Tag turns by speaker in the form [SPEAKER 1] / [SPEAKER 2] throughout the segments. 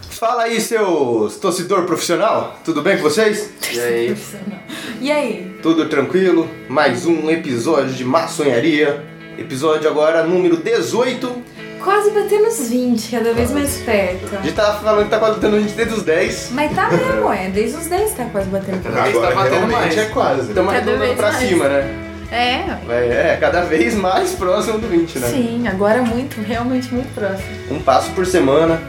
[SPEAKER 1] Fala aí, seus torcedor profissional, tudo bem com vocês? E aí?
[SPEAKER 2] E aí?
[SPEAKER 1] Tudo tranquilo? Mais um episódio de maçonharia. Episódio agora número 18.
[SPEAKER 2] Quase batendo os 20, cada vez mais perto.
[SPEAKER 1] A gente tá falando que tá quase batendo a gente desde os 10.
[SPEAKER 2] Mas tá mesmo, é. Desde os 10 tá quase batendo.
[SPEAKER 1] Cada vez tá batendo mais. é quase. Estamos
[SPEAKER 3] Cada
[SPEAKER 1] arredondando
[SPEAKER 3] vez
[SPEAKER 1] pra
[SPEAKER 3] mais.
[SPEAKER 1] cima, né?
[SPEAKER 3] É,
[SPEAKER 1] Vai- É, cada vez mais próximo do 20, né?
[SPEAKER 3] sim, agora muito, realmente muito próximo.
[SPEAKER 1] Um passo por semana,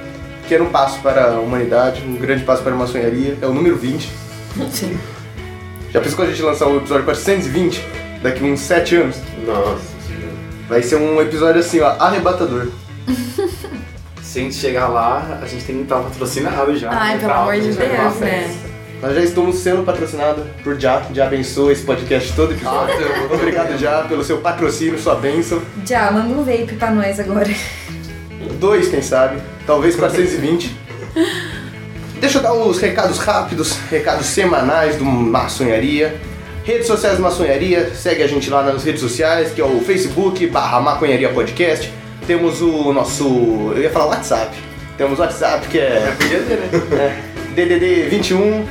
[SPEAKER 1] que era um passo para a humanidade, um grande passo para a maçonharia. É o número 20.
[SPEAKER 3] Sim.
[SPEAKER 1] Já pensou quando a gente lançar o episódio 420 daqui uns 7 anos?
[SPEAKER 4] Nossa senhora.
[SPEAKER 1] Vai ser um episódio assim, ó, arrebatador.
[SPEAKER 4] Se a gente chegar lá, a gente tem que estar patrocinado já.
[SPEAKER 2] Ai,
[SPEAKER 4] né,
[SPEAKER 2] pelo
[SPEAKER 4] pra-
[SPEAKER 2] amor de
[SPEAKER 4] pra uma
[SPEAKER 2] Deus, né?
[SPEAKER 4] festa.
[SPEAKER 1] Nós já estamos sendo patrocinados por Já. Já abençoa esse podcast todo
[SPEAKER 4] Ah.
[SPEAKER 1] episódio. Obrigado, Já, pelo seu patrocínio, sua bênção.
[SPEAKER 2] Já, manda um vape pra nós agora.
[SPEAKER 1] Dois, quem sabe. Talvez 420. Deixa eu dar os recados rápidos, recados semanais do Maçonharia. Redes sociais do Maçonharia, segue a gente lá nas redes sociais, que é o Facebook barra Maconharia Podcast. Temos o nosso. Eu ia falar WhatsApp. Temos o WhatsApp que é.
[SPEAKER 4] Podia ter, né?
[SPEAKER 1] DDD 21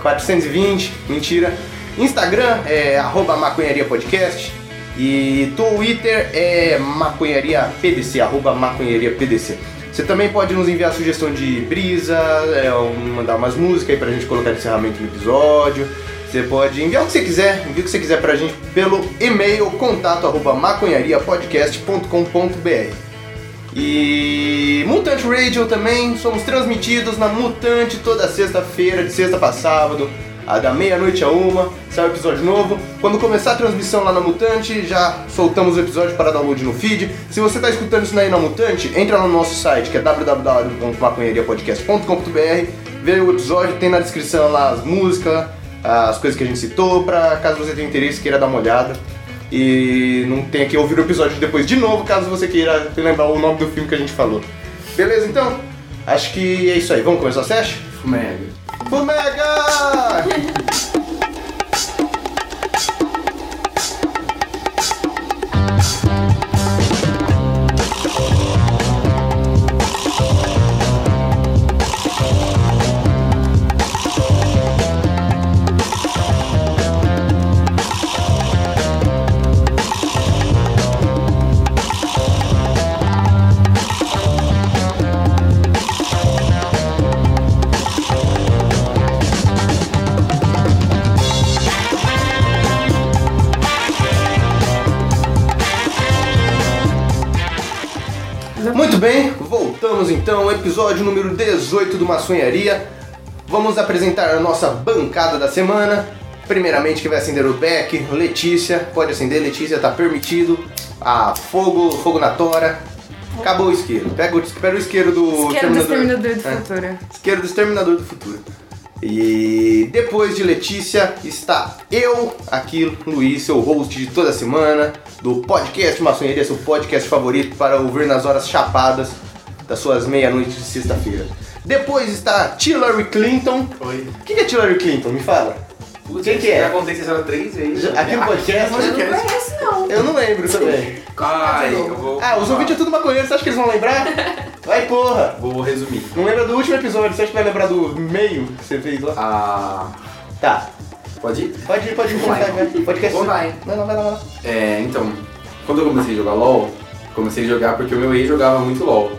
[SPEAKER 1] 420, mentira. Instagram é arroba maconharia podcast e Twitter é maconharia pdc, arroba maconharia pdc. Você também pode nos enviar sugestão de brisa, é, um- mandar umas músicas aí pra gente colocar de encerramento no episódio. Você pode enviar o que você quiser, envia o que você quiser pra gente pelo e-mail contato arroba maconhariapodcast.com.br. E Mutante Radio também, somos transmitidos na Mutante toda sexta-feira, de sexta pra sábado, a da meia-noite a uma, sai o episódio novo. Quando começar a transmissão lá na Mutante, já soltamos o episódio para download no feed. Se você tá escutando isso daí na Mutante, entra no nosso site que é www.maconhariapodcast.com.br, vê o episódio, tem na descrição lá as músicas, as coisas que a gente citou, pra caso você tenha interesse, queira dar uma olhada. E não tenha que ouvir o episódio depois de novo, caso você queira lembrar o nome do filme que a gente falou. Beleza, então? Acho que é isso aí. Vamos começar a session?
[SPEAKER 4] Fumega.
[SPEAKER 1] Fumega! Muito bem, voltamos então ao episódio número 18 do Maçonharia. Vamos apresentar a nossa bancada da semana. Primeiramente, que vai acender o Beck, Letícia. Pode acender, Letícia, tá permitido. Ah, fogo, fogo na tora. Acabou o isqueiro. Pega o, pega o isqueiro do
[SPEAKER 2] Esquerda do Exterminador do
[SPEAKER 1] É.
[SPEAKER 2] Futuro.
[SPEAKER 1] Isqueiro do Exterminador do Futuro. E depois de Letícia está eu aqui, Luiz, seu host de toda semana, do podcast Maçonharia, seu podcast favorito para ouvir nas horas chapadas das suas meia-noite de sexta-feira. Depois está Hillary Clinton.
[SPEAKER 4] Oi.
[SPEAKER 1] O que que é Hillary Clinton? Me fala. Quem que é?
[SPEAKER 4] Já contei essa história três vezes. né?
[SPEAKER 1] Já- Aqui no podcast?
[SPEAKER 2] Eu não conheço, não.
[SPEAKER 1] Eu não lembro também.
[SPEAKER 4] Ai, eu vou.
[SPEAKER 1] Ah, os ouvintes é tudo maconheiro, você acha que eles vão lembrar? Vai porra!
[SPEAKER 4] Vou resumir.
[SPEAKER 1] Não lembra do último episódio, você acha que vai lembrar do meio que você fez lá?
[SPEAKER 4] Ah.
[SPEAKER 1] Tá,
[SPEAKER 4] Pode ir?
[SPEAKER 1] Pode ir, pode ir.
[SPEAKER 4] Vai.
[SPEAKER 1] vai, vai. Pode que
[SPEAKER 4] Ou vai.
[SPEAKER 1] Não, não, vai lá, vai lá.
[SPEAKER 4] É, então, quando eu comecei a jogar LOL, comecei a jogar porque o meu ex jogava muito LOL.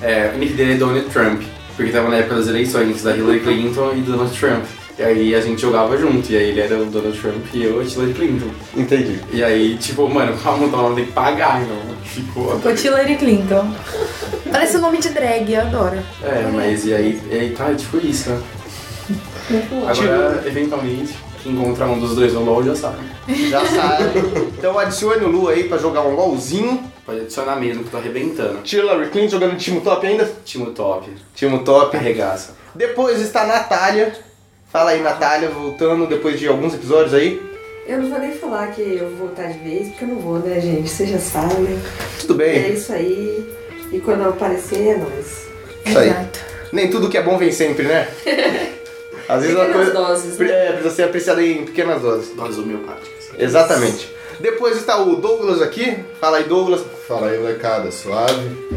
[SPEAKER 4] É, o nick dele é Donald Trump, porque tava na época das eleições da Hillary Clinton e do Donald Trump. E aí a gente jogava junto, e aí ele era o Donald Trump e eu a Hillary Clinton.
[SPEAKER 1] Entendi.
[SPEAKER 4] E aí, tipo, mano, pra montar o nome tem que pagar, então, tipo, não. Ficou.
[SPEAKER 2] Ficou Hillary Clinton. Parece o nome de drag, eu adoro.
[SPEAKER 4] É, mas e aí, e aí tá, tipo isso, né? Agora, eventualmente, quem encontrar um dos dois no LOL já sabe.
[SPEAKER 1] Já sabe. então adicione o Lu aí pra jogar um LOLzinho.
[SPEAKER 4] Pode adicionar mesmo, que tô arrebentando.
[SPEAKER 1] Hillary Clinton jogando time top ainda?
[SPEAKER 4] Timo top,
[SPEAKER 1] Time top.
[SPEAKER 4] arregaça.
[SPEAKER 1] Depois está a Natália. Fala aí, Natália, voltando depois de alguns episódios aí.
[SPEAKER 5] Eu não vou nem falar que eu vou voltar de vez, porque eu não vou, né, gente? Vocês já sabem.
[SPEAKER 1] Tudo
[SPEAKER 5] É
[SPEAKER 1] bem.
[SPEAKER 5] isso aí. E quando eu aparecer, é nóis.
[SPEAKER 1] Isso aí.
[SPEAKER 2] Exato.
[SPEAKER 1] Nem tudo que é bom vem sempre, né? Às vezes é uma
[SPEAKER 5] Pequenas
[SPEAKER 1] coisa.
[SPEAKER 5] doses, né?
[SPEAKER 1] É, precisa ser apreciada em pequenas doses.
[SPEAKER 4] Doses homeopáticas.
[SPEAKER 1] Exatamente. Depois está o Douglas aqui. Fala aí, Douglas.
[SPEAKER 6] Fala aí, molecada, suave?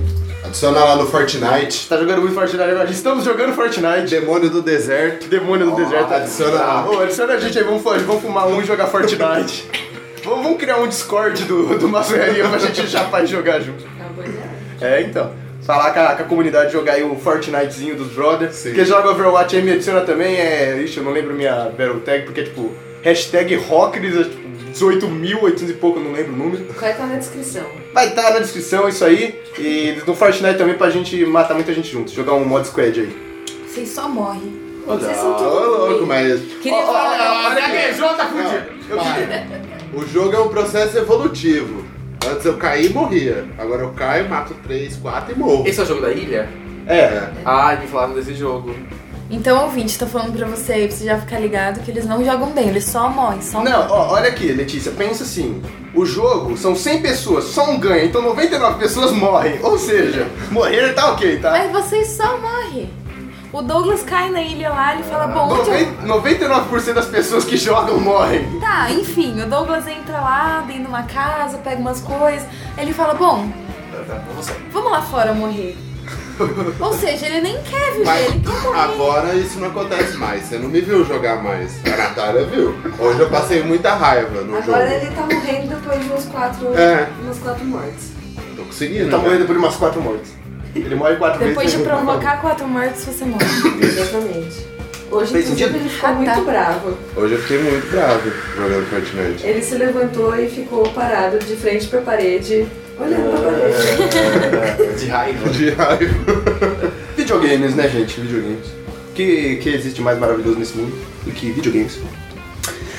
[SPEAKER 6] Adiciona lá no Fortnite.
[SPEAKER 1] Tá jogando muito Fortnite agora. Estamos jogando Fortnite.
[SPEAKER 6] Demônio do deserto.
[SPEAKER 1] Demônio do deserto.
[SPEAKER 6] adiciona lá.
[SPEAKER 1] Ô, adiciona a gente aí, vamos, fu- vamos fumar um e jogar Fortnite. vamos, vamos criar um Discord do, do Maçonharia pra gente já faz jogar junto.
[SPEAKER 5] Tá né?
[SPEAKER 1] É, então. Falar com a, com a comunidade, jogar aí um Fortnitezinho dos brothers.
[SPEAKER 6] Sim.
[SPEAKER 1] Quem joga Overwatch aí me adiciona também, é... Ixi, eu não lembro minha Battle Tag, porque é tipo... Hashtag Rockers, é, tipo, 18.800 e pouco, eu não lembro o número.
[SPEAKER 5] Vai estar na é descrição.
[SPEAKER 1] Vai estar na descrição isso aí. E no Fortnite também pra gente matar muita gente junto. Jogar um mod squad aí.
[SPEAKER 2] Vocês só morrem.
[SPEAKER 5] Vocês são
[SPEAKER 6] Ô,
[SPEAKER 5] tudo
[SPEAKER 6] louco,
[SPEAKER 5] ruim.
[SPEAKER 6] mas.
[SPEAKER 1] Oh,
[SPEAKER 2] Queria falar.
[SPEAKER 1] gaguejou, tá
[SPEAKER 6] Não, para. O jogo é um processo evolutivo. Antes eu caí e morria. Agora eu caio, mato 3, 4 e morro.
[SPEAKER 4] Esse é o jogo da ilha?
[SPEAKER 1] É.
[SPEAKER 4] Ah, me falaram desse jogo.
[SPEAKER 2] Então, ouvinte, tô falando pra você aí, pra você já ficar ligado que eles não jogam bem, eles só morrem, só morrem.
[SPEAKER 1] Não, ó, olha aqui, Letícia, pensa assim. O jogo são 100 pessoas, só um ganha, então 99 pessoas morrem. Ou seja, morrer tá ok, tá?
[SPEAKER 2] Mas é vocês só morrem. O Douglas cai na ilha lá, ele fala, bom, onde eu...
[SPEAKER 1] Noven- 99% das pessoas que jogam morrem.
[SPEAKER 2] Tá, enfim, o Douglas entra lá dentro de uma casa, pega umas coisas, ele fala, bom, vamos lá fora morrer. Ou seja, ele nem quer viver,
[SPEAKER 6] Mas
[SPEAKER 2] ele quer morrer.
[SPEAKER 6] agora isso não acontece mais. Você não me viu jogar mais. A Natália viu. Hoje eu passei muita raiva no
[SPEAKER 5] Agora
[SPEAKER 6] jogo.
[SPEAKER 5] ele tá morrendo depois de uns quatro,
[SPEAKER 6] É.
[SPEAKER 5] umas quatro mortes.
[SPEAKER 6] Tô conseguindo.
[SPEAKER 1] Ele tá
[SPEAKER 6] né?
[SPEAKER 1] morrendo por umas 4 mortes. Ele morre 4 vezes.
[SPEAKER 2] Depois de
[SPEAKER 1] por jogo.
[SPEAKER 2] provocar quatro mortes, você morre.
[SPEAKER 5] Exatamente. Hoje,
[SPEAKER 1] Fez
[SPEAKER 5] inclusive,
[SPEAKER 1] sentido?
[SPEAKER 5] ele ficou
[SPEAKER 2] Ah, tá.
[SPEAKER 5] muito bravo.
[SPEAKER 6] Hoje eu fiquei muito bravo jogando Fortnite.
[SPEAKER 5] Ele se levantou e ficou parado de frente pra parede, olhando
[SPEAKER 6] Ah,
[SPEAKER 5] pra parede.
[SPEAKER 4] É, De raiva.
[SPEAKER 6] De raiva.
[SPEAKER 1] Videogames, né, gente? Videogames. Que, que existe mais maravilhoso nesse mundo do que videogames?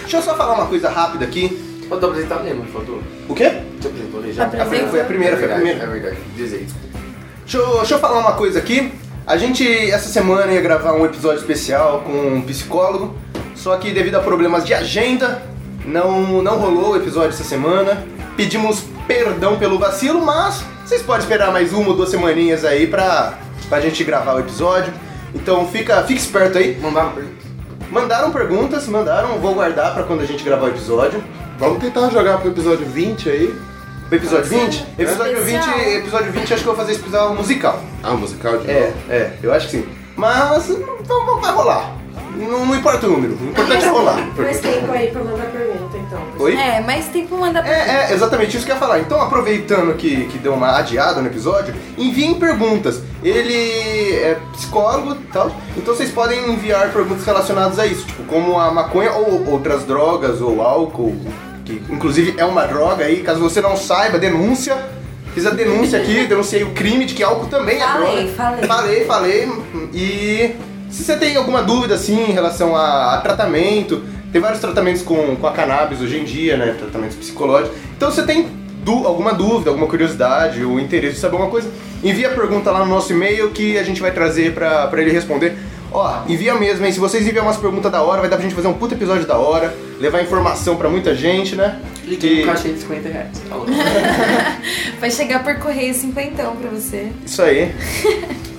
[SPEAKER 1] Deixa eu só falar uma coisa rápida aqui.
[SPEAKER 4] Pode apresentar mesmo, faltou.
[SPEAKER 1] O quê?
[SPEAKER 4] Você apresentou ali já?
[SPEAKER 2] Apresenta.
[SPEAKER 1] Foi a primeira, foi a
[SPEAKER 4] É verdade,
[SPEAKER 1] primeira.
[SPEAKER 4] É verdade, dizer
[SPEAKER 1] Deixa eu, deixa eu falar uma coisa aqui. A gente, essa semana, ia gravar um episódio especial com um psicólogo, só que devido a problemas de agenda, não, não rolou o episódio essa semana. Pedimos perdão pelo vacilo, mas vocês podem esperar mais uma ou duas semaninhas aí pra, pra gente gravar o episódio. Então fica, fica esperto aí.
[SPEAKER 4] Mandaram pergunta.
[SPEAKER 1] Mandaram perguntas, mandaram, vou guardar pra quando a gente gravar o episódio.
[SPEAKER 6] Vamos tentar jogar pro episódio 20 aí.
[SPEAKER 1] O episódio 20? Episódio
[SPEAKER 2] Especial.
[SPEAKER 1] 20, episódio 20 acho que eu vou fazer esse episódio musical.
[SPEAKER 6] Ah, musical de
[SPEAKER 1] É,
[SPEAKER 6] novo.
[SPEAKER 1] é, eu acho que sim. Mas então vai- vai rolar. Não, não importa o número, o importante é rolar.
[SPEAKER 5] Mas tempo aí pra mandar pergunta, então.
[SPEAKER 1] Oi?
[SPEAKER 2] É, mas tem que mandar pra
[SPEAKER 1] É, é, exatamente isso que eu ia falar. Então, aproveitando que, que deu uma adiada no episódio, enviem perguntas. Ele é psicólogo e tal, então vocês podem enviar perguntas relacionadas a isso, tipo como a maconha ou outras drogas ou álcool, que inclusive é uma droga aí, caso você não saiba, denúncia. Fiz a denúncia aqui, denunciei o crime de que álcool também é droga.
[SPEAKER 2] Falei, falei.
[SPEAKER 1] Falei, falei. E se você tem alguma dúvida assim em relação a, a tratamento, tem vários tratamentos com, com a cannabis hoje em dia, né? Tratamentos psicológicos. Então se você tem du- alguma dúvida, alguma curiosidade ou interesse de saber alguma coisa, envia a pergunta lá no nosso e-mail que a gente vai trazer pra, pra ele responder. Ó, envia mesmo, hein? Se vocês enviam umas perguntas da hora, vai dar pra gente fazer um puta episódio da hora, levar informação pra muita gente, né?
[SPEAKER 4] Liguei
[SPEAKER 1] E-
[SPEAKER 4] no cachê de 50 reais. Falou.
[SPEAKER 1] é.
[SPEAKER 2] Vai chegar por correio cinquentão pra você.
[SPEAKER 1] Isso aí.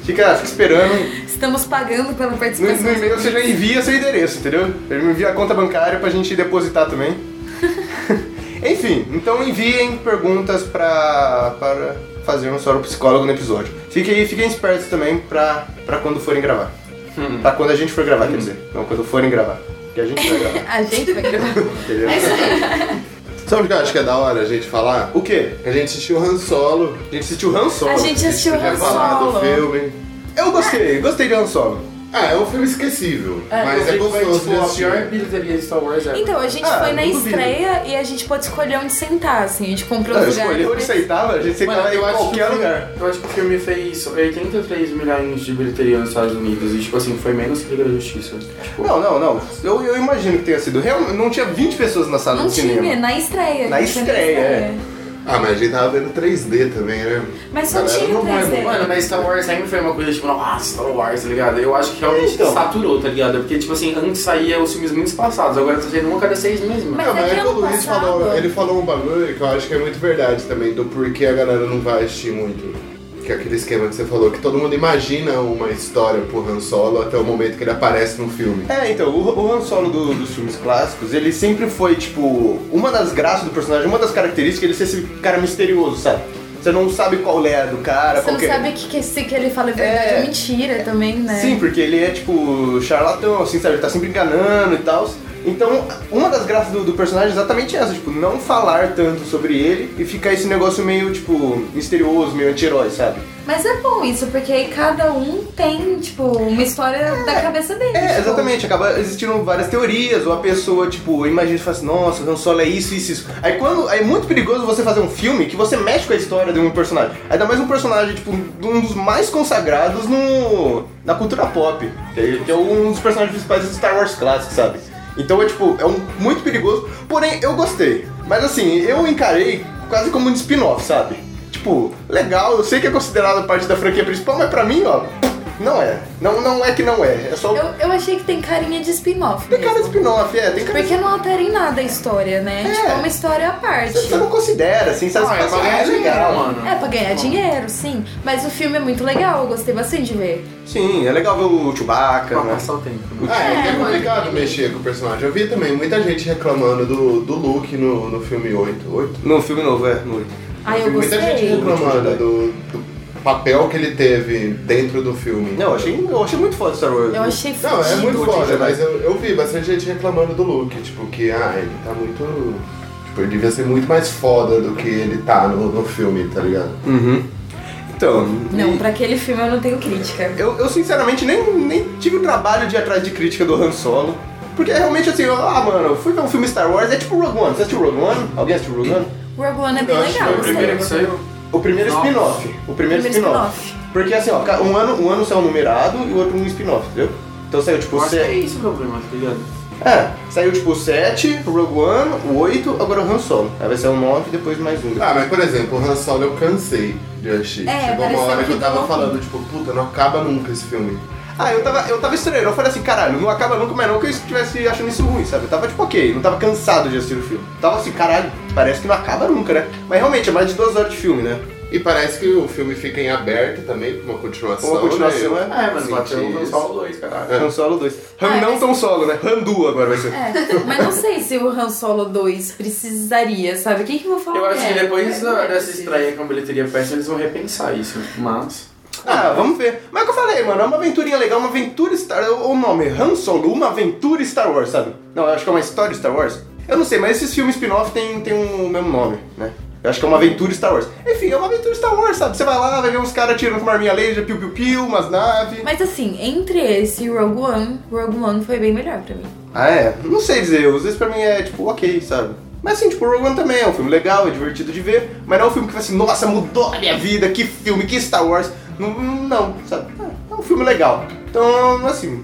[SPEAKER 1] Fica, fica esperando.
[SPEAKER 2] Estamos pagando pela
[SPEAKER 1] No,
[SPEAKER 2] participação.
[SPEAKER 1] no e-mail você já envia seu endereço, entendeu? Ele me envia a conta bancária pra gente depositar também. Enfim, então enviem perguntas pra, para fazer um soro psicólogo no episódio. Fiquem, fiquem espertos também pra, pra quando forem gravar. Pra quando a gente for gravar, quer dizer. Não, quando forem gravar. Que a gente vai gravar,
[SPEAKER 2] A gente vai gravar.
[SPEAKER 1] entendeu?
[SPEAKER 6] Sabe o que eu acho que é da hora a gente falar?
[SPEAKER 1] O quê?
[SPEAKER 6] A gente assistiu Han Solo.
[SPEAKER 1] A gente assistiu Han Solo.
[SPEAKER 2] A gente assistiu
[SPEAKER 6] a gente
[SPEAKER 2] Han
[SPEAKER 6] podia falar do
[SPEAKER 2] Solo.
[SPEAKER 6] filme.
[SPEAKER 1] Eu gostei, gostei de Han Solo.
[SPEAKER 6] Ah, é um filme esquecível. mas
[SPEAKER 4] Eu
[SPEAKER 6] é
[SPEAKER 4] vi que foi,
[SPEAKER 6] gostoso de
[SPEAKER 4] Tipo, a
[SPEAKER 6] assistir.
[SPEAKER 4] pior bilheteria de Star Wars ever.
[SPEAKER 2] Então, a gente
[SPEAKER 1] Ah,
[SPEAKER 2] foi na
[SPEAKER 1] não duvido.
[SPEAKER 2] estreia e a gente pode escolher onde sentar, assim. A gente comprou
[SPEAKER 1] Não,
[SPEAKER 2] um
[SPEAKER 1] eu
[SPEAKER 2] lugar.
[SPEAKER 1] escolhi onde sentava, a gente
[SPEAKER 4] Mano,
[SPEAKER 1] sentava em
[SPEAKER 4] eu acho que
[SPEAKER 1] qualquer
[SPEAKER 4] o filme-
[SPEAKER 1] lugar.
[SPEAKER 4] Eu acho que o filme fez 83 milhões de bilheteria nos Estados Unidos e, tipo assim, foi menos que Liga da Justiça. Tipo,
[SPEAKER 1] Não, não, não. Eu, eu imagino que tenha sido. Real, não tinha 20 pessoas na sala
[SPEAKER 2] Não
[SPEAKER 1] de cinema.
[SPEAKER 2] tinha, na estreia.
[SPEAKER 1] Na
[SPEAKER 2] a gente foi
[SPEAKER 1] estreia, é.
[SPEAKER 6] Ah, mas a gente tava vendo 3D também, né?
[SPEAKER 2] Mas só
[SPEAKER 6] Galera,
[SPEAKER 2] tinha
[SPEAKER 6] não vai,
[SPEAKER 2] 3D.
[SPEAKER 4] Mano, mas Star Wars sempre foi uma coisa tipo, nossa, Star Wars, tá ligado? Eu acho que realmente
[SPEAKER 1] Então.
[SPEAKER 4] saturou, tá ligado? Porque, tipo assim, antes saía os filmes muito espaçados, agora tá saindo uma a cada seis meses, mano.
[SPEAKER 2] Mas
[SPEAKER 6] Não,
[SPEAKER 2] é que
[SPEAKER 6] mas é que o
[SPEAKER 2] ano
[SPEAKER 6] Luiz
[SPEAKER 2] passado-
[SPEAKER 6] falou, ele falou um bagulho que eu acho que é muito verdade também, do porquê a galera não vai assistir muito. Que é aquele esquema que você falou, que todo mundo imagina uma história pro Han Solo até o momento que ele aparece no filme.
[SPEAKER 1] É, então, o, o Han Solo do- dos filmes clássicos, ele sempre foi, tipo, uma das graças do personagem, uma das características, ele ser esse cara misterioso, sabe? Você Você não sabe qual é a do cara,
[SPEAKER 3] Você
[SPEAKER 1] qual
[SPEAKER 3] não
[SPEAKER 1] que é-
[SPEAKER 3] sabe que, que se que ele fala é verdade
[SPEAKER 1] É.
[SPEAKER 3] ou mentira também, né?
[SPEAKER 1] Sim, porque ele é tipo charlatão, assim, sabe? Ele tá sempre enganando e tal. Então, uma das graças do, do personagem é exatamente essa, tipo, não falar tanto sobre ele e ficar esse negócio meio, tipo, misterioso, meio anti-herói, sabe?
[SPEAKER 2] Mas é bom isso, porque aí cada um tem, tipo, uma história da cabeça dele.
[SPEAKER 1] É,
[SPEAKER 2] tipo.
[SPEAKER 1] exatamente, acaba existindo várias teorias, ou a pessoa, tipo, imagina e fala assim, nossa, o Han Solo é isso, isso, isso. Aí quando. Aí é muito perigoso você fazer um filme que você mexe com a história de um personagem. Ainda mais um personagem, tipo, um dos mais consagrados no. na cultura pop. Que é, que é um dos personagens principais do Star Wars clássico, sabe? Então é tipo, é um, muito perigoso, porém eu gostei. Mas assim, eu encarei quase como um spin-off, sabe? Tipo, legal, eu sei que é considerado parte da franquia principal, mas pra mim, ó, não é. Não, não é que não é. É só
[SPEAKER 2] Eu, eu achei que tem carinha de spin-off.
[SPEAKER 1] tem
[SPEAKER 2] mesmo.
[SPEAKER 1] cara de spin-off, é. Tem cara de...
[SPEAKER 2] Porque não altera em nada a história, né?
[SPEAKER 1] É.
[SPEAKER 2] Tipo, é uma história à parte.
[SPEAKER 1] Você não considera, assim, sabe?
[SPEAKER 4] Ah, é
[SPEAKER 1] Você
[SPEAKER 4] pra
[SPEAKER 1] fala,
[SPEAKER 4] ganhar
[SPEAKER 1] ah,
[SPEAKER 4] dinheiro, mano.
[SPEAKER 2] É, pra ganhar dinheiro, sim. Mas o filme é muito legal, eu gostei bastante de ver.
[SPEAKER 1] Sim, é legal ver o Chewbacca,
[SPEAKER 4] Pra
[SPEAKER 1] né?
[SPEAKER 4] passar o tempo. né?
[SPEAKER 6] Ah, é, que é
[SPEAKER 2] É,
[SPEAKER 6] complicado mexer com o personagem. Eu vi também muita gente reclamando do, do Luke no, no filme 8. 8?
[SPEAKER 1] No filme novo, é, no oito.
[SPEAKER 2] Aí Ah, eu
[SPEAKER 6] vi muita gente
[SPEAKER 2] gostei.
[SPEAKER 6] reclamando do, do papel que ele teve dentro do filme.
[SPEAKER 1] Não, eu achei, eu achei muito foda Star Wars.
[SPEAKER 2] Eu achei
[SPEAKER 6] Não, é
[SPEAKER 2] fudido.
[SPEAKER 6] muito
[SPEAKER 1] Fudido,
[SPEAKER 6] foda,
[SPEAKER 1] né?
[SPEAKER 6] mas eu, eu vi bastante gente reclamando do Luke, tipo, que ah, ele tá muito. Tipo, ele devia ser muito mais foda do que ele tá no, no filme, tá ligado?
[SPEAKER 1] Uhum. Então,
[SPEAKER 2] Não, pra aquele filme eu não tenho crítica.
[SPEAKER 1] eu, eu sinceramente nem, nem tive o trabalho de ir atrás de crítica do Han Solo. Porque realmente assim, eu, ah, mano, eu fui ver um filme Star Wars, é tipo Rogue One. Você assistiu Rogue One? Alguém assistiu Rogue One?
[SPEAKER 2] Rogue One é bem
[SPEAKER 6] Eu acho
[SPEAKER 2] legal,
[SPEAKER 4] Foi
[SPEAKER 6] que é
[SPEAKER 4] o
[SPEAKER 2] gostei.
[SPEAKER 4] primeiro que saiu.
[SPEAKER 1] O primeiro
[SPEAKER 4] Nossa.
[SPEAKER 1] spin-off. O primeiro,
[SPEAKER 2] Primeiro
[SPEAKER 1] spin-off. Porque assim, ó, ca- um ano, um ano saiu um numerado e o outro um spin-off, entendeu? Então saiu tipo
[SPEAKER 4] Eu acho que
[SPEAKER 1] se-
[SPEAKER 4] é isso o problema, tá ligado?
[SPEAKER 1] É, saiu tipo o 7, o Rogue One, o 8, agora o Han Solo. Aí vai ser o 9 e depois mais um.
[SPEAKER 6] Ah, mas por exemplo, o Han Solo eu cansei de assistir.
[SPEAKER 2] É,
[SPEAKER 6] Chegou uma
[SPEAKER 2] pareceu
[SPEAKER 6] hora que eu
[SPEAKER 2] que
[SPEAKER 6] tava
[SPEAKER 2] não-
[SPEAKER 6] falando, tipo, puta, não acaba nunca esse filme.
[SPEAKER 1] Ah, eu tava, eu tava estranho. Eu falei assim, caralho, não acaba nunca, mas não que eu estivesse achando isso ruim, sabe? Eu tava tipo, ok, não tava cansado de assistir o filme. Tava assim, caralho, parece que não acaba nunca, né? Mas realmente é mais de duas horas de filme, né?
[SPEAKER 6] E parece que o filme fica em aberto também, pra uma continuação.
[SPEAKER 1] Uma continuação,
[SPEAKER 6] né?
[SPEAKER 1] é.
[SPEAKER 4] É, mas bateu
[SPEAKER 6] Senti
[SPEAKER 4] o
[SPEAKER 6] isso.
[SPEAKER 4] solo 2, caralho.
[SPEAKER 1] Han Solo 2. Han
[SPEAKER 2] Ah,
[SPEAKER 1] não
[SPEAKER 2] mas-
[SPEAKER 1] tão solo, né? Han Duo agora vai ser.
[SPEAKER 2] É, mas não sei se o Han Solo 2 precisaria, sabe? Quem que eu vou falar?
[SPEAKER 4] Eu acho
[SPEAKER 2] é?
[SPEAKER 4] que depois da- dessa estreia com a bilheteria péssima, eles vão repensar isso. Mas.
[SPEAKER 1] Ah, vamos ver. Mas é o que eu falei, mano, é uma aventurinha legal, uma aventura Star O nome, Han Solo, uma aventura Star Wars, sabe? Não, eu acho que é uma história Star Wars. Eu não sei, mas esses filmes spin-off tem, tem um mesmo nome, né? Eu acho que é uma aventura Star Wars. Enfim, é uma aventura Star Wars, sabe? Você vai lá, vai ver uns caras tirando com uma arminha laser, piu-piu-piu, umas naves.
[SPEAKER 2] Mas assim, entre esse e Rogue One, Rogue One foi bem melhor pra mim.
[SPEAKER 1] Ah, é? Não sei dizer, às vezes pra mim é tipo, ok, sabe? Mas assim, tipo, Rogue One também é um filme legal, é divertido de ver, mas não é um filme que fala assim, nossa, mudou a minha vida, que filme, que Star Wars. Não, não sabe? É um filme legal. Então, assim,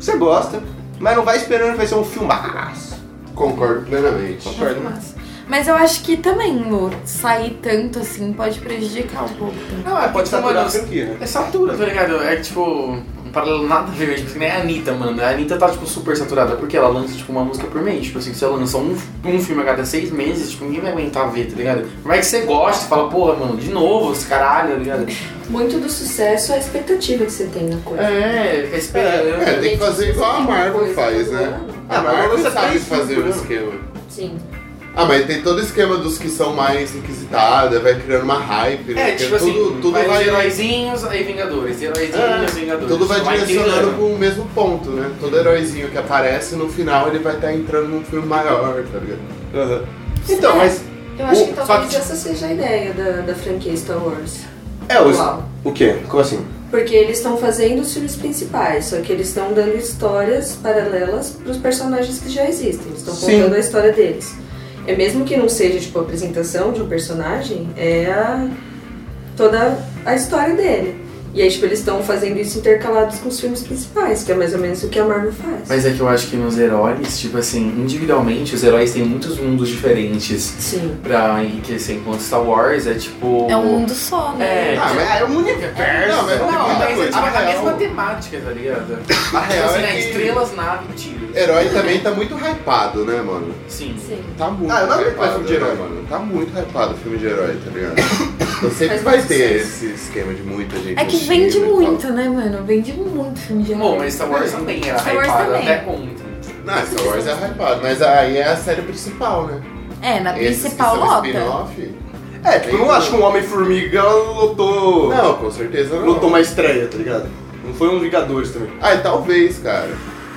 [SPEAKER 1] você gosta, mas não vai esperando que vai ser um filmaço.
[SPEAKER 6] é. Concordo plenamente.
[SPEAKER 1] Concordo, né?
[SPEAKER 2] Mas- Mas eu acho que também, Lu, sair tanto assim pode prejudicar um pouco.
[SPEAKER 4] Não, é
[SPEAKER 1] Pode
[SPEAKER 4] porque,
[SPEAKER 1] saturar a
[SPEAKER 4] mano,
[SPEAKER 1] franquia, né?
[SPEAKER 4] É satura, tá ligado? É tipo, um paralelo nada a ver, tipo, que nem a Anitta, mano. A Anitta tá, tipo, super saturada, porque ela lança, tipo, uma música por mês. Tipo assim, se ela lança um, um filme a cada seis meses, tipo, ninguém vai aguentar ver, tá ligado? Por mais que você goste, fala, porra, mano, de novo, esse caralho, tá ligado?
[SPEAKER 5] Muito do sucesso é a expectativa que você tem na coisa.
[SPEAKER 4] É, fica esperando.
[SPEAKER 6] É, tem que fazer igual a
[SPEAKER 5] Tem uma
[SPEAKER 6] Marvel
[SPEAKER 5] coisa
[SPEAKER 6] faz,
[SPEAKER 5] todo
[SPEAKER 6] né?
[SPEAKER 5] ano.
[SPEAKER 6] A
[SPEAKER 1] Ah, mas
[SPEAKER 6] Marvel
[SPEAKER 1] você
[SPEAKER 6] sabe
[SPEAKER 1] faz
[SPEAKER 6] fazer
[SPEAKER 1] tudo,
[SPEAKER 6] o
[SPEAKER 1] né?
[SPEAKER 6] esquema.
[SPEAKER 5] Sim.
[SPEAKER 6] Ah, mas tem todo o esquema dos que são mais requisitada, vai criando uma hype, né?
[SPEAKER 4] É,
[SPEAKER 6] Porque
[SPEAKER 4] tipo assim,
[SPEAKER 6] tudo, tudo
[SPEAKER 4] vai,
[SPEAKER 6] vai, É,
[SPEAKER 4] os heróizinhos, aí Vingadores, heróizinhos, Vingadores.
[SPEAKER 6] tudo vai direcionando
[SPEAKER 4] criando.
[SPEAKER 6] pro mesmo ponto, né? Todo heróizinho que aparece no final ele vai estar entrando num filme maior, tá ligado?
[SPEAKER 1] Aham. Então, mas.
[SPEAKER 5] Eu acho que
[SPEAKER 1] O-
[SPEAKER 5] talvez
[SPEAKER 1] só que-
[SPEAKER 5] essa seja a ideia da, da franquia Star Wars.
[SPEAKER 1] É, os.
[SPEAKER 5] Uau.
[SPEAKER 1] O quê? Como assim?
[SPEAKER 5] Porque eles estão fazendo os filmes principais, só que eles estão dando histórias paralelas para os personagens que já existem. Eles estão
[SPEAKER 1] Sim.
[SPEAKER 5] contando a história deles. É mesmo que não seja tipo a apresentação de um personagem, é a- toda a história dele. E aí, tipo, eles estão fazendo isso intercalados com os filmes principais, que é mais ou menos o que a Marvel faz.
[SPEAKER 4] Mas é que eu acho que nos heróis, tipo assim, individualmente, os heróis têm muitos mundos diferentes.
[SPEAKER 5] Sim.
[SPEAKER 4] pra enriquecer enquanto Star Wars é tipo.
[SPEAKER 2] É um mundo só, né?
[SPEAKER 4] É.
[SPEAKER 6] Ah, mas
[SPEAKER 1] é um universo.
[SPEAKER 6] Não, mas-
[SPEAKER 4] Não,
[SPEAKER 6] muita
[SPEAKER 4] mas é
[SPEAKER 6] coisa.
[SPEAKER 4] tipo,
[SPEAKER 6] Na
[SPEAKER 4] a mesma
[SPEAKER 6] real-
[SPEAKER 4] temática, tá ligado?
[SPEAKER 6] A real
[SPEAKER 4] assim,
[SPEAKER 6] é
[SPEAKER 4] né,
[SPEAKER 6] que-
[SPEAKER 4] estrelas, nave, tiros.
[SPEAKER 6] Herói também tá muito hypado, né, mano?
[SPEAKER 4] Sim.
[SPEAKER 5] Sim.
[SPEAKER 6] Tá muito
[SPEAKER 1] Ah, eu não aguento mais
[SPEAKER 6] hypado,
[SPEAKER 1] filme de herói.
[SPEAKER 6] né, mano? Tá muito hypado o filme de herói, tá ligado? Então sempre
[SPEAKER 5] Faz
[SPEAKER 6] vai
[SPEAKER 5] muito
[SPEAKER 6] ter
[SPEAKER 5] sucesso.
[SPEAKER 6] esse esquema de muita gente.
[SPEAKER 2] É que
[SPEAKER 6] assistindo
[SPEAKER 2] vende
[SPEAKER 6] e tal.
[SPEAKER 2] muito, né, mano? Vende muito filme de
[SPEAKER 4] Bom,
[SPEAKER 2] herói.
[SPEAKER 4] mas Star Wars também era
[SPEAKER 2] Star Wars
[SPEAKER 4] hypado
[SPEAKER 2] também.
[SPEAKER 4] até ontem.
[SPEAKER 6] Não, Star Wars é hypado, mas aí é a série principal, né?
[SPEAKER 2] É, na
[SPEAKER 6] Esses que
[SPEAKER 2] principal
[SPEAKER 6] são
[SPEAKER 2] lota.
[SPEAKER 6] spin-off,
[SPEAKER 1] É, tipo, eu não acho que um Homem-Formiga lotou.
[SPEAKER 6] Não, com certeza não.
[SPEAKER 1] lotou uma estreia, tá ligado? Não foi um Vingadores também.
[SPEAKER 6] Ah, talvez, cara.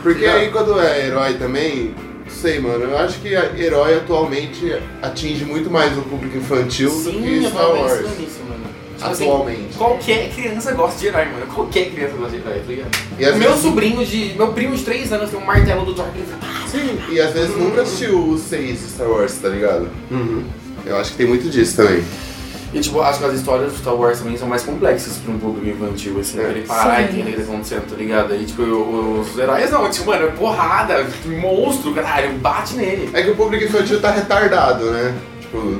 [SPEAKER 6] Porque
[SPEAKER 1] Já.
[SPEAKER 6] aí quando é herói também, não sei, mano, eu acho que a- herói atualmente atinge muito mais o público infantil do que Star Wars.
[SPEAKER 4] nisso, mano. Tipo assim,
[SPEAKER 6] Atualmente.
[SPEAKER 4] Qualquer criança gosta de herói, mano. Qualquer criança gosta de herói, tá ligado?
[SPEAKER 6] E às
[SPEAKER 4] Meu
[SPEAKER 6] vezes-
[SPEAKER 4] sobrinho de. Meu primo de 3 anos tem um martelo do Thor que ele fala, "Ah,
[SPEAKER 6] Sim, e às vezes nunca assistiu os seis de Star Wars, tá ligado?
[SPEAKER 1] Uhum.
[SPEAKER 6] Eu acho que tem muito disso também.
[SPEAKER 4] E tipo, acho que as histórias do Star Wars também são mais complexas pra um público infantil, assim,
[SPEAKER 6] É.
[SPEAKER 4] pra ele parar e
[SPEAKER 3] Sim.
[SPEAKER 4] entender o que tá acontecendo, tá ligado? E tipo, o- os heróis não, tipo, mano, é porrada, monstro, caralho, bate nele.
[SPEAKER 6] É que o público infantil tá retardado, né? Tipo,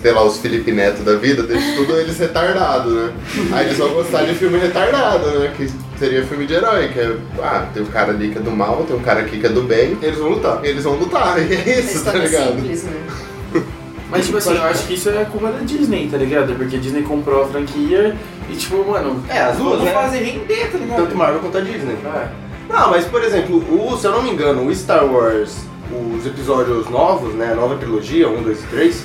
[SPEAKER 6] sei lá, os Felipe Neto da vida, deixa tudo eles retardado, né? Aí eles vão gostar de filme retardado, né? Que seria filme de herói, que é, ah, tem um cara ali que é do mal, tem um cara aqui que é do bem, eles vão lutar. Eles vão lutar, e é
[SPEAKER 5] Uma
[SPEAKER 6] isso, tá
[SPEAKER 5] história
[SPEAKER 6] ligado?
[SPEAKER 5] simples, né?
[SPEAKER 4] Mas tipo assim, eu acho que isso é culpa da Disney, tá ligado? Porque a Disney comprou a franquia e tipo, mano,
[SPEAKER 1] É, as duas,
[SPEAKER 4] tudo
[SPEAKER 1] né?
[SPEAKER 4] fazem render, tá ligado?
[SPEAKER 1] Tanto Marvel quanto a Disney.
[SPEAKER 4] É.
[SPEAKER 1] Não, mas por exemplo, o, se eu não me engano, o Star Wars, os episódios novos, né? Nova trilogia, 1, 2 e 3,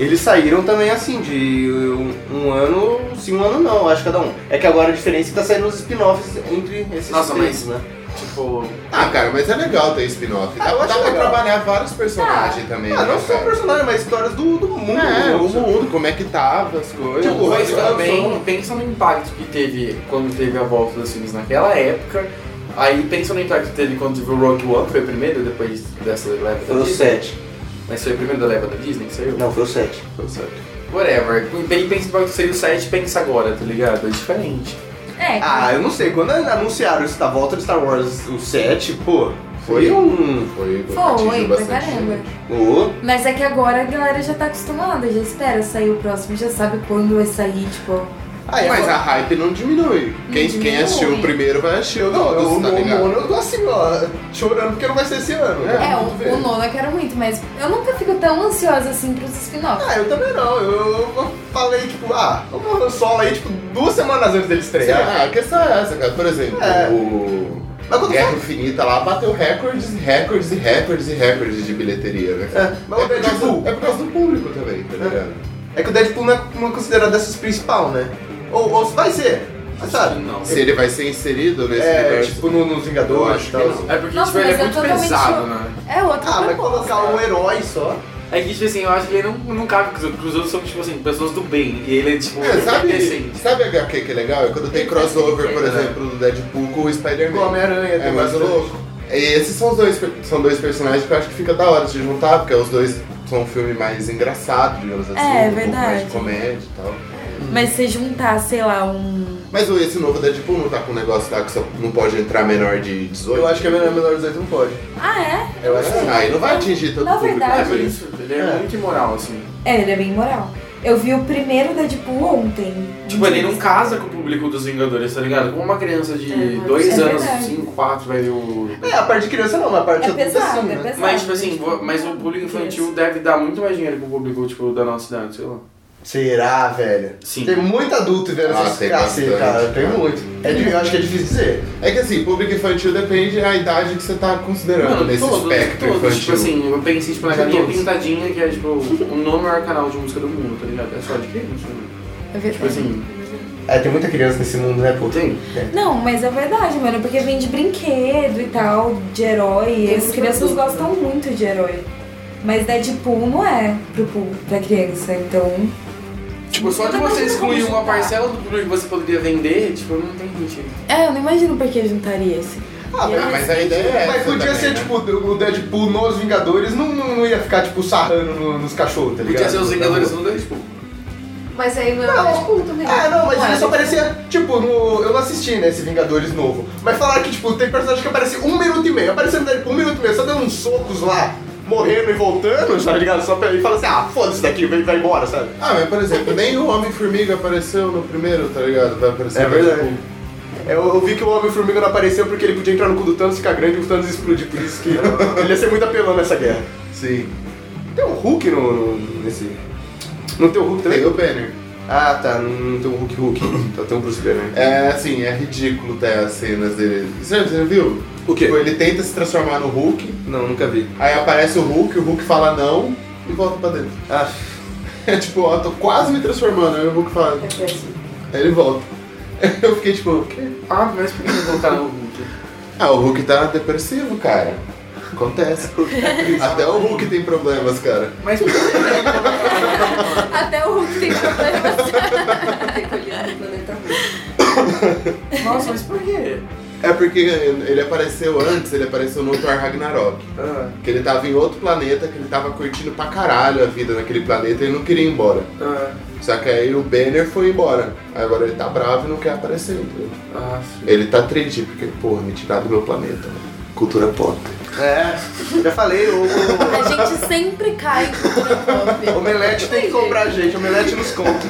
[SPEAKER 1] eles saíram também assim, de um, um ano, sim, um ano não, acho cada um. É que agora a diferença é que tá saindo os spin-offs entre esses
[SPEAKER 4] Nossa,
[SPEAKER 1] três,
[SPEAKER 4] mas-
[SPEAKER 1] né?
[SPEAKER 4] Tipo,
[SPEAKER 6] Ah, cara, mas é legal ter spin-off. Dá,
[SPEAKER 1] Ah, eu
[SPEAKER 6] dá
[SPEAKER 1] acho
[SPEAKER 6] pra
[SPEAKER 1] legal.
[SPEAKER 6] trabalhar vários personagens também.
[SPEAKER 1] Ah,
[SPEAKER 6] né,
[SPEAKER 1] não só
[SPEAKER 6] cara?
[SPEAKER 1] personagem, mas histórias do, do mundo.
[SPEAKER 6] É,
[SPEAKER 1] né?
[SPEAKER 6] o mundo, como é que tava as coisas.
[SPEAKER 1] Tipo,
[SPEAKER 4] Mas
[SPEAKER 1] eu acho
[SPEAKER 4] também pensa no impacto que teve quando teve a volta dos filmes naquela época. Aí pensa no impacto que teve quando teve o Rogue One, foi o primeiro depois dessa leva da
[SPEAKER 1] Foi o
[SPEAKER 4] Disney.
[SPEAKER 1] 7.
[SPEAKER 4] Mas foi o primeiro da leva da Disney que saiu?
[SPEAKER 1] Não, foi o 7.
[SPEAKER 4] Whatever. Bem, pensa no impacto que saiu o 7, pensa agora, tá ligado? É diferente.
[SPEAKER 2] É,
[SPEAKER 1] Ah, eu não sei, quando anunciaram esta volta de Star Wars o 7, pô, foi
[SPEAKER 6] Foi.
[SPEAKER 1] um.
[SPEAKER 6] Foi,
[SPEAKER 2] foi,
[SPEAKER 6] atingiu
[SPEAKER 2] pra
[SPEAKER 6] bastante
[SPEAKER 2] caramba.
[SPEAKER 6] gente.
[SPEAKER 1] Oh,
[SPEAKER 2] Mas é que agora a galera já tá acostumada, já espera sair o próximo, já sabe quando vai sair, tipo.
[SPEAKER 1] Aí,
[SPEAKER 6] Mas
[SPEAKER 1] agora-
[SPEAKER 6] a hype não diminui. Quem, quem
[SPEAKER 2] diminui.
[SPEAKER 6] assistiu o primeiro vai assistir o
[SPEAKER 1] Não, eu,
[SPEAKER 6] todos, tá
[SPEAKER 1] no
[SPEAKER 6] ligado?
[SPEAKER 1] nono eu tô assim, ó, chorando porque não vai ser esse ano.
[SPEAKER 6] É,
[SPEAKER 2] É,
[SPEAKER 1] Vamos ver.
[SPEAKER 2] o, o nono eu quero muito, mas eu nunca fico tão ansiosa assim pros spin-offs.
[SPEAKER 1] Ah, eu também não. Eu, eu falei, tipo, ah, vamos Han Solo aí, tipo, duas semanas antes dele estrear.
[SPEAKER 6] Ah, a questão é essa, cara. Por exemplo,
[SPEAKER 1] É.
[SPEAKER 6] o
[SPEAKER 1] Mas quando
[SPEAKER 6] Guerra
[SPEAKER 1] foi-
[SPEAKER 6] Infinita lá bateu recordes, recordes e recordes e recordes de bilheteria, né?
[SPEAKER 1] É, mas o
[SPEAKER 6] por causa,
[SPEAKER 1] Deadpool.
[SPEAKER 6] é por causa do público também, tá ligado?
[SPEAKER 1] É que o Deadpool não é, não é considerado dessas principal, né? Ou, ou vai ser, mas sabe?
[SPEAKER 4] Não.
[SPEAKER 6] Se ele vai ser inserido nesse
[SPEAKER 1] É,
[SPEAKER 6] universo.
[SPEAKER 1] tipo, no- nos
[SPEAKER 6] Eu
[SPEAKER 1] Vingadores
[SPEAKER 6] acho
[SPEAKER 1] e
[SPEAKER 6] que
[SPEAKER 1] tal.
[SPEAKER 6] não.
[SPEAKER 4] É porque
[SPEAKER 2] Nossa,
[SPEAKER 4] tipo, ele é
[SPEAKER 2] mas é
[SPEAKER 4] muito
[SPEAKER 2] totalmente-
[SPEAKER 4] pesado, né?
[SPEAKER 2] É outro
[SPEAKER 1] Ah, vai
[SPEAKER 2] propósito.
[SPEAKER 1] colocar um herói só.
[SPEAKER 4] É que, tipo assim, eu acho que ele não, não cabe com os outros, porque os outros são, tipo assim, pessoas do bem. E ele é, tipo,
[SPEAKER 6] É, sabe,
[SPEAKER 4] decente.
[SPEAKER 6] sabe HQ que é legal? É quando tem crossover,
[SPEAKER 1] né?
[SPEAKER 6] por exemplo, do Deadpool com o
[SPEAKER 1] Com
[SPEAKER 6] Spider-Man.
[SPEAKER 1] Homem-Aranha,
[SPEAKER 6] É
[SPEAKER 1] tem
[SPEAKER 6] mais
[SPEAKER 1] bastante.
[SPEAKER 6] louco. E esses são os dois, per- são dois personagens que eu acho que fica da hora de juntar, porque os dois são um filme mais engraçado, digamos assim.
[SPEAKER 2] É,
[SPEAKER 6] um pouco mais
[SPEAKER 2] verdade.
[SPEAKER 6] de comédia e tal.
[SPEAKER 2] Mas se juntar, sei lá, um.
[SPEAKER 6] Mas o- esse novo Deadpool não tá com um negócio lá que só não pode entrar menor de 18?
[SPEAKER 1] Eu acho que a menor menor dos oito não pode.
[SPEAKER 2] Ah, é?
[SPEAKER 6] Eu acho que aí não vai atingir todo
[SPEAKER 2] Na
[SPEAKER 6] o público. né?
[SPEAKER 4] É
[SPEAKER 2] verdade-
[SPEAKER 4] por isso. Ele é,
[SPEAKER 1] É.
[SPEAKER 4] muito imoral, assim.
[SPEAKER 2] É, ele é bem moral. Eu vi o primeiro da Deadpool ontem.
[SPEAKER 4] Tipo, ele
[SPEAKER 2] assim,
[SPEAKER 4] não casa com o público dos Vingadores, tá ligado? Como uma criança de dois
[SPEAKER 2] isso é
[SPEAKER 4] anos,
[SPEAKER 2] verdade.
[SPEAKER 4] cinco, quatro, vai ver o.
[SPEAKER 1] É, a parte de criança não, mas a parte
[SPEAKER 2] É
[SPEAKER 1] adulta
[SPEAKER 2] pesado,
[SPEAKER 1] sim,
[SPEAKER 2] é
[SPEAKER 1] né?
[SPEAKER 2] pesado.
[SPEAKER 4] Mas, tipo assim, vo- mas o público infantil deve dar muito mais dinheiro pro público, tipo, da nossa cidade, sei lá.
[SPEAKER 1] Será, velho?
[SPEAKER 4] Sim.
[SPEAKER 1] Tem muito adulto vendo
[SPEAKER 6] Ah,
[SPEAKER 1] essas
[SPEAKER 6] tem
[SPEAKER 1] cacete,
[SPEAKER 6] bastante.
[SPEAKER 1] cara. Tem muito. É, di- eu acho que é difícil dizer.
[SPEAKER 6] É que assim, público infantil depende da idade que você tá considerando nesse espectro infantil.
[SPEAKER 4] Tipo assim, eu pensei tipo, na
[SPEAKER 1] Todos.
[SPEAKER 4] galinha pintadinha, que é tipo o nono maior canal de música do mundo, tá ligado? É só de criança. né?
[SPEAKER 2] É verdade.
[SPEAKER 4] Tipo assim,
[SPEAKER 1] É, tem muita criança nesse mundo, né, pô?
[SPEAKER 4] tem.
[SPEAKER 2] Não, mas é verdade, mano, porque vem de brinquedo e tal, de herói.
[SPEAKER 5] Tem
[SPEAKER 2] As
[SPEAKER 5] muito
[SPEAKER 2] crianças
[SPEAKER 5] adulto,
[SPEAKER 2] gostam muito de herói. Mas Deadpool não é pro, pu- pra criança, então.
[SPEAKER 4] Tipo,
[SPEAKER 5] Tá
[SPEAKER 4] só
[SPEAKER 2] Eu
[SPEAKER 4] de você
[SPEAKER 2] imagino como
[SPEAKER 4] excluir uma
[SPEAKER 2] juntar.
[SPEAKER 4] parcela do público que você poderia vender, tipo, não tem sentido.
[SPEAKER 2] É, eu não imagino por que juntaria assim. esse.
[SPEAKER 1] Ah,
[SPEAKER 6] Ah, mas a ideia é
[SPEAKER 1] Mas
[SPEAKER 6] essa
[SPEAKER 1] podia
[SPEAKER 6] também,
[SPEAKER 1] ser,
[SPEAKER 6] né?
[SPEAKER 1] tipo, o Deadpool nos Vingadores não, não, não ia ficar, tipo, sarrando no- nos cachorros, tá ligado?
[SPEAKER 4] Podia ser os
[SPEAKER 1] Na
[SPEAKER 4] Vingadores
[SPEAKER 1] rua.
[SPEAKER 4] no Deadpool.
[SPEAKER 5] Mas aí não é
[SPEAKER 1] Não.
[SPEAKER 5] o Deadpool
[SPEAKER 2] né?
[SPEAKER 5] também.
[SPEAKER 1] É, não, mas ele
[SPEAKER 5] é
[SPEAKER 1] só aparecia, tipo, no. Eu não assisti, né, esse Vingadores novo. Mas falaram que, tipo, tem personagem que aparece um minuto e meio. Apareceu no Deadpool um minuto e meio, só dando uns socos lá, morrendo e voltando, tá ligado? Só pra ele fala assim, ah, foda-se daqui, vai, vai embora, sabe?
[SPEAKER 6] Ah, mas por exemplo, nem o Homem-Formiga apareceu no primeiro, tá ligado? Vai aparecer
[SPEAKER 1] É
[SPEAKER 6] no
[SPEAKER 1] verdade.
[SPEAKER 6] Deadpool.
[SPEAKER 1] É, Eu, eu vi que o Homem-Formiga não apareceu porque ele podia entrar no cu do Thanos, ficar grande e o Thanos explodir, por isso que ele ia ser muito apelão nessa guerra.
[SPEAKER 6] Sim.
[SPEAKER 1] Tem um Hulk no, no- nesse. Não tem o Hulk também?
[SPEAKER 6] Tem o Banner.
[SPEAKER 1] Ah tá, não tem o Hulk Hulk. Então tem o Bruce Banner.
[SPEAKER 6] É assim, é ridículo até as cenas dele. Você você viu?
[SPEAKER 1] O quê?
[SPEAKER 6] Tipo, ele tenta se transformar no Hulk,
[SPEAKER 1] Não, nunca vi.
[SPEAKER 6] aí aparece o Hulk, o Hulk fala não e volta pra dentro.
[SPEAKER 1] Ah.
[SPEAKER 6] É tipo, ó, tô quase me transformando. Aí o Hulk fala,
[SPEAKER 5] É péssimo.
[SPEAKER 6] aí ele volta. Eu fiquei tipo, o quê?
[SPEAKER 4] Ah, mas por que não colocar no Hulk?
[SPEAKER 6] Ah, o Hulk tá depressivo, cara. Acontece. Até o Hulk tem problemas, cara.
[SPEAKER 4] Mas por que
[SPEAKER 2] Até o Hulk tem assim. problemas.
[SPEAKER 5] Tem colhido no planeta Hulk.
[SPEAKER 4] Nossa, mas por quê?
[SPEAKER 6] É porque ele apareceu antes, ele apareceu no Thor Ragnarok.
[SPEAKER 4] Ah,
[SPEAKER 6] Que ele tava em outro planeta, que ele tava curtindo pra caralho a vida naquele planeta e ele não queria ir embora.
[SPEAKER 4] ah,
[SPEAKER 6] Só que aí o Banner foi embora. Aí agora ele tá bravo e não quer aparecer. entendeu?
[SPEAKER 4] ah, sim.
[SPEAKER 6] Ele tá triste, porque, porra, me tiraram do meu planeta. né? mano. Cultura pop.
[SPEAKER 1] É, já falei, o, o
[SPEAKER 2] A gente sempre cai em cultura pop.
[SPEAKER 1] Omelete tem que comprar a gente, Omelete nos conta.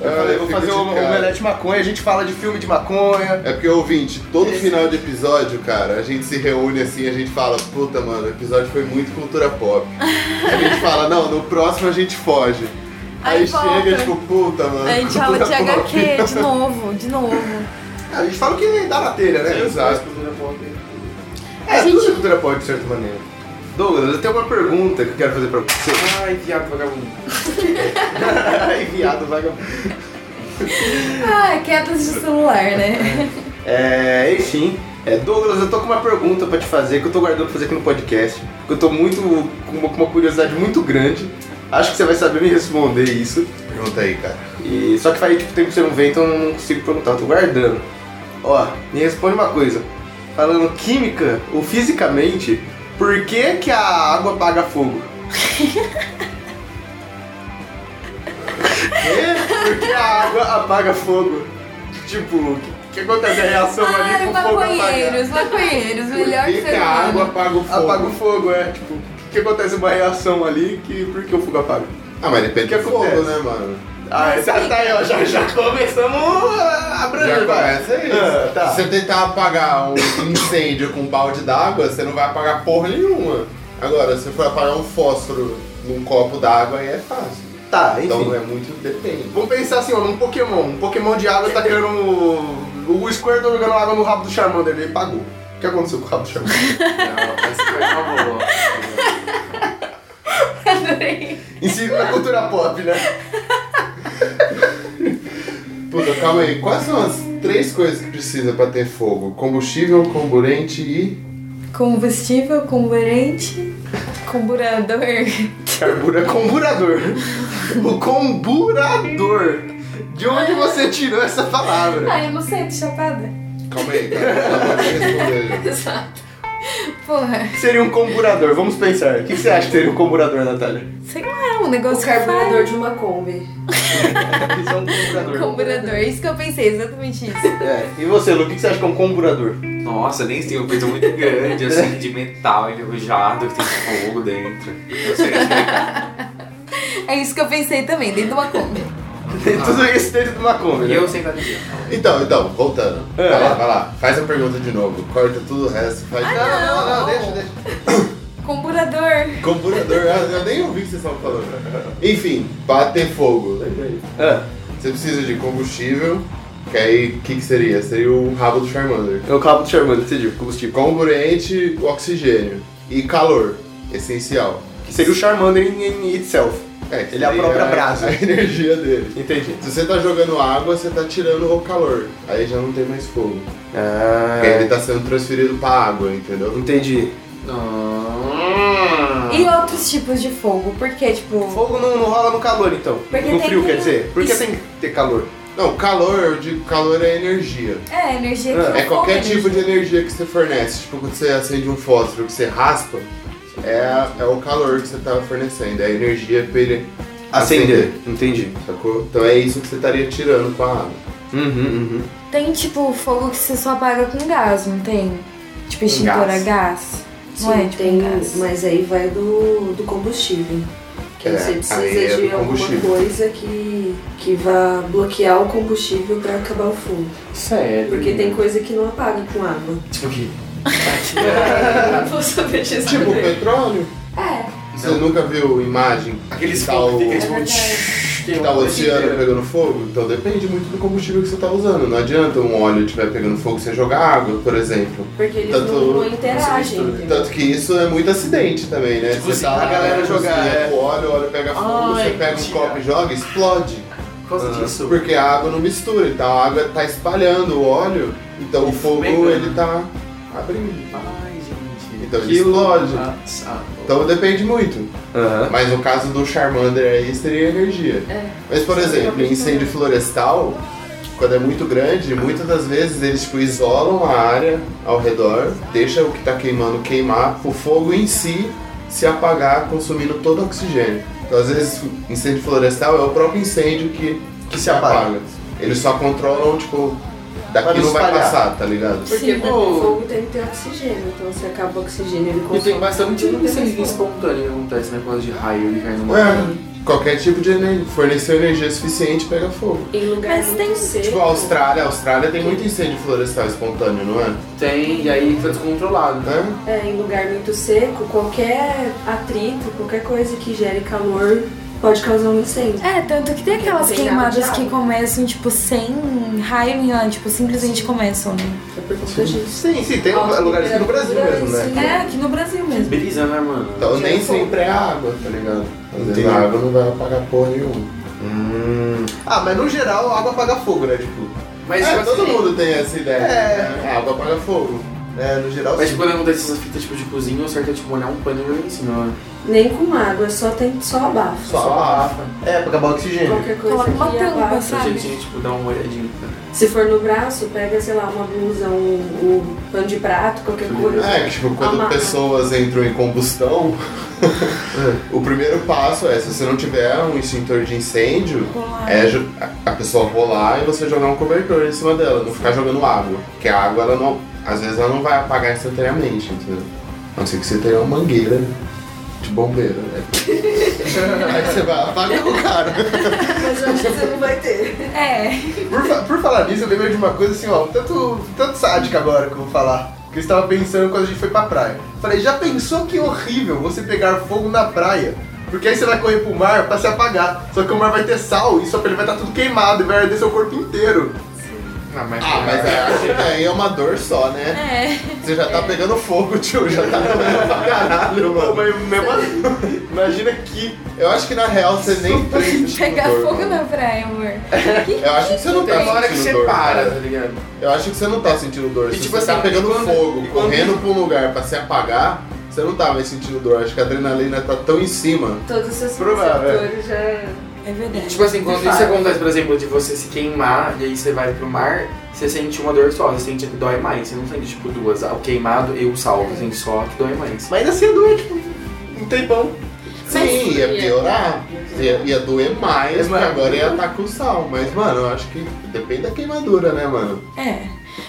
[SPEAKER 1] Eu
[SPEAKER 6] Ah,
[SPEAKER 1] falei,
[SPEAKER 6] eu
[SPEAKER 1] vou
[SPEAKER 6] fico
[SPEAKER 1] fazer
[SPEAKER 6] de
[SPEAKER 1] o
[SPEAKER 6] cara.
[SPEAKER 1] Omelete Maconha, a gente fala de filme de maconha.
[SPEAKER 6] É porque, ouvinte, todo final de episódio, cara, a gente se reúne assim a gente fala, puta, mano, o episódio foi muito cultura pop. a gente fala, não, no próximo a gente foge. Aí,
[SPEAKER 2] Aí
[SPEAKER 6] chega,
[SPEAKER 2] volta.
[SPEAKER 6] tipo, puta, mano.
[SPEAKER 2] A gente fala de
[SPEAKER 6] cultura pop.
[SPEAKER 2] HQ de novo, de novo.
[SPEAKER 1] A gente fala o que dá na telha, né?
[SPEAKER 6] Exato.
[SPEAKER 1] É, tudo é cultura pop de certa maneira. Douglas, eu tenho uma pergunta que eu quero fazer pra você.
[SPEAKER 4] Ai, viado vagabundo.
[SPEAKER 1] Ai, viado, vagabundo.
[SPEAKER 2] Ah, quedas de celular, né?
[SPEAKER 1] É, enfim. É, Douglas, eu tô com uma pergunta pra te fazer, que eu tô guardando pra fazer aqui no podcast. Que eu tô muito. com uma, com uma curiosidade muito grande. Acho que você vai saber me responder isso.
[SPEAKER 6] Pergunta aí, cara.
[SPEAKER 1] E, só que faz tipo, tempo que você não vem, então eu não consigo perguntar, eu tô guardando. Ó, me responde uma coisa. Falando química ou fisicamente, por que, que a água apaga fogo? Quê? Por que a água apaga fogo? Tipo, o que, que acontece a reação ali
[SPEAKER 2] Ai,
[SPEAKER 1] pro fogo apagar?
[SPEAKER 2] Ah, maconheiros, maconheiros, melhor
[SPEAKER 6] Por que que
[SPEAKER 2] ser
[SPEAKER 6] a água
[SPEAKER 2] humano.
[SPEAKER 6] apaga o fogo?
[SPEAKER 1] Apaga o fogo, é. Tipo, o que, que acontece uma reação ali que por que o fogo apaga?
[SPEAKER 6] Ah, mas depende
[SPEAKER 1] Que
[SPEAKER 6] do fogo,
[SPEAKER 1] acontece?
[SPEAKER 6] né, mano?
[SPEAKER 1] Ah, tá, tá aí, ó, já, já começamos a
[SPEAKER 6] Já
[SPEAKER 1] abranger, vai.
[SPEAKER 6] começa isso.
[SPEAKER 1] Ah, tá.
[SPEAKER 6] Se você tentar apagar um incêndio com um balde d'água, você não vai apagar porra nenhuma. Agora, se for apagar um fósforo num copo d'água, aí é fácil.
[SPEAKER 1] Tá, enfim.
[SPEAKER 6] Então é muito depende.
[SPEAKER 1] Vamos pensar assim, ó, num Pokémon. Um Pokémon de água tacando. O o Squirtle jogando água no rabo do Charmander, ele pagou. O que aconteceu com o rabo do Charmander?
[SPEAKER 4] Não, mas você vai dar uma boa.
[SPEAKER 2] Adorei.
[SPEAKER 1] Ensino na cultura pop, né?
[SPEAKER 6] Puta, calma aí. Quais são as três coisas que precisa pra ter fogo? Combustível, comburente e
[SPEAKER 3] Combustível, comburente, comburador.
[SPEAKER 1] Carbura comburador. O comburador. De onde você tirou essa palavra?
[SPEAKER 3] Ah, eu não sei, tô chapada.
[SPEAKER 6] Calma aí, cara. Ela vai responder.
[SPEAKER 3] Exato. Porra,
[SPEAKER 1] Seria um comburador, vamos pensar. O que você acha que seria um comburador, Natália?
[SPEAKER 3] sei lá, um
[SPEAKER 5] O
[SPEAKER 3] negócio que
[SPEAKER 5] carburador de uma Kombi.
[SPEAKER 1] Isso é um
[SPEAKER 3] faz.
[SPEAKER 1] comburador.
[SPEAKER 3] Comburador, isso que eu pensei, exatamente isso.
[SPEAKER 1] É. E você, Lu, o que você acha que é um comburador?
[SPEAKER 4] Nossa, nem tem um peito muito grande, assim, de metal enferrujado, que tem fogo dentro. Eu sei,
[SPEAKER 3] É isso que eu pensei também, dentro de uma Kombi.
[SPEAKER 1] Tem tudo isso dentro de uma Kombi,
[SPEAKER 4] E
[SPEAKER 1] né?
[SPEAKER 4] eu sem academia.
[SPEAKER 6] Então, então, voltando.
[SPEAKER 1] É.
[SPEAKER 6] Vai lá, vai lá. Faz a pergunta de novo. Corta tudo o resto. Faz de
[SPEAKER 2] Ah,
[SPEAKER 1] Não,
[SPEAKER 6] novo.
[SPEAKER 1] não,
[SPEAKER 3] não.
[SPEAKER 1] deixa, deixa.
[SPEAKER 3] Comburador.
[SPEAKER 6] Comburador, eu eu nem ouvi o que vocês estavam falando. Enfim, pra ter fogo. Lembrei.
[SPEAKER 1] Ah,
[SPEAKER 6] Você precisa de combustível, que aí o que, que seria? Seria o rabo do Charmander.
[SPEAKER 1] é o cabo do Charmander, decidiu, combustível.
[SPEAKER 6] Comburente, oxigênio e calor, essencial.
[SPEAKER 1] Que seria o Charmander in, in itself.
[SPEAKER 6] É, que
[SPEAKER 1] Ele é a
[SPEAKER 6] seria
[SPEAKER 1] própria brasa.
[SPEAKER 6] A energia dele.
[SPEAKER 1] Entendi.
[SPEAKER 6] Se você tá jogando água, você tá tirando o calor. Aí já não tem mais fogo.
[SPEAKER 1] Ah,
[SPEAKER 6] Porque ele tá sendo transferido pra água, entendeu?
[SPEAKER 1] entendi.
[SPEAKER 4] Não.
[SPEAKER 3] E outros tipos de fogo, porque, tipo,
[SPEAKER 1] Fogo não, não rola no calor, então.
[SPEAKER 3] Porque
[SPEAKER 1] no
[SPEAKER 3] tem
[SPEAKER 1] frio,
[SPEAKER 3] que-
[SPEAKER 1] quer dizer. Por que
[SPEAKER 3] Isso.
[SPEAKER 1] tem que ter calor?
[SPEAKER 6] Não, calor, eu digo calor é energia.
[SPEAKER 3] é energia que
[SPEAKER 1] É,
[SPEAKER 3] não
[SPEAKER 6] É qualquer
[SPEAKER 3] fogo,
[SPEAKER 6] tipo de energia que você fornece. Tipo, quando você acende um fósforo que você raspa, é, a- é o calor que você tá fornecendo, é a energia pra ele
[SPEAKER 1] Acender. Entendi.
[SPEAKER 6] Sacou? Então é isso que você estaria tirando com a água.
[SPEAKER 1] Uhum, uhum.
[SPEAKER 3] Tem tipo fogo que você só apaga com gás, não tem? Tipo extintor
[SPEAKER 4] gás.
[SPEAKER 3] a gás. Não é
[SPEAKER 5] Sim,
[SPEAKER 3] tipo
[SPEAKER 5] tem,
[SPEAKER 3] gás.
[SPEAKER 5] mas aí vai do, do combustível. Que aí
[SPEAKER 6] É,
[SPEAKER 5] você
[SPEAKER 6] aí é
[SPEAKER 5] precisa
[SPEAKER 6] do
[SPEAKER 5] de alguma
[SPEAKER 6] combustível.
[SPEAKER 5] coisa que, que vá bloquear o combustível pra acabar o fogo.
[SPEAKER 4] Sério?
[SPEAKER 5] Porque tem coisa que não apaga com água.
[SPEAKER 4] Tipo o quê?
[SPEAKER 5] Não vou saber disso.
[SPEAKER 6] Tipo petróleo.
[SPEAKER 5] É,
[SPEAKER 6] Você nunca viu imagem?
[SPEAKER 4] Aqueles
[SPEAKER 6] Tal-
[SPEAKER 4] fogos que fica
[SPEAKER 5] é
[SPEAKER 4] tipo.
[SPEAKER 5] verdade.
[SPEAKER 4] tem
[SPEAKER 6] Tá que tá o
[SPEAKER 4] uma
[SPEAKER 6] oceano
[SPEAKER 1] né?
[SPEAKER 4] inteira.
[SPEAKER 6] pegando fogo? Então depende muito do combustível que você tá usando. Não adianta um óleo estiver pegando fogo você jogar água, por exemplo.
[SPEAKER 5] Porque eles
[SPEAKER 6] Tanto-
[SPEAKER 5] não, não interagem.
[SPEAKER 4] Tanto-
[SPEAKER 5] entendeu?
[SPEAKER 6] Tanto que isso é muito acidente também, né?
[SPEAKER 1] Tipo assim, a galera jogar,
[SPEAKER 6] cozinha
[SPEAKER 1] é.
[SPEAKER 6] com óleo, o óleo pega fogo,
[SPEAKER 4] Ai,
[SPEAKER 6] você pega um
[SPEAKER 4] mentira.
[SPEAKER 6] copo e joga, explode.
[SPEAKER 4] Por causa
[SPEAKER 6] Ah.
[SPEAKER 4] disso.
[SPEAKER 6] Porque a água não mistura, então a água tá espalhando o óleo, então o
[SPEAKER 4] E
[SPEAKER 6] fogo
[SPEAKER 4] fumegando.
[SPEAKER 6] ele tá abrindo.
[SPEAKER 4] Ai, gente.
[SPEAKER 6] Então ele explode.
[SPEAKER 4] Ah,
[SPEAKER 6] Então depende muito.
[SPEAKER 1] Aham.
[SPEAKER 6] Mas no caso do Charmander aí seria energia. Mas por exemplo, em incêndio florestal, quando é muito grande, muitas das vezes eles tipo, isolam a área ao redor, deixa o que tá queimando queimar, o fogo em si se apagar consumindo todo o oxigênio. Então às vezes incêndio florestal é o próprio incêndio que,
[SPEAKER 1] Que se apaga.
[SPEAKER 6] Eles só controlam, tipo,
[SPEAKER 1] Pra
[SPEAKER 6] daqui
[SPEAKER 1] não
[SPEAKER 6] não vai
[SPEAKER 1] espalhar.
[SPEAKER 6] passar, tá ligado?
[SPEAKER 5] Porque
[SPEAKER 2] Sim.
[SPEAKER 5] pra ter fogo tem que ter oxigênio, então se acaba o oxigênio ele consome.
[SPEAKER 4] E tem bastante
[SPEAKER 5] tudo, não tem mais
[SPEAKER 4] incêndio
[SPEAKER 5] fogo.
[SPEAKER 4] espontâneo que acontece, né? Por causa de raio e cai no mar.
[SPEAKER 6] É, qualquer tipo de energia, fornecer energia suficiente pega fogo.
[SPEAKER 5] Em lugares
[SPEAKER 2] Mas tem-
[SPEAKER 5] muito secos.
[SPEAKER 6] Tipo, a Austrália, a Austrália tem muito incêndio florestal espontâneo, não é?
[SPEAKER 4] Tem, e aí fica descontrolado.
[SPEAKER 6] Hã?
[SPEAKER 5] É, em lugar muito seco, qualquer atrito, qualquer coisa que gere calor pode causar um incêndio.
[SPEAKER 3] É, tanto que tem aquelas
[SPEAKER 5] Não tem nada de
[SPEAKER 3] queimadas que
[SPEAKER 5] água.
[SPEAKER 3] começam, tipo, sem raio nenhum, tipo, simplesmente começam, né?
[SPEAKER 5] É por conta disso.
[SPEAKER 1] Sim, sim, tem
[SPEAKER 5] Alta
[SPEAKER 1] lugares aqui no Brasil
[SPEAKER 5] temperatura,
[SPEAKER 1] mesmo, né?
[SPEAKER 5] sim.
[SPEAKER 3] É, aqui no Brasil mesmo.
[SPEAKER 4] Beleza, né, mano?
[SPEAKER 6] Então nem
[SPEAKER 5] Tira fogo.
[SPEAKER 6] sempre é água, tá ligado? Às vezes
[SPEAKER 1] Entendi.
[SPEAKER 6] a água não vai apagar porra nenhuma.
[SPEAKER 1] Hum. Ah, mas no geral a água apaga fogo, né? Tipo,
[SPEAKER 4] Mas,
[SPEAKER 6] é,
[SPEAKER 4] tipo,
[SPEAKER 6] todo
[SPEAKER 4] assim,
[SPEAKER 6] mundo tem essa ideia.
[SPEAKER 1] É.
[SPEAKER 6] né? A água apaga fogo.
[SPEAKER 1] é, no geral
[SPEAKER 4] Mas
[SPEAKER 1] sim.
[SPEAKER 4] tipo, quando acontece essas fitas tipo, de cozinha, o certo é tipo, molhar um pano e jogar em cima. né?
[SPEAKER 5] É. Nem com água, só tem só abafa.
[SPEAKER 6] Só abafa.
[SPEAKER 1] É, pra acabar o oxigênio.
[SPEAKER 5] Qualquer coisa
[SPEAKER 3] Coloca uma
[SPEAKER 5] que
[SPEAKER 3] tampa,
[SPEAKER 5] abafa.
[SPEAKER 4] Pra
[SPEAKER 3] Sabe?
[SPEAKER 4] gente, tipo, dar uma olhadinha.
[SPEAKER 5] Se for no braço, pega, sei lá, uma blusa, um, um pano de prato, qualquer coisa.
[SPEAKER 6] É, que, tipo, quando
[SPEAKER 5] Amarra.
[SPEAKER 6] pessoas entram em combustão, o primeiro passo é, se você não tiver um extintor de incêndio,
[SPEAKER 3] Rolar.
[SPEAKER 6] é jo- a- a pessoa rolar e você jogar um cobertor em cima dela, não ficar jogando água. Porque a água, ela não, às vezes, ela não vai apagar instantaneamente, entendeu? A não ser que você tenha uma mangueira de bombeiro, né? Aí você vai apagar o cara.
[SPEAKER 1] É.
[SPEAKER 5] Mas eu acho que você não vai ter.
[SPEAKER 3] É.
[SPEAKER 1] Por, fa- por falar nisso, eu lembrei de uma coisa assim, ó, um tanto, um tanto sádica agora que eu vou falar. Que eu estava pensando quando a gente foi pra praia. Falei, já pensou que horrível você pegar fogo na praia? Porque aí você vai correr pro mar pra se apagar. Só que o mar vai ter sal e sua pele vai estar tudo queimado e vai arder seu corpo inteiro.
[SPEAKER 4] Ah, mas,
[SPEAKER 6] Ah, mas é, acho que aí é uma dor só, né?
[SPEAKER 3] É.
[SPEAKER 6] Você já tá pegando fogo, tio, já tá doendo pra caralho,
[SPEAKER 1] Pô,
[SPEAKER 6] mano.
[SPEAKER 1] mas mesmo assim, imagina que.
[SPEAKER 6] Eu acho que na real você nem prende
[SPEAKER 3] Pegar
[SPEAKER 6] dor,
[SPEAKER 3] fogo
[SPEAKER 6] mano.
[SPEAKER 3] na praia, amor.
[SPEAKER 6] Tipo, Eu acho que você não
[SPEAKER 4] Tem
[SPEAKER 6] tá
[SPEAKER 4] uma hora que
[SPEAKER 6] sentindo
[SPEAKER 4] você
[SPEAKER 6] dor.
[SPEAKER 4] para,
[SPEAKER 6] cara.
[SPEAKER 4] tá ligado?
[SPEAKER 6] Eu acho que você não tá sentindo dor.
[SPEAKER 4] E
[SPEAKER 6] se
[SPEAKER 4] tipo
[SPEAKER 6] você tá
[SPEAKER 4] assim,
[SPEAKER 6] pegando
[SPEAKER 4] e quando-
[SPEAKER 6] fogo,
[SPEAKER 4] e quando-
[SPEAKER 6] correndo pra um lugar pra se apagar, você não tá mais sentindo dor. Acho que a adrenalina tá tão em cima.
[SPEAKER 5] Todos os seus
[SPEAKER 1] Provável, é.
[SPEAKER 5] receptores já.
[SPEAKER 3] É
[SPEAKER 4] E
[SPEAKER 3] verdade.
[SPEAKER 4] tipo assim, quando isso acontece, por exemplo, de você se queimar e aí você vai pro mar, você sente uma dor só, você sente a que dói mais. Você não sente tipo duas, ah, o queimado e o sal, você sente só a que dói mais.
[SPEAKER 1] Mas ainda assim é doer, tipo, um tempão.
[SPEAKER 6] Sim, ia piorar. Ia, ia doer mais,
[SPEAKER 1] Mas-
[SPEAKER 6] porque agora ia estar com sal. Mas, mano, eu acho que depende da queimadura, né, mano?
[SPEAKER 3] É.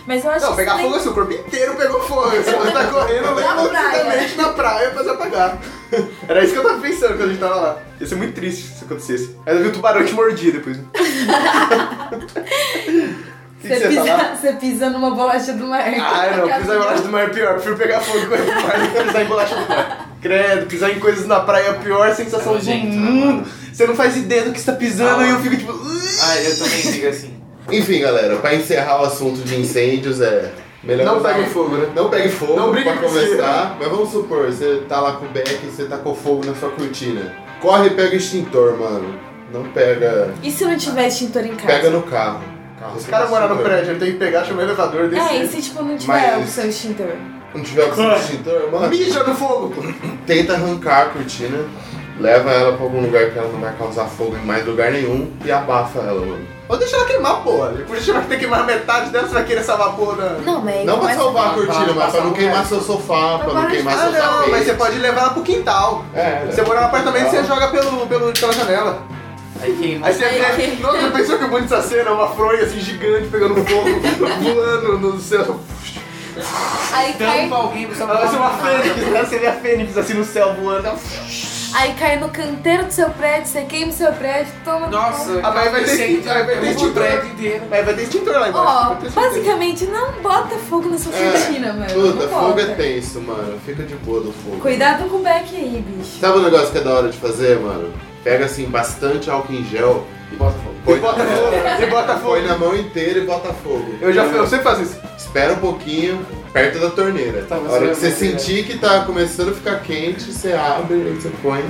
[SPEAKER 3] Mas eu acho
[SPEAKER 1] Não,
[SPEAKER 3] que.
[SPEAKER 1] pegar
[SPEAKER 3] isso
[SPEAKER 1] fogo
[SPEAKER 3] nem-
[SPEAKER 1] assim, o corpo inteiro pegou fogo. assim, Você vai estar correndo velocidamente na praia pra se apagar. Era isso que eu tava pensando quando a gente tava lá. Ia ser muito triste se isso acontecesse. Aí eu vi o tubarão te mordia depois. O que, que
[SPEAKER 3] Você
[SPEAKER 1] assim, você ia falar?
[SPEAKER 3] pisa, você pisa numa bolacha do mar.
[SPEAKER 1] Ah, não, pisar em bolacha do mar é pior. Prefiro pegar fogo com ele mar do que pisar em bolacha do mar. Credo, pisar em coisas na praia é a pior sensação
[SPEAKER 4] É
[SPEAKER 1] do
[SPEAKER 4] nojento, né,
[SPEAKER 1] mundo.
[SPEAKER 4] mano?
[SPEAKER 1] Você não faz ideia do que você tá pisando
[SPEAKER 4] Ah.
[SPEAKER 1] e eu fico tipo. "Ugh".
[SPEAKER 4] Ah, eu também fico assim.
[SPEAKER 6] Enfim, galera, pra encerrar o assunto de incêndios, é. Melhor
[SPEAKER 1] Não
[SPEAKER 6] usar-
[SPEAKER 1] pegue fogo, né?
[SPEAKER 6] Não pegue fogo
[SPEAKER 1] Não brigue
[SPEAKER 6] pra
[SPEAKER 1] com você.
[SPEAKER 6] começar, mas vamos supor, você tá lá com o Beck e você tá com fogo na sua cortina. Corre e pega o extintor, mano. Não pega.
[SPEAKER 3] E se não tiver extintor em casa?
[SPEAKER 6] Pega no carro. carro
[SPEAKER 1] Os caras moram no prédio, ele tem que pegar, chamar o elevador desse.
[SPEAKER 3] É, e se tipo não tiver
[SPEAKER 6] Mas-
[SPEAKER 3] o seu extintor?
[SPEAKER 6] Não tiver opção de extintor, mano.
[SPEAKER 1] Mija no fogo, pô.
[SPEAKER 6] Tenta arrancar a cortina, leva ela pra algum lugar que ela não vai causar fogo em mais lugar nenhum e abafa ela, mano.
[SPEAKER 1] Ou deixa ela queimar, porra. Depois deixa ela ter queimar metade dela, você vai querer salvar a porra da.
[SPEAKER 3] Não, mas.
[SPEAKER 6] Não pra
[SPEAKER 3] começa-
[SPEAKER 6] salvar a
[SPEAKER 4] pra-
[SPEAKER 6] cortina,
[SPEAKER 4] pra
[SPEAKER 6] mas pra
[SPEAKER 4] passar
[SPEAKER 6] não
[SPEAKER 4] no
[SPEAKER 6] queimar
[SPEAKER 4] resto.
[SPEAKER 6] seu sofá, pra
[SPEAKER 3] para
[SPEAKER 6] não
[SPEAKER 3] de-
[SPEAKER 6] queimar
[SPEAKER 1] Ah,
[SPEAKER 6] seu
[SPEAKER 1] não,
[SPEAKER 6] tapete.
[SPEAKER 1] mas você pode levar ela pro quintal.
[SPEAKER 6] É,
[SPEAKER 1] Você mora no apartamento e você joga pelo, pelo, pela janela.
[SPEAKER 4] Aí queima.
[SPEAKER 1] Aí você vê. Nossa, já pensou que o bonito dessa cena é uma fronha assim gigante pegando fogo, voando no céu.
[SPEAKER 3] Aí cai,
[SPEAKER 4] Tampa alguém pra você
[SPEAKER 3] Ah.
[SPEAKER 1] Ela vai ser uma fênix, né? Você vê a fênix assim no céu voando.
[SPEAKER 3] aí cai no canteiro do seu prédio, você queima o seu prédio, toma.
[SPEAKER 4] Nossa,
[SPEAKER 1] Ah, mas vai ter-
[SPEAKER 4] incêndio,
[SPEAKER 1] ah, vai ter
[SPEAKER 4] derruba
[SPEAKER 1] extintor.
[SPEAKER 4] o prédio inteiro.
[SPEAKER 1] Mas vai ter extintor lá
[SPEAKER 3] Ó,
[SPEAKER 1] embaixo.
[SPEAKER 3] basicamente não bota fogo na sua
[SPEAKER 6] É.
[SPEAKER 3] cortina, mano.
[SPEAKER 6] Puta,
[SPEAKER 3] não
[SPEAKER 6] fogo é
[SPEAKER 3] bota.
[SPEAKER 6] tenso, mano. Fica de boa do fogo. um
[SPEAKER 3] Cuidado com o back aí, bicho.
[SPEAKER 6] Sabe o negócio que é da hora de fazer, mano? Pega assim, bastante álcool em gel.
[SPEAKER 4] E Botafogo.
[SPEAKER 6] Põe,
[SPEAKER 1] E
[SPEAKER 6] põe
[SPEAKER 1] Botafogo.
[SPEAKER 6] na mão inteira e bota fogo.
[SPEAKER 1] né? Eu já eu sempre faço isso.
[SPEAKER 6] Espera um pouquinho perto da torneira.
[SPEAKER 4] Tá, mas
[SPEAKER 6] a hora
[SPEAKER 4] você
[SPEAKER 6] que você
[SPEAKER 4] vai ver, né?
[SPEAKER 6] sentir que tá começando a ficar quente, você abre, aí você põe.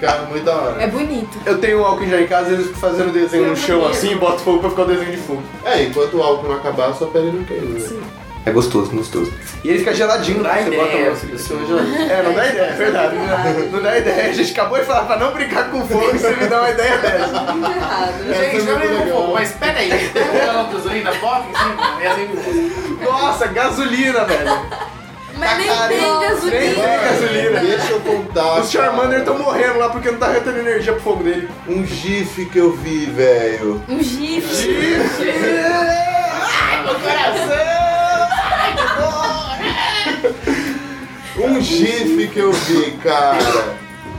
[SPEAKER 6] Fica muito da hora.
[SPEAKER 3] É bonito.
[SPEAKER 1] Eu tenho um álcool já em casa, eles fazendo desenho no chão assim, bota fogo pra ficar o desenho de fogo.
[SPEAKER 6] É, enquanto o álcool não acabar, sua pele não queima. né?
[SPEAKER 1] É gostoso, gostoso. E ele fica geladinho, né? Você bota a mão assim. É, não dá ideia, é verdade. Não dá ideia. A gente acabou de falar pra não brincar com fogo e você me dá uma ideia dessa.
[SPEAKER 5] Tudo errado. né?
[SPEAKER 6] Essa é
[SPEAKER 7] Gente, eu
[SPEAKER 6] muito
[SPEAKER 7] lembro um
[SPEAKER 6] legal.
[SPEAKER 7] pouco, mas pera aí.
[SPEAKER 4] um
[SPEAKER 7] Ela gasolina, bota em
[SPEAKER 4] é
[SPEAKER 7] cima. E assim,
[SPEAKER 1] Nossa, gasolina, velho.
[SPEAKER 6] Tá
[SPEAKER 3] Mas nem tem
[SPEAKER 1] Nem
[SPEAKER 3] gasolina.
[SPEAKER 1] tem gasolina.
[SPEAKER 6] Deixa eu contar.
[SPEAKER 1] Os Charmander estão morrendo lá porque não tá retendo energia pro fogo dele.
[SPEAKER 6] Um gif que eu vi, velho.
[SPEAKER 3] Um gif.
[SPEAKER 6] Um gif que eu vi, cara.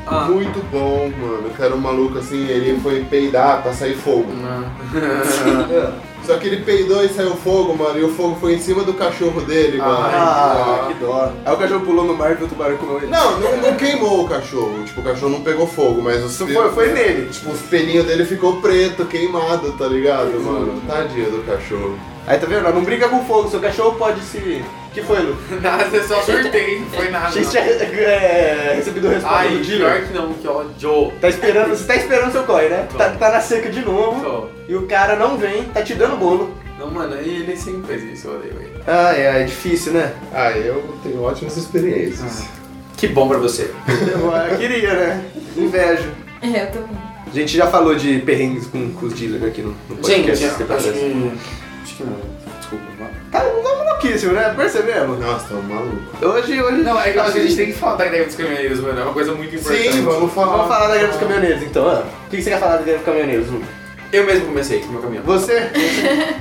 [SPEAKER 1] Ah.
[SPEAKER 6] Muito bom, mano. Que era um maluco assim, ele foi peidar pra sair fogo.
[SPEAKER 1] Ah.
[SPEAKER 6] Só que ele peidou e saiu fogo, mano. E o fogo foi em cima do cachorro dele,
[SPEAKER 1] Ah,
[SPEAKER 6] mano.
[SPEAKER 1] que dó. Aí o cachorro pulou no mar e viu o tubarão comeu ele.
[SPEAKER 6] Não, não, não queimou o cachorro. Tipo, o cachorro não pegou fogo, mas os
[SPEAKER 1] Isso foi, foi nele.
[SPEAKER 6] Tipo, os pelinhos dele ficou preto, queimado, tá ligado,
[SPEAKER 1] Uhum.
[SPEAKER 6] mano? Tadinho do cachorro.
[SPEAKER 1] Aí tá vendo? Não brinca com fogo, seu cachorro pode se. Que foi, Lu?
[SPEAKER 7] nada, eu só surtei, não foi
[SPEAKER 4] Ah,
[SPEAKER 7] nada.
[SPEAKER 1] Achei que tinha é, recebido o respaldo
[SPEAKER 7] Ai,
[SPEAKER 1] do dealer.
[SPEAKER 7] pior que não, que ódio.
[SPEAKER 1] Tá esperando, você tá esperando seu corre, né? Tá, tá na seca de novo
[SPEAKER 7] Tô.
[SPEAKER 1] e o cara não vem, tá te dando bolo.
[SPEAKER 7] Não, mano, ele sempre fez isso, eu odeio ele.
[SPEAKER 1] Ah, é, é difícil, né?
[SPEAKER 6] Ah, eu tenho ótimas experiências.
[SPEAKER 4] Que bom pra você.
[SPEAKER 1] Eu queria, né? Invejo.
[SPEAKER 3] É, eu também.
[SPEAKER 1] A gente já falou de perrengues com, com os dealers aqui no, no
[SPEAKER 4] Gente,
[SPEAKER 1] podcast.
[SPEAKER 4] acho
[SPEAKER 1] tempo atrás.
[SPEAKER 4] que. Acho que não. Desculpa.
[SPEAKER 1] Tá louquíssimo, né? Percebemos.
[SPEAKER 6] Nossa, tá um maluco.
[SPEAKER 1] Hoje, hoje.
[SPEAKER 7] Não, é que eu acho que a gente
[SPEAKER 1] Vamos
[SPEAKER 4] Assim.
[SPEAKER 7] tem que falar da greve dos caminhoneiros, mano. É uma coisa muito importante.
[SPEAKER 6] Sim, vamos falar.
[SPEAKER 1] falar da greve dos caminhoneiros, então. ah. O que que você quer falar da greve dos caminhoneiros? Lu?
[SPEAKER 4] Eu mesmo comecei com o meu caminhão.
[SPEAKER 1] Você?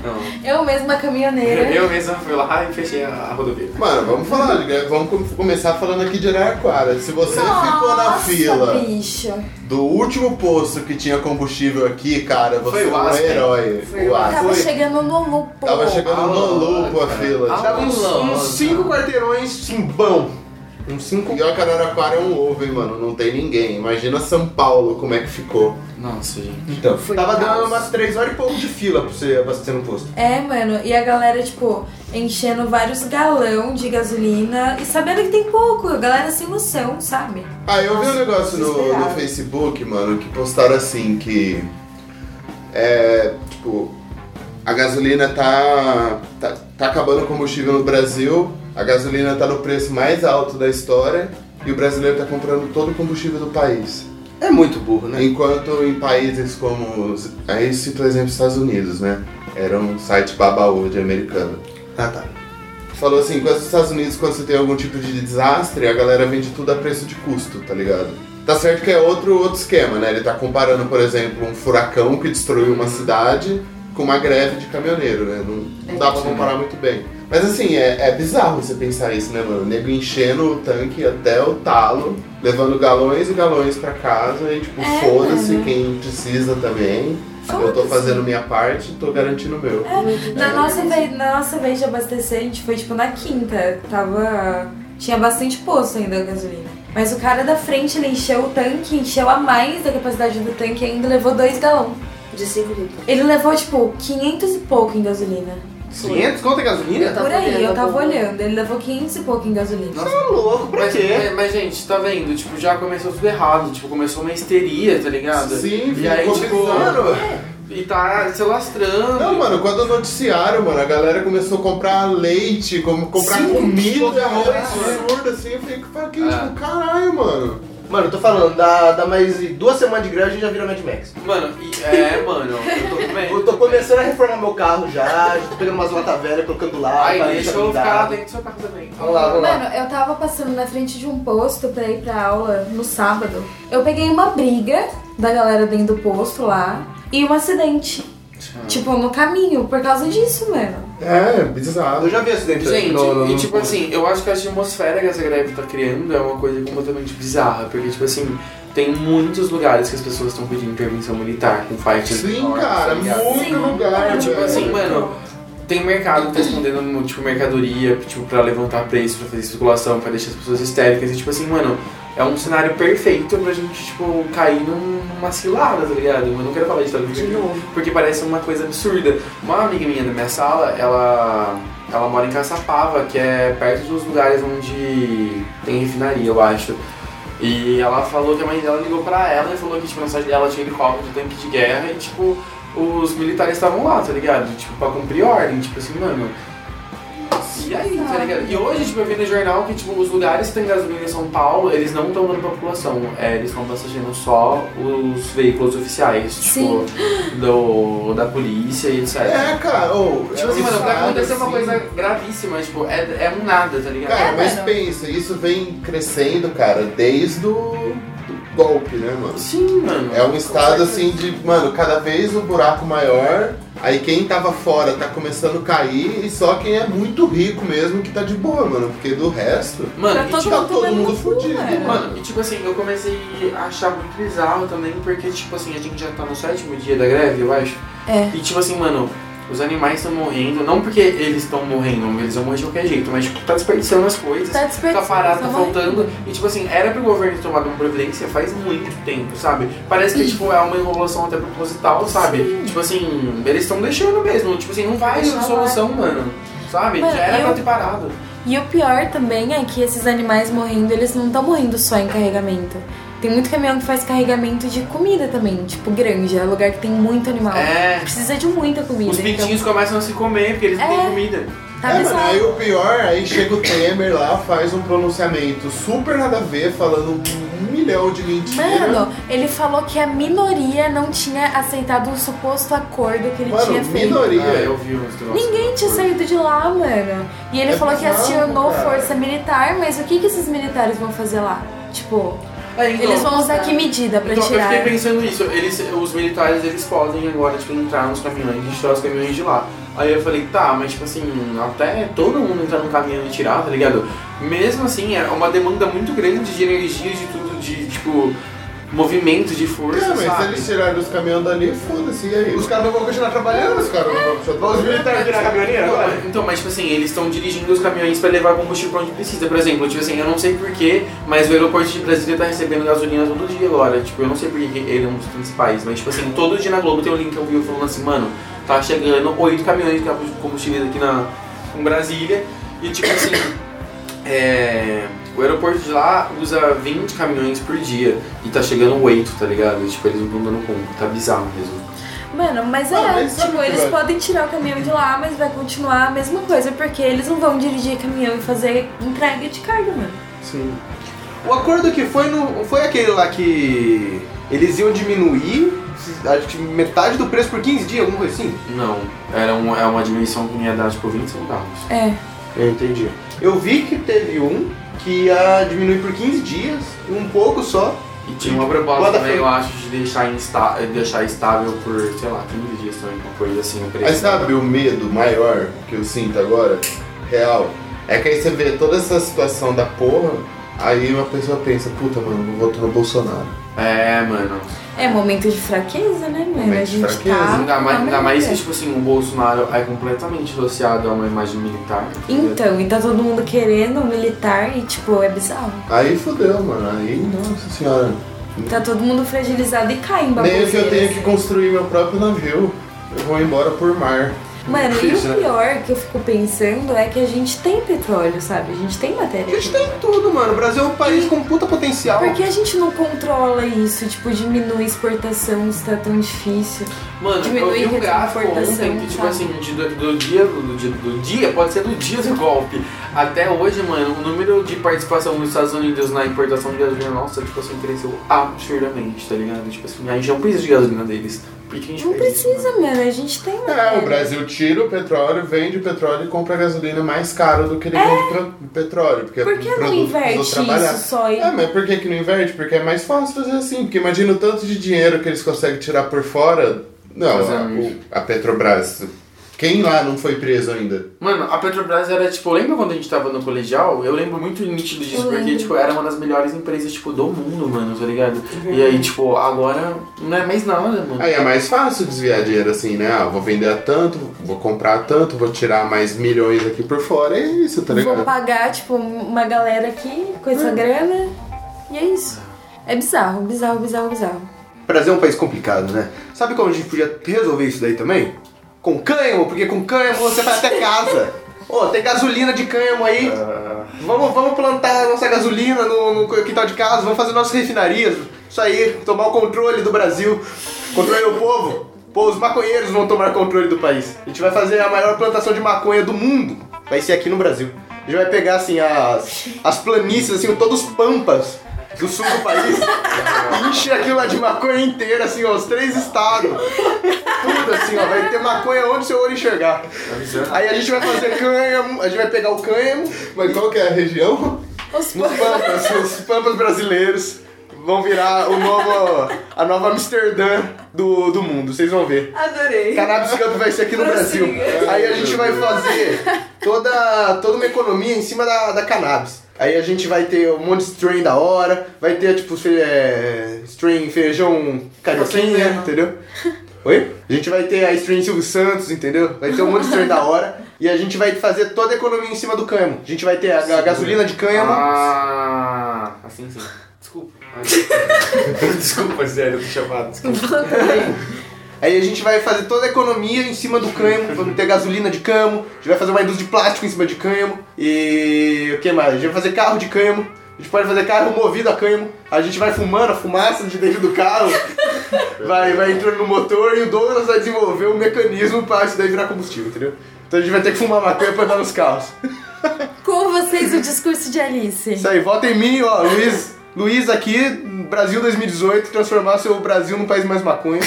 [SPEAKER 4] Não.
[SPEAKER 3] Eu mesma
[SPEAKER 2] É?
[SPEAKER 3] caminhoneira.
[SPEAKER 7] Eu mesmo fui lá e fechei a, a rodovia.
[SPEAKER 6] Mano, vamos falar, de greve. vamos com- começar falando aqui de Araraquara. Se você ficou na
[SPEAKER 3] Nossa,
[SPEAKER 6] fila
[SPEAKER 3] bicho.
[SPEAKER 6] do último posto que tinha combustível aqui, cara, você
[SPEAKER 7] Foi o
[SPEAKER 6] é um
[SPEAKER 7] Aspen.
[SPEAKER 6] herói.
[SPEAKER 5] Foi
[SPEAKER 6] O
[SPEAKER 5] o
[SPEAKER 6] Aspen.
[SPEAKER 3] Tava chegando no lupo.
[SPEAKER 6] Tava chegando
[SPEAKER 4] Alô,
[SPEAKER 6] no lupo a
[SPEAKER 4] cara.
[SPEAKER 6] fila. tipo,
[SPEAKER 7] Alô.
[SPEAKER 1] Tava uns, uns Um cinco quarteirões simbão. Uns Um cinco.
[SPEAKER 6] assim, E olha que Araraquara é um ovo, hein, mano. Não tem ninguém. Imagina São Paulo, como é que ficou.
[SPEAKER 4] Nossa, gente.
[SPEAKER 1] Então,
[SPEAKER 3] Foi um
[SPEAKER 1] tava
[SPEAKER 3] caos.
[SPEAKER 1] dando umas três horas e pouco de fila pra você abastecer no posto.
[SPEAKER 3] É, mano, e a galera, tipo, enchendo vários galão de gasolina e sabendo que tem pouco, a galera sem noção, sabe?
[SPEAKER 6] Ah, eu vi um
[SPEAKER 3] Nossa,
[SPEAKER 6] negócio no, no
[SPEAKER 3] desesperado.
[SPEAKER 6] Facebook, mano, que postaram assim que. É. Tipo, a gasolina tá. tá, tá acabando o combustível no Brasil, a gasolina tá no preço mais alto da história e o brasileiro tá comprando todo o combustível do país.
[SPEAKER 1] É muito burro, né?
[SPEAKER 6] Enquanto em países como. os- Aí cito o exemplo dos Estados Unidos, né? Era um site babaú de americano.
[SPEAKER 1] Ah, tá.
[SPEAKER 6] Falou assim, quando os Estados Unidos, quando você tem algum tipo de desastre, a galera vende tudo a preço de custo, tá ligado? Tá certo que é outro, outro esquema, né? Ele tá comparando, por exemplo, um furacão que destruiu uma cidade com uma greve de caminhoneiro, né?
[SPEAKER 3] É
[SPEAKER 6] Não, não dá pra comparar muito bem. Mas assim, é, é bizarro você pensar isso, né, mano? O nego enchendo o tanque até o talo, levando galões e galões pra casa e, tipo,
[SPEAKER 3] É,
[SPEAKER 6] foda-se
[SPEAKER 3] mano. assim?
[SPEAKER 6] quem precisa também. Eu tô
[SPEAKER 3] Foda-se.
[SPEAKER 6] fazendo minha parte, tô garantindo o meu.
[SPEAKER 3] Na nossa, vez, na nossa vez de abastecer, a gente foi tipo na quinta. Tava. Tinha bastante posto ainda a gasolina. Mas o cara da frente, ele encheu o tanque, encheu a mais da capacidade do tanque e ainda levou dois galão.
[SPEAKER 5] De 5 litros.
[SPEAKER 3] Ele levou, tipo, 500 e pouco em gasolina.
[SPEAKER 1] 500 conto de
[SPEAKER 5] Eu
[SPEAKER 1] é gasolina?
[SPEAKER 5] tava
[SPEAKER 3] Por aí,
[SPEAKER 5] olhando
[SPEAKER 3] eu tava
[SPEAKER 5] algum-
[SPEAKER 3] olhando. Ele levou 500 e pouco em gasolina.
[SPEAKER 1] Tá louco, pra
[SPEAKER 4] Mas,
[SPEAKER 1] quê?
[SPEAKER 4] mas, mas, gente, tá vendo? Tipo, já começou tudo errado. Tipo, começou uma histeria, tá ligado?
[SPEAKER 6] Sim,
[SPEAKER 4] E aí,
[SPEAKER 6] ficou
[SPEAKER 4] tipo,
[SPEAKER 6] bizarro.
[SPEAKER 4] E tá se lastrando.
[SPEAKER 6] Não, mano, quando noticiaram, mano, a galera começou a comprar leite, como comprar
[SPEAKER 4] Sim,
[SPEAKER 6] comida,
[SPEAKER 4] comprar
[SPEAKER 6] arroz,
[SPEAKER 4] arroz.
[SPEAKER 6] absurdo, assim, eu fiquei, pra que,
[SPEAKER 4] É.
[SPEAKER 6] tipo, caralho, mano.
[SPEAKER 1] Mano, eu tô falando, dá, dá mais duas semanas de greve a gente já vira Mad Max.
[SPEAKER 4] Mano, e- é, mano, eu tô com medo.
[SPEAKER 1] Eu tô começando a reformar meu carro já, já tô pegando umas lata velha, colocando lá.
[SPEAKER 4] Ai,
[SPEAKER 1] pra
[SPEAKER 4] deixa eu
[SPEAKER 1] ajudar.
[SPEAKER 4] ficar lá dentro do seu carro também.
[SPEAKER 1] Vamos lá, vamos lá.
[SPEAKER 3] Mano, eu tava passando na frente de um posto pra ir pra aula no sábado. Eu peguei uma briga da galera dentro do posto lá e um acidente.
[SPEAKER 5] Ah.
[SPEAKER 3] Tipo, no caminho, por causa disso, mano.
[SPEAKER 6] É, bizarro.
[SPEAKER 1] Eu já vi acidente
[SPEAKER 6] Então,
[SPEAKER 4] Gente,
[SPEAKER 1] no- no-
[SPEAKER 4] e
[SPEAKER 1] no-
[SPEAKER 4] tipo assim, eu acho que a atmosfera que essa greve tá criando é uma coisa completamente bizarra, porque tipo assim, tem muitos lugares que as pessoas estão pedindo intervenção militar com fights
[SPEAKER 6] Sim,
[SPEAKER 4] enormes,
[SPEAKER 6] cara,
[SPEAKER 4] tá ligado?
[SPEAKER 6] muito lugar, né?
[SPEAKER 4] E, tipo
[SPEAKER 6] velho.
[SPEAKER 4] assim, mano, tem mercado que tá escondendo tipo mercadoria, tipo, pra levantar preço, pra fazer especulação, pra deixar as pessoas histéricas, e tipo assim, mano, é um cenário perfeito pra gente, tipo, cair num, numa cilada, tá ligado? Eu não quero falar de todo
[SPEAKER 5] De novo.
[SPEAKER 4] porque parece uma coisa absurda. Uma amiga minha da minha sala, ela, ela mora em Caçapava, que é perto dos lugares onde tem refinaria, eu acho. E ela falou que a mãe dela ligou pra ela e falou que tipo, na cidade dela tinha helicóptero, tanque de guerra e tipo, os militares estavam lá, tá ligado? Tipo, pra cumprir ordem, tipo assim, mano. E aí, tá ligado? E hoje, tipo, eu vi no jornal que, tipo, os lugares que tem gasolina em São Paulo, eles não estão dando pra população. É, eles estão abastecendo só os veículos oficiais, tipo, do, da polícia e etc.
[SPEAKER 6] É, cara, ou.
[SPEAKER 4] Tipo assim, mano, tá
[SPEAKER 6] usado,
[SPEAKER 4] acontecendo uma
[SPEAKER 6] assim.
[SPEAKER 4] coisa gravíssima, tipo, é, é um nada, tá ligado?
[SPEAKER 6] Cara,
[SPEAKER 2] É,
[SPEAKER 6] mas
[SPEAKER 2] mano.
[SPEAKER 6] pensa, isso vem crescendo, cara, desde o do golpe, né, mano?
[SPEAKER 4] Sim, mano.
[SPEAKER 6] É um estado assim de, mano, cada vez um buraco maior, aí quem tava fora tá começando a cair, e só quem é muito rico mesmo que tá de boa, mano, porque do resto.
[SPEAKER 4] Mano,
[SPEAKER 2] Tá
[SPEAKER 4] e,
[SPEAKER 2] todo
[SPEAKER 4] tipo,
[SPEAKER 6] tá
[SPEAKER 2] mundo
[SPEAKER 6] todo
[SPEAKER 2] tomando
[SPEAKER 6] mundo
[SPEAKER 2] no cu,
[SPEAKER 6] fudido, né?
[SPEAKER 2] velho.
[SPEAKER 4] Mano, e tipo assim, eu comecei a achar muito bizarro também, porque tipo assim, a gente já tá no sétimo dia da greve, eu acho.
[SPEAKER 2] É.
[SPEAKER 4] E tipo assim, mano, os animais estão morrendo, não porque eles estão morrendo, eles vão morrer de qualquer jeito, mas tipo, tá desperdiçando as coisas.
[SPEAKER 2] Tá
[SPEAKER 4] Tá
[SPEAKER 2] desperdiçando.
[SPEAKER 4] parado, tá
[SPEAKER 2] tá morrendo.
[SPEAKER 4] faltando. E tipo assim, era pro governo ter tomado uma providência faz muito tempo, sabe? Parece que tipo, é uma enrolação até proposital, sabe? Tipo assim, eles estão deixando mesmo. Tipo assim, não vai
[SPEAKER 2] Deixa lá.
[SPEAKER 4] solução, mano. Sabe?
[SPEAKER 2] Mano,
[SPEAKER 4] Já era
[SPEAKER 2] eu-
[SPEAKER 4] pra ter parado.
[SPEAKER 2] E o pior também é que esses animais morrendo, eles não estão morrendo só em carregamento. Tem muito caminhão que faz carregamento de comida também, tipo granja, lugar que tem muito animal.
[SPEAKER 4] É.
[SPEAKER 2] Precisa de muita comida.
[SPEAKER 4] Os
[SPEAKER 2] então,
[SPEAKER 4] pintinhos começam a se comer porque eles não têm
[SPEAKER 2] É.
[SPEAKER 4] comida.
[SPEAKER 2] tá
[SPEAKER 6] é, mano,
[SPEAKER 2] pesado.
[SPEAKER 6] aí o pior, aí chega o Temer lá, faz um pronunciamento super nada a ver, falando um milhão de mentiras.
[SPEAKER 2] Mano, ele falou que a minoria não tinha aceitado o suposto acordo que ele tinha feito.
[SPEAKER 6] minoria.
[SPEAKER 4] Ah, eu vi uns troços.
[SPEAKER 2] Ninguém tinha saído de lá, mano. E ele
[SPEAKER 6] É
[SPEAKER 2] falou que
[SPEAKER 6] bizarro,
[SPEAKER 2] acionou
[SPEAKER 6] cara.
[SPEAKER 2] força militar, mas o que, que esses militares vão fazer lá? Tipo,
[SPEAKER 4] É, então,
[SPEAKER 2] eles vão usar que medida pra né?
[SPEAKER 4] então, eu
[SPEAKER 2] tirar?
[SPEAKER 4] fiquei pensando nisso. Eles, os militares, eles podem agora, tipo, entrar nos caminhões e tirar os caminhões de lá. Aí eu falei, tá, mas tipo assim, até todo mundo entrar no caminhão e tirar, tá ligado? Mesmo assim, é uma demanda muito grande de energia, de tudo, de tipo, movimento, de força,
[SPEAKER 6] Não, mas se
[SPEAKER 4] sabe?
[SPEAKER 6] eles tirarem os caminhões dali, foda-se, e aí?
[SPEAKER 1] Os caras não vão continuar trabalhando?
[SPEAKER 6] Os caras não vão puxar do-
[SPEAKER 1] Os militares virar caminhoneiro
[SPEAKER 4] Não,
[SPEAKER 1] agora?
[SPEAKER 4] mas- Então, mas tipo assim, eles estão dirigindo os caminhões pra levar combustível pra onde precisa. Por exemplo, tipo assim, eu não sei porquê, mas o aeroporto de Brasília tá recebendo gasolina todo dia agora. Tipo, eu não sei porque ele é um dos principais, mas tipo assim, todo dia na Globo tem um link que eu vi falando assim, mano, tá chegando oito caminhões de combustível aqui na em Brasília. E tipo assim, é, o aeroporto de lá usa 20 caminhões por dia e tá chegando oito, tá ligado? Tipo, eles não estão dando conta, tá bizarro mesmo.
[SPEAKER 2] Mano, mas é,
[SPEAKER 6] Ah, mas sabe
[SPEAKER 2] tipo,
[SPEAKER 6] que
[SPEAKER 2] eles
[SPEAKER 6] vai-
[SPEAKER 2] podem tirar o caminhão de lá, mas vai continuar a mesma coisa, porque eles não vão dirigir caminhão e fazer entrega de carga, mano.
[SPEAKER 1] Sim. O acordo que foi no, foi aquele lá que eles iam diminuir acho que metade do preço por 15 dias, alguma coisa assim?
[SPEAKER 4] Não, era um, é uma diminuição que ia dar tipo 20 centavos.
[SPEAKER 2] É.
[SPEAKER 1] Eu entendi. Eu vi que teve um que ia diminuir por 15 dias, um pouco só.
[SPEAKER 4] E tinha uma proposta
[SPEAKER 1] Guarda
[SPEAKER 4] também,
[SPEAKER 1] frio.
[SPEAKER 4] eu acho, de deixar, insta deixar estável por, sei lá, 15 dias também, uma coisa assim, o preço.
[SPEAKER 6] Mas sabe o medo maior que eu sinto agora, real, é que aí você vê toda essa situação da porra, aí uma pessoa pensa, puta mano, não voto no Bolsonaro.
[SPEAKER 4] É, mano.
[SPEAKER 2] É momento de fraqueza, né, mano?
[SPEAKER 6] Momento
[SPEAKER 2] a
[SPEAKER 6] de
[SPEAKER 2] gente
[SPEAKER 6] fraqueza.
[SPEAKER 2] tá.
[SPEAKER 4] ainda mais,
[SPEAKER 2] tá
[SPEAKER 4] ainda mais que,
[SPEAKER 2] merda.
[SPEAKER 4] tipo assim, o Bolsonaro é completamente associado a uma imagem militar. entendeu?
[SPEAKER 2] Então, e tá todo mundo querendo um militar e, tipo, é bizarro.
[SPEAKER 6] Aí fudeu, mano. Aí, nossa senhora.
[SPEAKER 2] Tá todo mundo fragilizado e cai em
[SPEAKER 6] Nem que eu tenho
[SPEAKER 2] baboseiras.
[SPEAKER 6] que construir meu próprio navio. Eu vou embora por mar.
[SPEAKER 2] Mano,
[SPEAKER 1] Difícil,
[SPEAKER 2] e
[SPEAKER 1] né?
[SPEAKER 2] o pior que eu fico pensando é que a gente tem petróleo, sabe? A gente tem
[SPEAKER 1] A
[SPEAKER 2] matéria.
[SPEAKER 1] gente tem tudo, mano. O Brasil é um país com puta
[SPEAKER 6] tá
[SPEAKER 1] potencial.
[SPEAKER 2] Por que a gente não controla isso? Tipo, diminui a exportação se tá tão difícil.
[SPEAKER 4] Mano, eu
[SPEAKER 2] Diminui
[SPEAKER 4] vi um
[SPEAKER 2] essa
[SPEAKER 4] gráfico
[SPEAKER 2] importação,
[SPEAKER 4] ontem que, tipo
[SPEAKER 2] sabe?
[SPEAKER 4] assim, de- do, do dia, do, dia- do dia, pode ser do dia do golpe, até hoje, mano, o número de participação dos Estados Unidos na importação de gasolina nossa, tipo assim, cresceu absurdamente, tá ligado? Tipo assim, a gente não precisa de gasolina deles. Por que a gente
[SPEAKER 2] Não
[SPEAKER 4] faz isso,
[SPEAKER 2] precisa, mano. A gente tem
[SPEAKER 6] É,
[SPEAKER 2] matéria.
[SPEAKER 6] o Brasil tira o petróleo, vende o petróleo e compra a gasolina mais caro do que ele vende pro- petróleo. Porque
[SPEAKER 2] É. Por que
[SPEAKER 6] o
[SPEAKER 2] não
[SPEAKER 6] produto
[SPEAKER 2] inverte
[SPEAKER 6] precisou trabalhar.
[SPEAKER 2] isso só aí?
[SPEAKER 6] Ah, mas por que, que não inverte? Porque é mais fácil fazer assim. Porque imagina o tanto de dinheiro que eles conseguem tirar por fora. Não, a, o-
[SPEAKER 4] Exatamente.
[SPEAKER 6] a Petrobras. Quem lá não foi preso ainda?
[SPEAKER 4] Mano, a Petrobras era, tipo, lembra quando a gente tava no colegial? Eu lembro muito nítido disso,
[SPEAKER 2] Eu
[SPEAKER 4] porque,
[SPEAKER 2] lembro.
[SPEAKER 4] tipo, era uma das melhores empresas, tipo, do mundo, mano, tá ligado? E aí, tipo, agora não é mais nada, mano.
[SPEAKER 6] Aí é mais fácil desviar dinheiro assim, né? Ah, vou vender a tanto, vou comprar a tanto, vou tirar mais milhões aqui por fora. É isso, tá
[SPEAKER 2] Vou
[SPEAKER 6] ligado? É.
[SPEAKER 2] pagar, tipo, uma galera aqui com essa grana.
[SPEAKER 3] E é isso. É bizarro, bizarro, bizarro, bizarro.
[SPEAKER 1] Brasil é um país complicado, né? Sabe como a gente podia resolver isso daí também? Com cânhamo, porque com cânhamo você vai até casa. Ô, tem gasolina de cânhamo aí. Vamos, vamos plantar a nossa gasolina no, no quintal de casa, vamos fazer nossas refinarias. Isso aí, tomar o controle do Brasil. Controle do povo. Pô, os maconheiros vão tomar controle do país. A gente vai fazer a maior plantação de maconha do mundo. Vai ser aqui no Brasil. A gente vai pegar, assim, as, as planícies, assim, todos os pampas do sul do país. Enche aquilo lá de maconha inteira, assim, ó, os três estados. Tudo assim, ó, vai ter maconha onde seu olho enxergar. Aí a gente vai fazer cânhamo, a gente vai pegar o cânhamo,
[SPEAKER 6] Mas qual que é a região?
[SPEAKER 3] Os
[SPEAKER 1] nos pampas, os pampas brasileiros vão virar o novo, a nova Amsterdã do, do mundo, vocês vão ver.
[SPEAKER 5] Adorei.
[SPEAKER 1] Cannabis Camp vai ser aqui no Brasil. Aí a gente vai fazer toda, toda uma economia em cima da, da cannabis. Aí a gente vai ter um monte de strain da hora, vai ter tipo fe, é, strain feijão carioquinha, entendeu? Oi? A gente vai ter a strain Silvio Santos, entendeu? Vai ter um monte de strain da hora. E a gente vai fazer toda a economia em cima do cânhamo. A gente vai ter a, a gasolina de cânhamo.
[SPEAKER 4] Ah, assim sim. Desculpa. Desculpa, sério, eu fui chamado. Desculpa.
[SPEAKER 1] Aí a gente vai fazer toda a economia em cima do cânhamo, vamos ter gasolina de cânhamo, a gente vai fazer uma indústria de plástico em cima de cânhamo, e o que mais? A gente vai fazer carro de cânhamo, a gente pode fazer carro movido a cânhamo, a gente vai fumando a fumaça de dentro do carro, vai, vai entrando no motor e o Douglas vai desenvolver um mecanismo pra isso daí virar combustível, entendeu? Então a gente vai ter que fumar maconha pra andar nos carros.
[SPEAKER 3] Com vocês o discurso de Alice.
[SPEAKER 1] Isso aí, vota em mim, ó, Luiz. Luiz aqui, Brasil 2018, transformar seu Brasil num país mais maconha.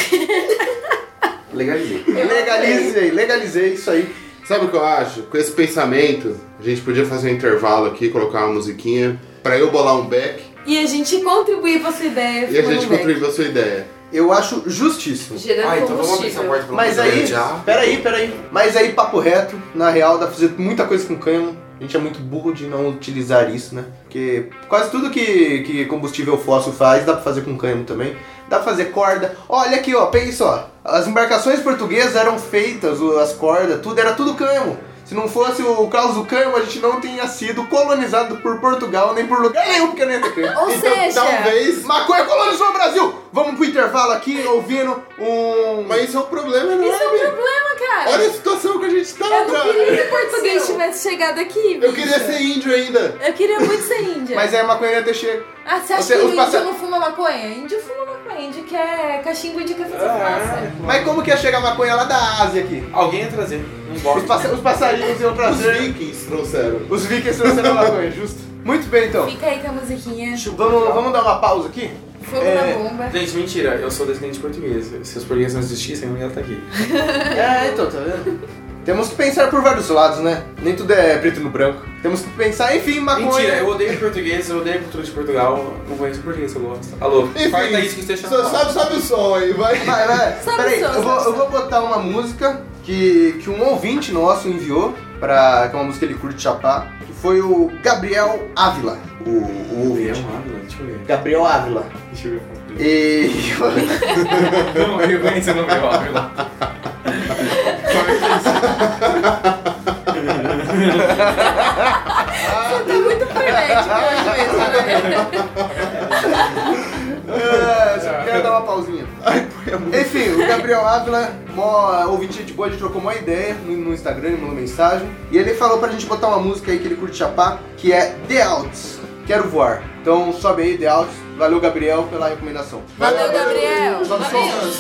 [SPEAKER 4] Legalizei.
[SPEAKER 1] Legalizei, legalizei isso aí.
[SPEAKER 6] Sabe o que eu acho? Com esse pensamento, a gente podia fazer um intervalo aqui, colocar uma musiquinha, pra eu bolar um back
[SPEAKER 3] E a gente contribuir pra sua ideia.
[SPEAKER 6] e a gente
[SPEAKER 3] Fulano
[SPEAKER 6] contribuir pra sua ideia.
[SPEAKER 1] Eu acho justíssimo.
[SPEAKER 5] Gerando
[SPEAKER 4] Ah, então vamos abrir essa
[SPEAKER 5] é combustível.
[SPEAKER 4] porta pra
[SPEAKER 1] Mas
[SPEAKER 4] você
[SPEAKER 1] aí,
[SPEAKER 4] já.
[SPEAKER 1] peraí, peraí. Mas aí, papo reto, na real, dá pra fazer muita coisa com cânhamo. A gente é muito burro de não utilizar isso, né? Porque quase tudo que, que combustível fóssil faz, dá pra fazer com cânhamo também. Dá pra fazer corda. Olha aqui, ó, pensa, ó. As embarcações portuguesas eram feitas, o- as cordas, tudo, era tudo cânhamo. Se não fosse o caos do cânhamo, a gente não tinha sido colonizado por Portugal, nem por lugar nenhum, porque não ia ter Então, cânhamo.
[SPEAKER 3] Ou seja,
[SPEAKER 6] Talvez.
[SPEAKER 1] Maconha colonizou o Brasil! Vamos pro intervalo aqui, ouvindo um...
[SPEAKER 6] Mas isso é um problema enorme.
[SPEAKER 3] Isso é um problema, cara.
[SPEAKER 6] Olha a situação que a gente tá,
[SPEAKER 3] Eu não queria
[SPEAKER 6] cara.
[SPEAKER 3] que o português tivesse chegado aqui.
[SPEAKER 6] Eu
[SPEAKER 3] bicho.
[SPEAKER 6] queria ser índio ainda.
[SPEAKER 3] Eu queria muito ser índia.
[SPEAKER 1] Mas aí a maconha ia ter chego.
[SPEAKER 3] Ah, você acha
[SPEAKER 1] Você-
[SPEAKER 3] que
[SPEAKER 1] os
[SPEAKER 3] o índio
[SPEAKER 1] passa-
[SPEAKER 3] não fuma maconha? Índio fuma maconha, índio quer cachimbo de
[SPEAKER 4] Ah.
[SPEAKER 3] café de fumaça.
[SPEAKER 1] Mas como que ia chegar a maconha lá da Ásia aqui?
[SPEAKER 4] Alguém ia trazer. Um
[SPEAKER 1] Os,
[SPEAKER 4] box.
[SPEAKER 1] passa- os passarinhos iam
[SPEAKER 6] Os
[SPEAKER 1] trazer.
[SPEAKER 6] vikings trouxeram.
[SPEAKER 1] Os vikings trouxeram a maconha, justo. Muito bem então.
[SPEAKER 3] Fica aí com a musiquinha,
[SPEAKER 1] Vamos, vamos dar uma pausa aqui?
[SPEAKER 3] fogo
[SPEAKER 1] É.
[SPEAKER 3] na bomba.
[SPEAKER 4] Gente, mentira, eu sou descendente português. Se os portugueses não existissem, eu não ia estar aqui.
[SPEAKER 1] É, então, tá vendo? Temos que pensar por vários lados, né? Nem tudo é preto no branco. Temos que pensar, enfim, maconha.
[SPEAKER 4] Mentira, eu odeio português, eu odeio a cultura de Portugal. Não conheço português, eu gosto. Alô, corta isso que você
[SPEAKER 6] Enfim, só-
[SPEAKER 4] chama.
[SPEAKER 6] sobe, sobe o som aí, vai.
[SPEAKER 1] Vai, vai.
[SPEAKER 3] Sabe
[SPEAKER 1] Peraí,
[SPEAKER 3] só,
[SPEAKER 1] eu vou,
[SPEAKER 3] sabe
[SPEAKER 1] eu vou botar uma música que, que um ouvinte nosso enviou, pra, que é uma música que ele curte chapar, que foi o Gabriel Ávila. O, o
[SPEAKER 4] Gabriel
[SPEAKER 1] ouvinte.
[SPEAKER 4] Ávila, um né? deixa eu ver.
[SPEAKER 1] Gabriel Ávila.
[SPEAKER 4] Deixa eu ver.
[SPEAKER 1] E
[SPEAKER 4] Não, eu conheço o nome Ávila.
[SPEAKER 3] Você tá muito frenético hoje mesmo, né?
[SPEAKER 1] É, só quero dar uma pausinha. Enfim, o Gabriel Ávila, mó ouvinte de gente boa, a gente trocou uma ideia no, no Instagram, ele mandou mensagem. E ele falou pra gente botar uma música aí que ele curte chapar, que é The Outs, Quero Voar. Então sobe aí, The Outs. Valeu, Gabriel, pela recomendação.
[SPEAKER 3] Valeu, Gabriel.
[SPEAKER 1] Sobe o som.
[SPEAKER 3] Valeu.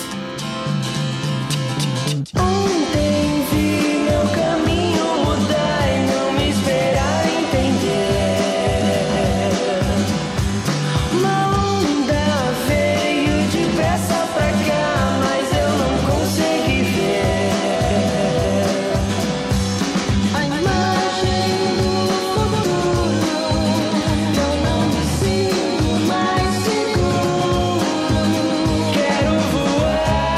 [SPEAKER 8] Ontem vi meu caminho mudar e não me esperar entender. Uma onda veio depressa pra cá, mas eu não consegui ver. A imagem do futuro, eu não me sinto mais seguro. Quero voar.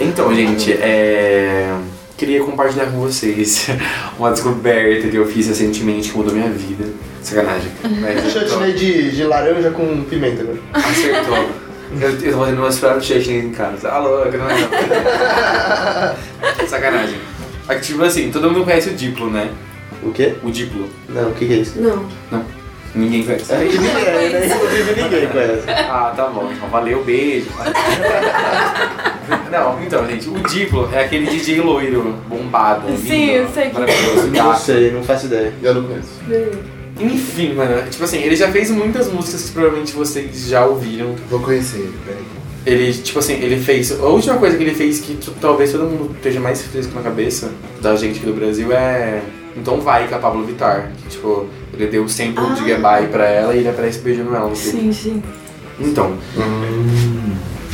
[SPEAKER 4] Então, gente, é... queria compartilhar com vocês uma descoberta que eu fiz recentemente que mudou minha vida. Sacanagem.
[SPEAKER 2] Uhum.
[SPEAKER 4] Mas, então,
[SPEAKER 6] Eu chutney de, de laranja com pimenta, né?
[SPEAKER 4] Acertou. Eu, eu tô fazendo umas frases checking em casa. Alô, eu não é. Sacanagem. É que, Tipo assim, todo mundo conhece o Diplo, né?
[SPEAKER 1] O quê?
[SPEAKER 4] O Diplo.
[SPEAKER 1] Não, o que, que é isso?
[SPEAKER 5] Não.
[SPEAKER 4] Ninguém conhece.
[SPEAKER 1] É, que ninguém, né? Inclusive ninguém conhece.
[SPEAKER 4] Ah, tá bom. Então, valeu, beijo. Não, então, gente, o Diplo é aquele DJ loiro, bombado, lindo,
[SPEAKER 2] Sim, eu sei que-
[SPEAKER 4] maravilhoso,
[SPEAKER 1] Não
[SPEAKER 4] gato.
[SPEAKER 1] sei, não faço ideia.
[SPEAKER 6] Eu não conheço.
[SPEAKER 4] Enfim, mano, tipo assim, ele já fez muitas músicas que provavelmente vocês já ouviram.
[SPEAKER 6] Vou conhecer ele, peraí.
[SPEAKER 4] Ele, tipo assim, ele fez. A última coisa que ele fez que t- talvez todo mundo esteja mais fresco na cabeça da gente aqui do Brasil é. Então vai com a Pablo Vittar. Que, tipo, ele deu o sample de Goodbye pra ela e ele aparece beijando ela no clipe.
[SPEAKER 2] Sim, sim.
[SPEAKER 4] Então.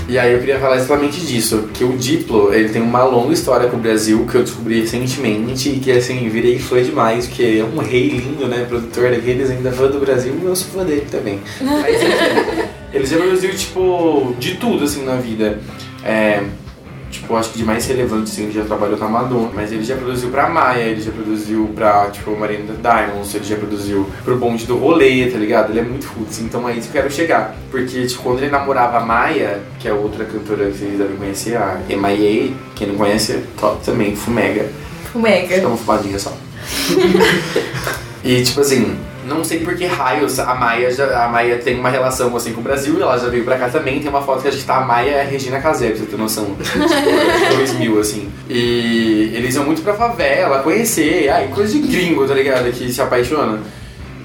[SPEAKER 4] E aí eu queria falar exatamente disso, que o Diplo, ele tem uma longa história com o Brasil que eu descobri recentemente e que assim, virei fã demais, porque é um rei lindo, né? Produtor daqueles, ainda fã do Brasil, eu sou fã dele também. Mas enfim, ele já produziu, tipo, de tudo assim na vida. É, tipo, acho que de mais relevante assim, ele já trabalhou na Madonna, mas ele já produziu pra Maia, ele já produziu pra, tipo, Marina Diamonds, ele já produziu pro bonde do rolê, tá ligado? Ele é muito roots, então é isso que eu quero chegar. Porque, tipo, quando ele namorava a Maia, que é outra cantora que vocês devem conhecer, a MIA, quem não conhece, top também, Fumega.
[SPEAKER 3] O Mega.
[SPEAKER 4] Dá uma fumadinha só. e tipo assim, não sei por que raios a Maia, já- a Maia tem uma relação assim com o Brasil, ela já veio pra cá também, tem uma foto que a gente tá a Maia e a Regina Casé, pra você ter noção. Tipo, 2000, assim. E eles iam muito pra favela, conhecer, ai, coisa de gringo, tá ligado? Que se apaixona.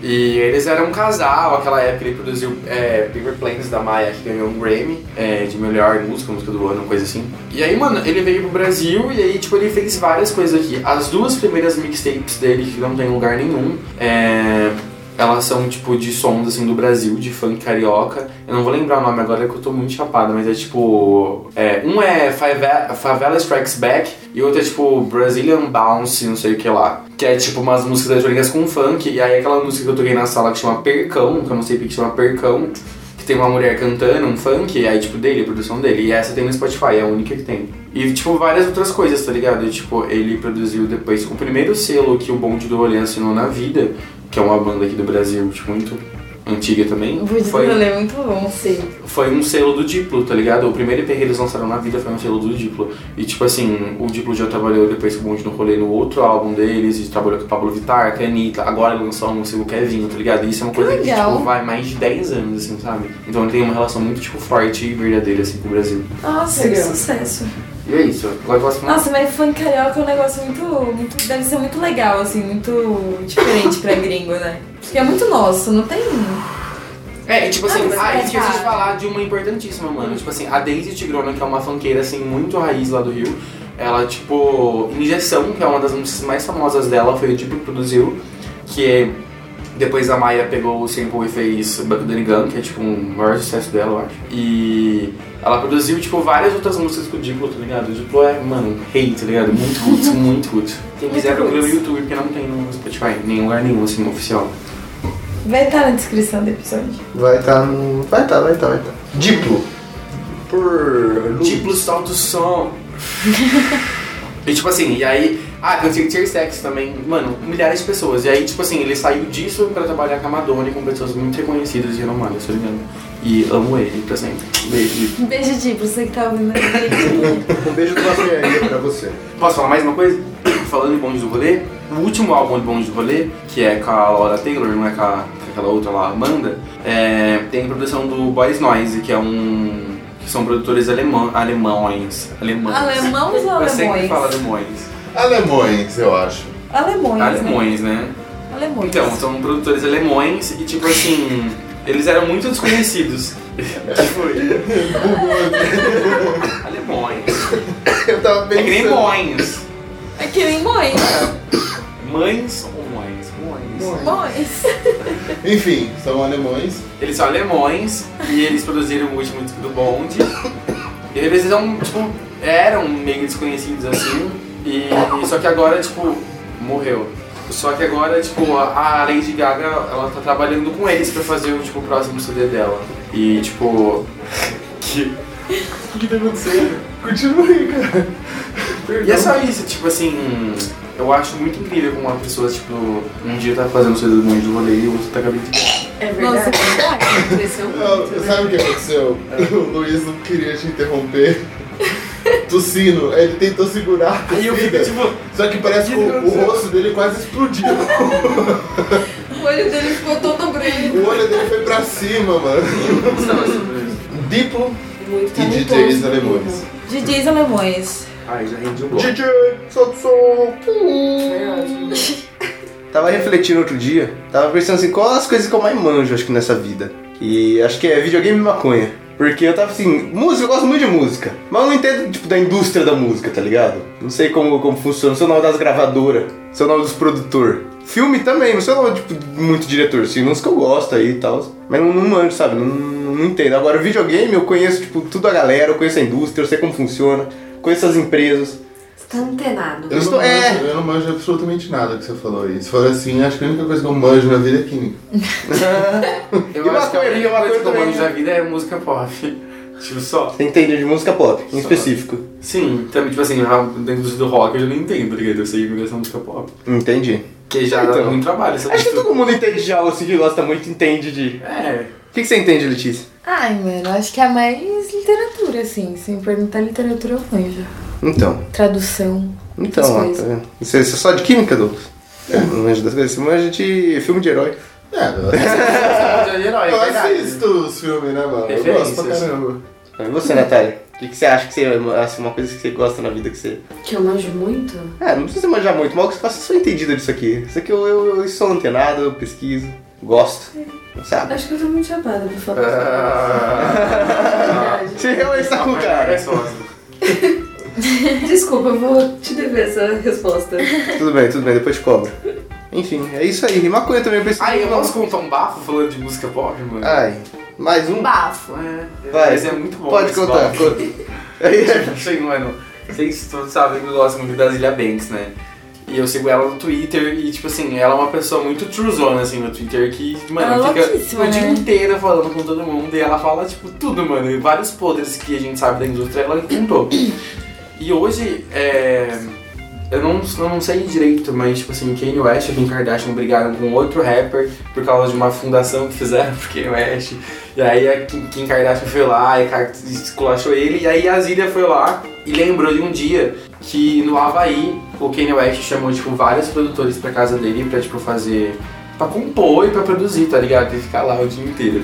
[SPEAKER 4] E eles eram um casal, aquela época ele produziu é, Paper Planes da Maia, que ganhou um Grammy é, de melhor música, música do ano, coisa assim. E aí, mano, ele veio pro Brasil e aí, tipo, ele fez várias coisas aqui. As duas primeiras mixtapes dele, que não tem lugar nenhum, é, elas são, tipo, de sons, assim, do Brasil, de funk carioca. Eu não vou lembrar o nome agora, que eu tô muito chapado, mas é, tipo... é, um é Favela, Favela Strikes Back e outro é, tipo, Brazilian Bounce, não sei o que lá. Que é, tipo, umas músicas eletrônicas com funk. E aí, aquela música que eu toquei na sala que chama Percão, que eu não sei porque que chama Percão, que tem uma mulher cantando um funk, e aí, tipo, dele, a produção dele. E essa tem no Spotify, é a única que tem. E, tipo, várias outras coisas, tá ligado? E, tipo, ele produziu depois o primeiro selo que o Bonde do Rolê assinou na vida, que é uma banda aqui do Brasil, tipo, muito antiga também.
[SPEAKER 3] O vídeo
[SPEAKER 4] Foi,
[SPEAKER 3] do é muito bom.
[SPEAKER 5] Sim.
[SPEAKER 4] foi um selo do Diplo, tá ligado? O primeiro EP que eles lançaram na vida foi um selo do Diplo. E tipo assim, o Diplo já trabalhou depois com o Bonde no Rolê no outro álbum deles, e trabalhou com o Pablo Vittar, com a Anitta, agora ele lançou a música com o Kevinho, tá ligado? E isso é uma coisa que,
[SPEAKER 2] legal.
[SPEAKER 4] tipo, vai mais de 10 anos, assim, sabe? Então ele tem uma relação muito, tipo, forte e verdadeira, assim, com o Brasil.
[SPEAKER 3] Nossa, que
[SPEAKER 5] Legal.
[SPEAKER 3] sucesso.
[SPEAKER 4] E é isso. Agora eu posso falar.
[SPEAKER 3] Nossa, mas funk carioca é um negócio muito, muito. Deve ser muito legal, assim, muito diferente pra gringo, né? Porque é muito nosso, não tem.
[SPEAKER 4] É, e tipo assim,
[SPEAKER 3] mas
[SPEAKER 4] ah,
[SPEAKER 3] é
[SPEAKER 4] esqueci de
[SPEAKER 3] claro.
[SPEAKER 4] falar de uma importantíssima, mano. Tipo assim, a Daisy Tigrona, que é uma funkeira, assim, muito raiz lá do Rio, ela, tipo, Injeção, que é uma das músicas mais famosas dela, foi o tipo que produziu, que é- depois a Maia pegou o sample e fez Buck Danny Gun, que é, tipo, um maior sucesso dela, eu acho. E ela produziu, tipo, várias outras músicas com o Diplo, tá ligado? O Diplo é, mano, rei, tá ligado? Muito roots, muito roots. Quem quiser procura no YouTube, porque não tem no Spotify, em nenhum lugar nenhum, assim, oficial.
[SPEAKER 3] Vai estar na descrição do episódio.
[SPEAKER 6] Vai estar no. Vai estar, vai estar, vai tá. estar. Diplo. Por.
[SPEAKER 4] Diplo solta o som. e tipo assim, e aí. Ah, consigo ter sexo também. Mano, milhares de pessoas. E aí, tipo assim, ele saiu disso pra trabalhar com a Madonna e com pessoas muito reconhecidas e renomadas, tá ligado? E amo ele pra sempre. Beijo. Diplo.
[SPEAKER 3] Um beijo de pra você que tá ouvindo. aí.
[SPEAKER 6] Um beijo do maconharia pra você.
[SPEAKER 4] Posso falar mais uma coisa? Falando em Bonde do Rolê, o último álbum de Bonde do Rolê, que é com a Laura Taylor, não é com, a- com aquela outra lá, Amanda, é, tem a produção do Boys Noise, que é um. que são produtores alemã, alemães. Alemães.
[SPEAKER 3] Alemãos ou
[SPEAKER 4] Eu sempre
[SPEAKER 3] alemões?
[SPEAKER 4] falo alemões.
[SPEAKER 6] Alemões, eu acho.
[SPEAKER 3] Alemões.
[SPEAKER 4] Alemões, né?
[SPEAKER 3] né? Alemões.
[SPEAKER 4] Então, são produtores alemães e, tipo assim, eles eram muito desconhecidos. tipo, alemões.
[SPEAKER 6] Eu tava
[SPEAKER 4] É que nem
[SPEAKER 6] pensando.
[SPEAKER 4] mães.
[SPEAKER 3] É que nem mãe.
[SPEAKER 4] Mães ou mães? Mães.
[SPEAKER 3] Mães.
[SPEAKER 6] Enfim, são alemães.
[SPEAKER 4] Eles são alemães e eles produziram o último disco do Bond. E eles eram, tipo, eram meio desconhecidos assim. E, e só que agora, tipo, morreu. Só que agora, tipo, a a Lady Gaga, ela tá trabalhando com eles pra fazer o tipo, próximo CD dela. E, tipo, que O que tá acontecendo?
[SPEAKER 6] Continua aí, cara.
[SPEAKER 4] E é só isso, tipo assim, eu acho muito incrível como uma pessoa, tipo, um dia tá fazendo coisa do mundo do rolê e o outro tá acabando de.
[SPEAKER 5] É verdade. é um Cresceu
[SPEAKER 6] Não,
[SPEAKER 5] muito.
[SPEAKER 6] sabe o que aconteceu? O Luiz não queria te interromper. Tossindo, ele tentou segurar a
[SPEAKER 4] Aí eu
[SPEAKER 6] tossida,
[SPEAKER 4] fico tipo,
[SPEAKER 6] só que parece que o, o rosto dele quase explodiu.
[SPEAKER 5] O olho dele ficou todo grande.
[SPEAKER 6] O olho dele foi pra cima, mano. Diplo
[SPEAKER 5] Muito
[SPEAKER 6] e
[SPEAKER 5] talentoso,
[SPEAKER 6] DJs
[SPEAKER 5] menino.
[SPEAKER 6] alemães.
[SPEAKER 3] DJs alemães.
[SPEAKER 4] ai, já rendi um bloco.
[SPEAKER 6] DJ, solta o som.
[SPEAKER 5] Verdade.
[SPEAKER 1] Tava refletindo outro dia, tava pensando assim, qual as coisas que eu mais manjo, acho que nessa vida. E acho que é videogame e maconha. Porque eu tava assim, música, eu gosto muito de música. Mas eu não entendo, tipo, da indústria da música, tá ligado? Não sei como, como funciona, não sei o nome das gravadoras, não sei o nome dos produtores. Filme também, não sei o nome, tipo, muito diretor, assim, uns que eu gosto aí e tal. Mas não, não manjo, sabe? Não, não não entendo. Agora, videogame, eu conheço, tipo, tudo a galera, eu conheço a indústria, eu sei como funciona, conheço as empresas.
[SPEAKER 5] Você tá antenado.
[SPEAKER 6] Eu não,
[SPEAKER 1] Estou-
[SPEAKER 6] manjo,
[SPEAKER 1] é.
[SPEAKER 6] eu não manjo absolutamente nada que você falou aí. Se for assim, acho que a única coisa que eu manjo na vida é química.
[SPEAKER 4] Eu
[SPEAKER 1] E
[SPEAKER 4] acho que a
[SPEAKER 1] maconha,
[SPEAKER 4] única
[SPEAKER 1] maconha
[SPEAKER 4] coisa que eu
[SPEAKER 1] também,
[SPEAKER 4] manjo
[SPEAKER 1] né?
[SPEAKER 4] da vida é música pop. Tipo, só.
[SPEAKER 1] Você entende de música pop, em
[SPEAKER 4] Só.
[SPEAKER 1] específico.
[SPEAKER 4] Sim, também, tipo assim, a- dentro do rock eu já não entendo, porque eu sei que ingressão música pop.
[SPEAKER 1] Entendi.
[SPEAKER 4] Que já dá
[SPEAKER 1] Então.
[SPEAKER 4] muito trabalho essa
[SPEAKER 1] Acho que
[SPEAKER 4] mistura.
[SPEAKER 1] todo mundo entende de algo assim que gosta muito, entende de.
[SPEAKER 4] É,
[SPEAKER 1] O que, que você entende, Letícia?
[SPEAKER 2] Ai, mano, acho que é mais literatura, assim. Se me perguntar literatura, eu manjo.
[SPEAKER 1] Então,
[SPEAKER 2] Tradução.
[SPEAKER 1] então,
[SPEAKER 2] Essas
[SPEAKER 1] ó,
[SPEAKER 2] coisas.
[SPEAKER 1] tá vendo? Você, você é só de química, Douglas? É. Não manja das coisas, você manja de filme de herói.
[SPEAKER 6] É,
[SPEAKER 4] é de herói,
[SPEAKER 6] eu
[SPEAKER 4] é verdade.
[SPEAKER 6] assisto os filmes, né, mano? Eu gosto pra
[SPEAKER 4] Referências.
[SPEAKER 6] caramba.
[SPEAKER 1] É, E você, Natália? O que, que você acha que você, assim, uma coisa que você gosta na vida que você.
[SPEAKER 5] Que eu manjo muito?
[SPEAKER 1] É, não precisa manjar muito, mal que você faça, eu sou entendida disso aqui. Isso aqui eu, eu, eu sou antenado, eu pesquiso, gosto, sabe?
[SPEAKER 5] Acho que eu tô muito chapada pra falar É
[SPEAKER 4] Ah,
[SPEAKER 5] isso.
[SPEAKER 1] Você realmente tá com
[SPEAKER 4] É
[SPEAKER 1] cara.
[SPEAKER 4] só.
[SPEAKER 5] Verdade. Desculpa, eu vou te dever essa resposta.
[SPEAKER 1] Tudo bem, tudo bem, depois te cobro. Enfim, é isso aí. E maconha também, eu preciso.
[SPEAKER 4] Ai, eu posso contar um bafo falando de música pop, mano?
[SPEAKER 1] Ai, mais um?
[SPEAKER 2] Bafo.
[SPEAKER 4] É,
[SPEAKER 1] Vai.
[SPEAKER 4] mas é muito bom.
[SPEAKER 1] Pode
[SPEAKER 4] esse
[SPEAKER 1] contar,
[SPEAKER 4] bafo.
[SPEAKER 1] conta. Aí,
[SPEAKER 4] Sim, mano. Vocês todos sabem que eu gosto muito da Zilia Banks, né? E eu sigo ela no Twitter e, tipo assim, ela é uma pessoa muito truzona, assim, no Twitter, que, mano,
[SPEAKER 2] Ela é
[SPEAKER 4] fica
[SPEAKER 2] louquíssima,
[SPEAKER 4] o dia
[SPEAKER 2] né?
[SPEAKER 4] inteiro falando com todo mundo e ela fala, tipo, tudo, mano. E vários podres que a gente sabe da indústria, ela contou. E hoje, é... Eu não, eu não sei direito, mas, tipo assim, Kanye West e Kim Kardashian brigaram com outro rapper por causa de uma fundação que fizeram pro Kanye West. E aí a Kim Kim Kardashian foi lá e ca- esculachou ele. E aí a Zilia foi lá e lembrou de um dia que no Havaí o Kanye West chamou, tipo, vários produtores pra casa dele pra, tipo, fazer... Pra compor e pra produzir, tá ligado? Tem que ficar lá o dia inteiro.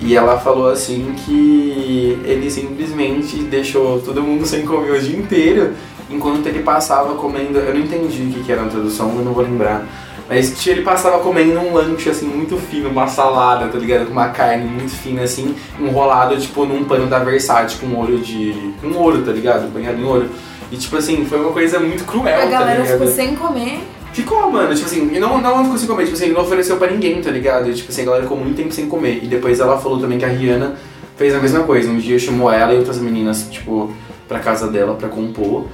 [SPEAKER 4] E ela falou assim que ele simplesmente deixou todo mundo sem comer o dia inteiro, enquanto ele passava comendo. Eu não entendi o que, que era a tradução, eu não vou lembrar. Mas que ele passava comendo um lanche assim muito fino, uma salada, tá ligado? Com uma carne muito fina assim, enrolado tipo num pano da Versace com ouro de. com ouro, tá ligado? Banhado em ouro. E tipo assim, foi uma coisa muito cruel,
[SPEAKER 2] A
[SPEAKER 4] tá
[SPEAKER 2] galera
[SPEAKER 4] ligado?
[SPEAKER 2] ficou sem comer.
[SPEAKER 4] Ficou, mano, tipo assim, e não, não ficou sem comer, tipo assim, ele não ofereceu pra ninguém, tá ligado? E, tipo assim, a galera ficou muito tempo sem comer. E depois ela falou também que a Rihanna fez a mesma coisa. Um dia chamou ela e outras meninas, tipo, pra casa dela pra compor.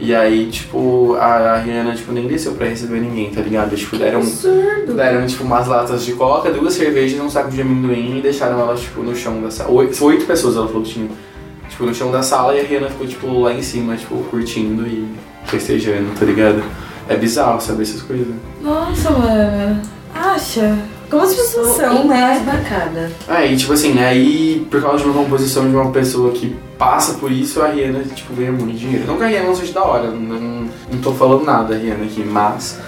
[SPEAKER 4] E aí, tipo, a, a Rihanna, tipo, nem desceu pra receber ninguém, tá ligado? Tipo,
[SPEAKER 1] É um
[SPEAKER 4] deram,
[SPEAKER 5] Absurdo.
[SPEAKER 4] deram, tipo, umas latas de coca, duas cervejas e um saco de amendoim e deixaram ela, tipo, no chão da sala. Oito, oito pessoas ela falou que tinha. Tipo, no chão da sala e a Rihanna ficou, tipo, lá em cima, tipo, curtindo e festejando, tá ligado? É bizarro saber essas coisas.
[SPEAKER 3] Nossa, mano. Acha? Como as pessoas são,
[SPEAKER 5] mais
[SPEAKER 3] né?
[SPEAKER 5] um bacana.
[SPEAKER 4] Aí, tipo assim, aí por causa de uma composição de uma pessoa que passa por isso, a Rihanna, tipo, ganha muito dinheiro. Não ganha, não seja da hora, não, não, não tô falando nada da Rihanna aqui, mas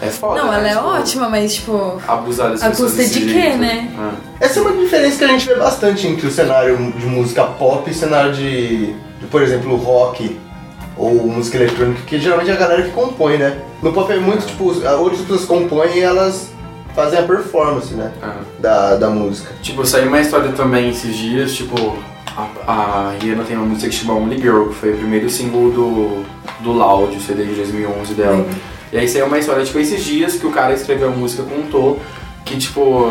[SPEAKER 4] é foda.
[SPEAKER 2] Não,
[SPEAKER 4] né?
[SPEAKER 2] ela é
[SPEAKER 4] Tipo,
[SPEAKER 2] ótima, mas tipo.
[SPEAKER 4] Abusar das
[SPEAKER 2] A
[SPEAKER 4] pessoas
[SPEAKER 2] custa
[SPEAKER 4] desse
[SPEAKER 2] de
[SPEAKER 4] jeito.
[SPEAKER 2] quê, né?
[SPEAKER 4] Ah.
[SPEAKER 1] Essa é uma diferença que a gente vê bastante entre o cenário de música pop e o cenário de, de, por exemplo, rock ou música eletrônica, que geralmente é a galera que compõe, né? No pop é muito, tipo, as outras pessoas compõem e elas fazem a performance, né?
[SPEAKER 4] ah.
[SPEAKER 1] Da, da música.
[SPEAKER 4] Tipo, saiu uma história também esses dias, tipo, a, a Rihanna tem uma música que se chama Only Girl, que foi o primeiro single do, do Loud, o CD de 2011 dela. E aí saiu uma história, tipo, esses dias que o cara escreveu a música, contou que, tipo,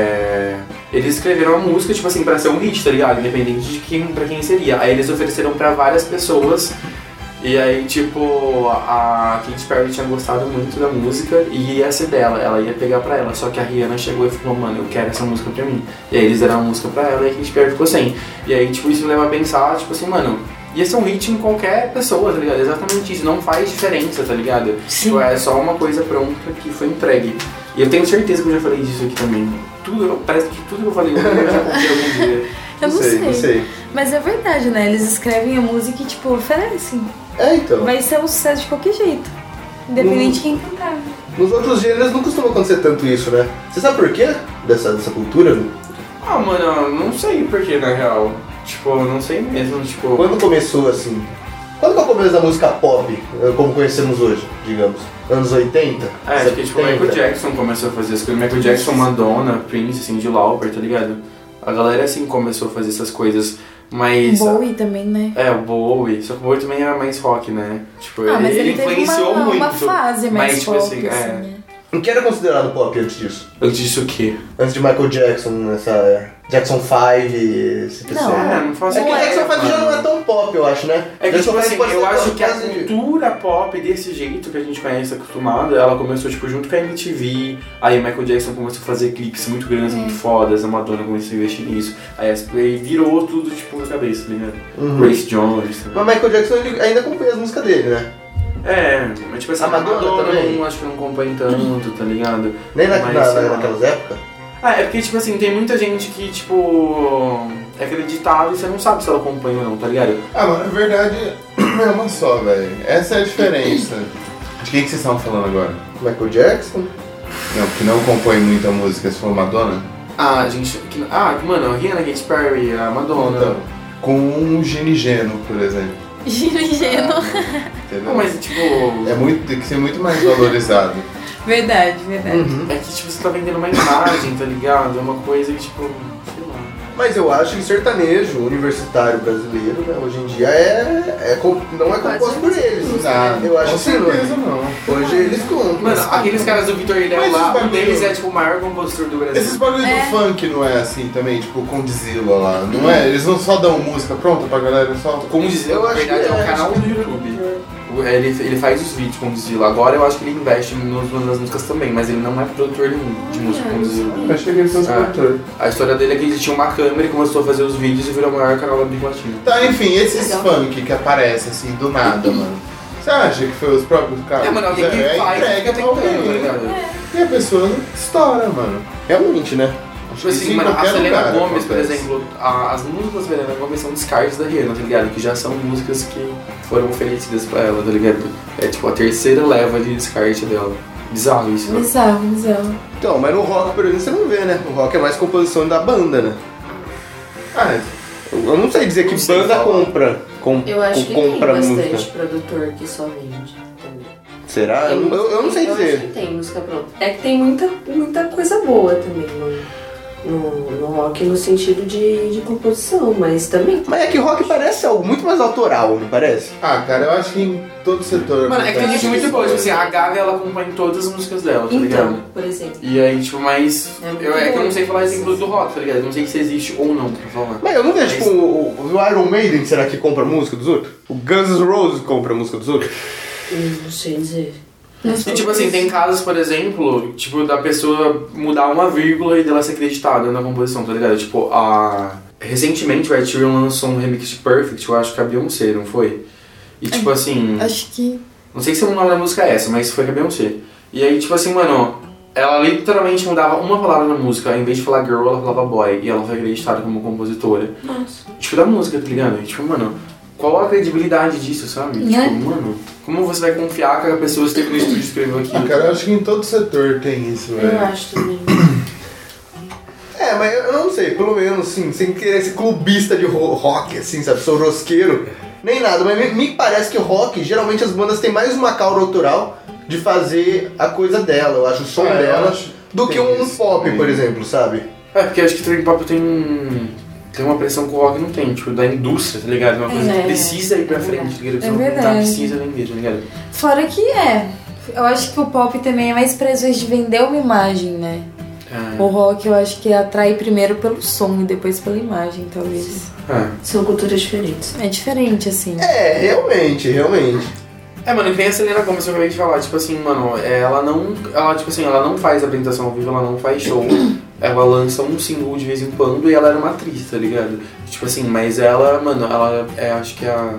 [SPEAKER 4] é... Eles escreveram a música, tipo assim, pra ser um hit, tá ligado? Independente de quem, pra quem seria. Aí eles ofereceram pra várias pessoas E aí, tipo, a Katy Perry tinha gostado muito da música e ia ser dela, ela ia pegar pra ela. Só que a Rihanna chegou e falou, mano, eu quero essa música pra mim. E aí eles deram a música pra ela e a Katy Perry ficou sem. E aí, tipo, isso me leva a pensar, tipo assim, mano, ia ser um hit em qualquer pessoa, tá ligado? Exatamente isso, não faz diferença, tá ligado? Tipo, é só uma coisa pronta que foi entregue. E eu tenho certeza que eu já falei disso aqui também. Tudo, parece que tudo que eu falei hoje eu já contei algum dia.
[SPEAKER 2] Eu não sei,
[SPEAKER 6] não sei.
[SPEAKER 2] Mas é verdade, né? Eles escrevem a música e, tipo, oferecem.
[SPEAKER 6] É, então.
[SPEAKER 2] Vai ser um sucesso de qualquer jeito. Independente de quem cantar.
[SPEAKER 6] Nos outros gêneros não costuma acontecer tanto isso, né? Você sabe por quê dessa, dessa cultura?
[SPEAKER 4] Ah, mano, eu não sei porquê, na real. Tipo, eu não sei mesmo, tipo...
[SPEAKER 6] Quando começou assim? Quando que é o começo da música pop, eh, como conhecemos hoje, digamos? Anos 80?
[SPEAKER 4] É, acho que tipo, o Michael Jackson começou a fazer as coisas. Michael Jackson, Madonna, Prince, Cindy Lauper, tá ligado? A galera assim começou a fazer essas coisas. Mas.
[SPEAKER 2] Bowie também, né?
[SPEAKER 4] É, o Bowie. Só que o Bowie também era mais rock, né? Tipo,
[SPEAKER 2] Ah, mas ele, teve
[SPEAKER 4] influenciou
[SPEAKER 2] uma,
[SPEAKER 4] muito.
[SPEAKER 2] uma fase mais
[SPEAKER 4] mas, tipo
[SPEAKER 2] pop, assim,
[SPEAKER 4] assim, é.
[SPEAKER 2] né?
[SPEAKER 6] O que era considerado pop antes disso?
[SPEAKER 4] Eu disse o quê?
[SPEAKER 6] Antes de Michael Jackson, essa. Jackson 5, esse pessoal.
[SPEAKER 2] Não.
[SPEAKER 4] É, não faço
[SPEAKER 6] É que o
[SPEAKER 4] ideia,
[SPEAKER 6] Jackson 5 já não é
[SPEAKER 4] mano.
[SPEAKER 6] tão pop, eu acho, né?
[SPEAKER 4] É que,
[SPEAKER 6] Jackson
[SPEAKER 4] tipo
[SPEAKER 6] 5
[SPEAKER 4] assim,
[SPEAKER 6] pode
[SPEAKER 4] eu
[SPEAKER 6] ser
[SPEAKER 4] acho
[SPEAKER 6] tão-
[SPEAKER 4] que a
[SPEAKER 6] quase-
[SPEAKER 4] cultura pop desse jeito que a gente conhece, acostumado, ela começou, tipo, junto com a MTV, aí o Michael Jackson começou a fazer clipes muito grandes, muito fodas, a Madonna começou a investir nisso, aí as- aí virou tudo, tipo, na cabeça, tá ligado?
[SPEAKER 6] Uhum.
[SPEAKER 4] Grace Jones também.
[SPEAKER 6] Mas Michael Jackson ele ainda acompanha as músicas dele, né?
[SPEAKER 4] É, mas tipo assim,
[SPEAKER 6] A Madonna também?
[SPEAKER 4] não, acho que não acompanha tanto, tá ligado?
[SPEAKER 6] Nem na,
[SPEAKER 4] Mas,
[SPEAKER 6] na,
[SPEAKER 4] sei
[SPEAKER 6] na-
[SPEAKER 4] lá.
[SPEAKER 6] naquelas épocas.
[SPEAKER 4] Ah, é porque, tipo assim, tem muita gente que, tipo, é acreditada e você não sabe se ela acompanha ou não, tá ligado?
[SPEAKER 6] Ah, mano, na verdade é uma só, velho. Essa é a diferença.
[SPEAKER 9] De quem que vocês estavam falando agora?
[SPEAKER 6] Michael Jackson?
[SPEAKER 9] Não, porque não compõe muita música, se for Madonna.
[SPEAKER 4] Ah, gente, que- ah, mano, a Rihanna, Katy Perry, a Madonna...
[SPEAKER 9] Então, com um ginigeno, por exemplo.
[SPEAKER 2] Giro ingênuo.
[SPEAKER 9] Entendeu?
[SPEAKER 4] Não, mas, tipo...
[SPEAKER 9] É muito, tem que ser muito mais valorizado.
[SPEAKER 3] Verdade, verdade.
[SPEAKER 4] É que, tipo, você tá vendendo uma imagem, tá ligado? É uma coisa que, tipo, sei lá.
[SPEAKER 6] Mas eu acho que sertanejo universitário brasileiro, né, hoje em dia é, é com- não é composto por eles.
[SPEAKER 4] um
[SPEAKER 9] Não,
[SPEAKER 6] eu acho
[SPEAKER 9] com
[SPEAKER 6] assim,
[SPEAKER 9] certeza
[SPEAKER 6] hoje.
[SPEAKER 9] não.
[SPEAKER 6] Hoje eles compram.
[SPEAKER 4] Mano, aqueles caras do Vitor Ilhéu
[SPEAKER 9] Mas
[SPEAKER 4] lá,
[SPEAKER 9] os
[SPEAKER 4] um
[SPEAKER 9] bagulho-
[SPEAKER 4] deles é, tipo, o maior compositor do Brasil.
[SPEAKER 9] Esses bagulho do funk não é assim também, tipo Condzilla lá, não é? Eles não só dão música pronta pra galera, só.
[SPEAKER 4] Como dizer,
[SPEAKER 6] Eu
[SPEAKER 4] na
[SPEAKER 6] acho
[SPEAKER 4] verdade,
[SPEAKER 6] que
[SPEAKER 4] é um
[SPEAKER 6] é,
[SPEAKER 4] canal
[SPEAKER 6] acho
[SPEAKER 4] do YouTube. O- é, Ele, ele faz os vídeos com o Zila. Agora eu acho que ele investe nos, nas músicas também, mas ele não é produtor nenhum de música com o Zila.
[SPEAKER 6] achei que eles são os
[SPEAKER 4] Ah.
[SPEAKER 6] cantores.
[SPEAKER 4] A história dele é que ele tinha uma câmera e começou a fazer os vídeos e virou o maior canal da América Latina.
[SPEAKER 9] Tá, enfim, esses
[SPEAKER 5] Legal.
[SPEAKER 9] funk que aparecem assim do nada, mano. Você acha que foi os próprios caras?
[SPEAKER 4] É, mano, alguém que
[SPEAKER 9] é,
[SPEAKER 4] faz,
[SPEAKER 9] entrega
[SPEAKER 4] fica
[SPEAKER 9] pra
[SPEAKER 4] tentando, tá
[SPEAKER 9] alguém. né?
[SPEAKER 4] ligado?
[SPEAKER 9] E a pessoa estoura, mano.
[SPEAKER 6] Realmente, né?
[SPEAKER 4] Tipo
[SPEAKER 9] Isso
[SPEAKER 4] assim,
[SPEAKER 9] em
[SPEAKER 4] mano, a
[SPEAKER 9] qualquer
[SPEAKER 4] Selena
[SPEAKER 9] lugar
[SPEAKER 4] Gomes, por
[SPEAKER 9] acontece.
[SPEAKER 4] exemplo, a- as músicas da Selena Gomes são descartes da Rihanna, tá ligado? Que já são músicas que foram oferecidas pra ela, tá ligado? É tipo a terceira leva de descarte dela. Bizarro isso, né?
[SPEAKER 3] Bizarro, bizarro.
[SPEAKER 1] Então, mas no rock, por exemplo, você não vê, né? O rock é mais composição da banda, né?
[SPEAKER 9] Ah,
[SPEAKER 1] Eu eu não sei dizer que
[SPEAKER 4] Não sei
[SPEAKER 1] banda
[SPEAKER 4] falar.
[SPEAKER 1] compra. Com,
[SPEAKER 5] Eu acho que tem
[SPEAKER 1] compra
[SPEAKER 5] bastante
[SPEAKER 1] música.
[SPEAKER 5] produtor que só vende também.
[SPEAKER 1] Será? Ah, Eu,
[SPEAKER 5] Tem
[SPEAKER 1] eu- eu não sei
[SPEAKER 5] música- Eu acho
[SPEAKER 1] dizer.
[SPEAKER 5] que tem música pronta. É que tem muita, muita coisa boa também no, no, no rock no sentido de, de composição, mas também.
[SPEAKER 1] Mas é que rock parece algo muito mais autoral, não parece?
[SPEAKER 9] ah, cara, eu acho que em todo setor.
[SPEAKER 4] Mano, é que tem
[SPEAKER 9] acontece
[SPEAKER 4] gente muito
[SPEAKER 9] isso,
[SPEAKER 4] boa, tipo assim,
[SPEAKER 9] né?
[SPEAKER 4] a Gaga ela acompanha todas as músicas dela, tá ligado?
[SPEAKER 5] Então, por exemplo.
[SPEAKER 4] E aí, tipo, mas.
[SPEAKER 5] É muito
[SPEAKER 4] eu, é que eu não sei falar
[SPEAKER 5] bom.
[SPEAKER 4] exemplo do rock, tá ligado? Eu não sei se existe ou não, pra falar.
[SPEAKER 1] Mas eu não
[SPEAKER 4] Mas-
[SPEAKER 1] vejo, tipo, o, o- o Iron Maiden, será que compra música dos outros? O Guns N' Roses compra música dos outros?
[SPEAKER 5] eu Não sei dizer.
[SPEAKER 4] E tipo assim, tem casos, por exemplo, tipo, da pessoa mudar uma vírgula e dela ser acreditada na composição, tá ligado? Tipo, a. Recentemente o Ed Sheeran lançou um remix de Perfect, eu acho que a Beyoncé, não foi? E
[SPEAKER 5] É,
[SPEAKER 4] tipo assim.
[SPEAKER 2] Acho que.
[SPEAKER 4] Não sei se o nome da música é essa, mas foi com a Beyoncé. E aí, tipo assim, mano, ela literalmente mudava uma palavra na música. Em vez de falar girl, ela falava boy. E ela foi acreditada como compositora.
[SPEAKER 5] Nossa.
[SPEAKER 4] Tipo, da música, tá ligado? E, tipo, mano, qual a credibilidade disso, sabe?
[SPEAKER 2] Né?
[SPEAKER 4] Tipo, mano, como você vai confiar que a pessoa esteve no estúdio e escreveu
[SPEAKER 9] Ah,
[SPEAKER 4] aquilo?
[SPEAKER 9] cara, eu acho que em todo setor tem isso,
[SPEAKER 5] Eu
[SPEAKER 9] velho.
[SPEAKER 5] acho também. né?
[SPEAKER 1] É, mas eu não sei, pelo menos, sim, sem querer ser clubista de ro- rock, assim, sabe? Sou rosqueiro, nem nada, mas me, me parece que rock, geralmente as bandas têm mais uma caura autoral de fazer a coisa dela, eu acho o som
[SPEAKER 9] Ah, eu
[SPEAKER 1] dela,
[SPEAKER 9] acho
[SPEAKER 1] do
[SPEAKER 9] tem
[SPEAKER 1] que um
[SPEAKER 9] isso
[SPEAKER 1] pop,
[SPEAKER 9] também.
[SPEAKER 1] por exemplo, sabe?
[SPEAKER 4] É, porque eu acho que trip hop tem um. Tem uma pressão que o rock não tem, tipo, da indústria, tá ligado? Uma coisa
[SPEAKER 5] É,
[SPEAKER 4] que precisa ir pra
[SPEAKER 5] é
[SPEAKER 4] frente, tá ligado? Você
[SPEAKER 3] É
[SPEAKER 4] Não tá,
[SPEAKER 3] verdade.
[SPEAKER 4] precisa vender, tá ligado?
[SPEAKER 3] Fora que é. Eu acho que o pop também é mais preso de vender uma imagem, né?
[SPEAKER 4] É.
[SPEAKER 2] O rock eu acho que atrai primeiro pelo som e depois pela imagem, talvez.
[SPEAKER 4] Ah.
[SPEAKER 5] São culturas diferentes.
[SPEAKER 2] É diferente, assim.
[SPEAKER 1] É, realmente, realmente.
[SPEAKER 4] É, mano, e tem a Selena Gomez que eu acabei de falar, tipo assim, mano, ela não. Ela, tipo assim, ela não faz apresentação ao vivo, ela não faz show. Ela lança um single de vez em quando e ela era uma atriz, tá ligado? Tipo assim, mas ela, mano, ela é acho que a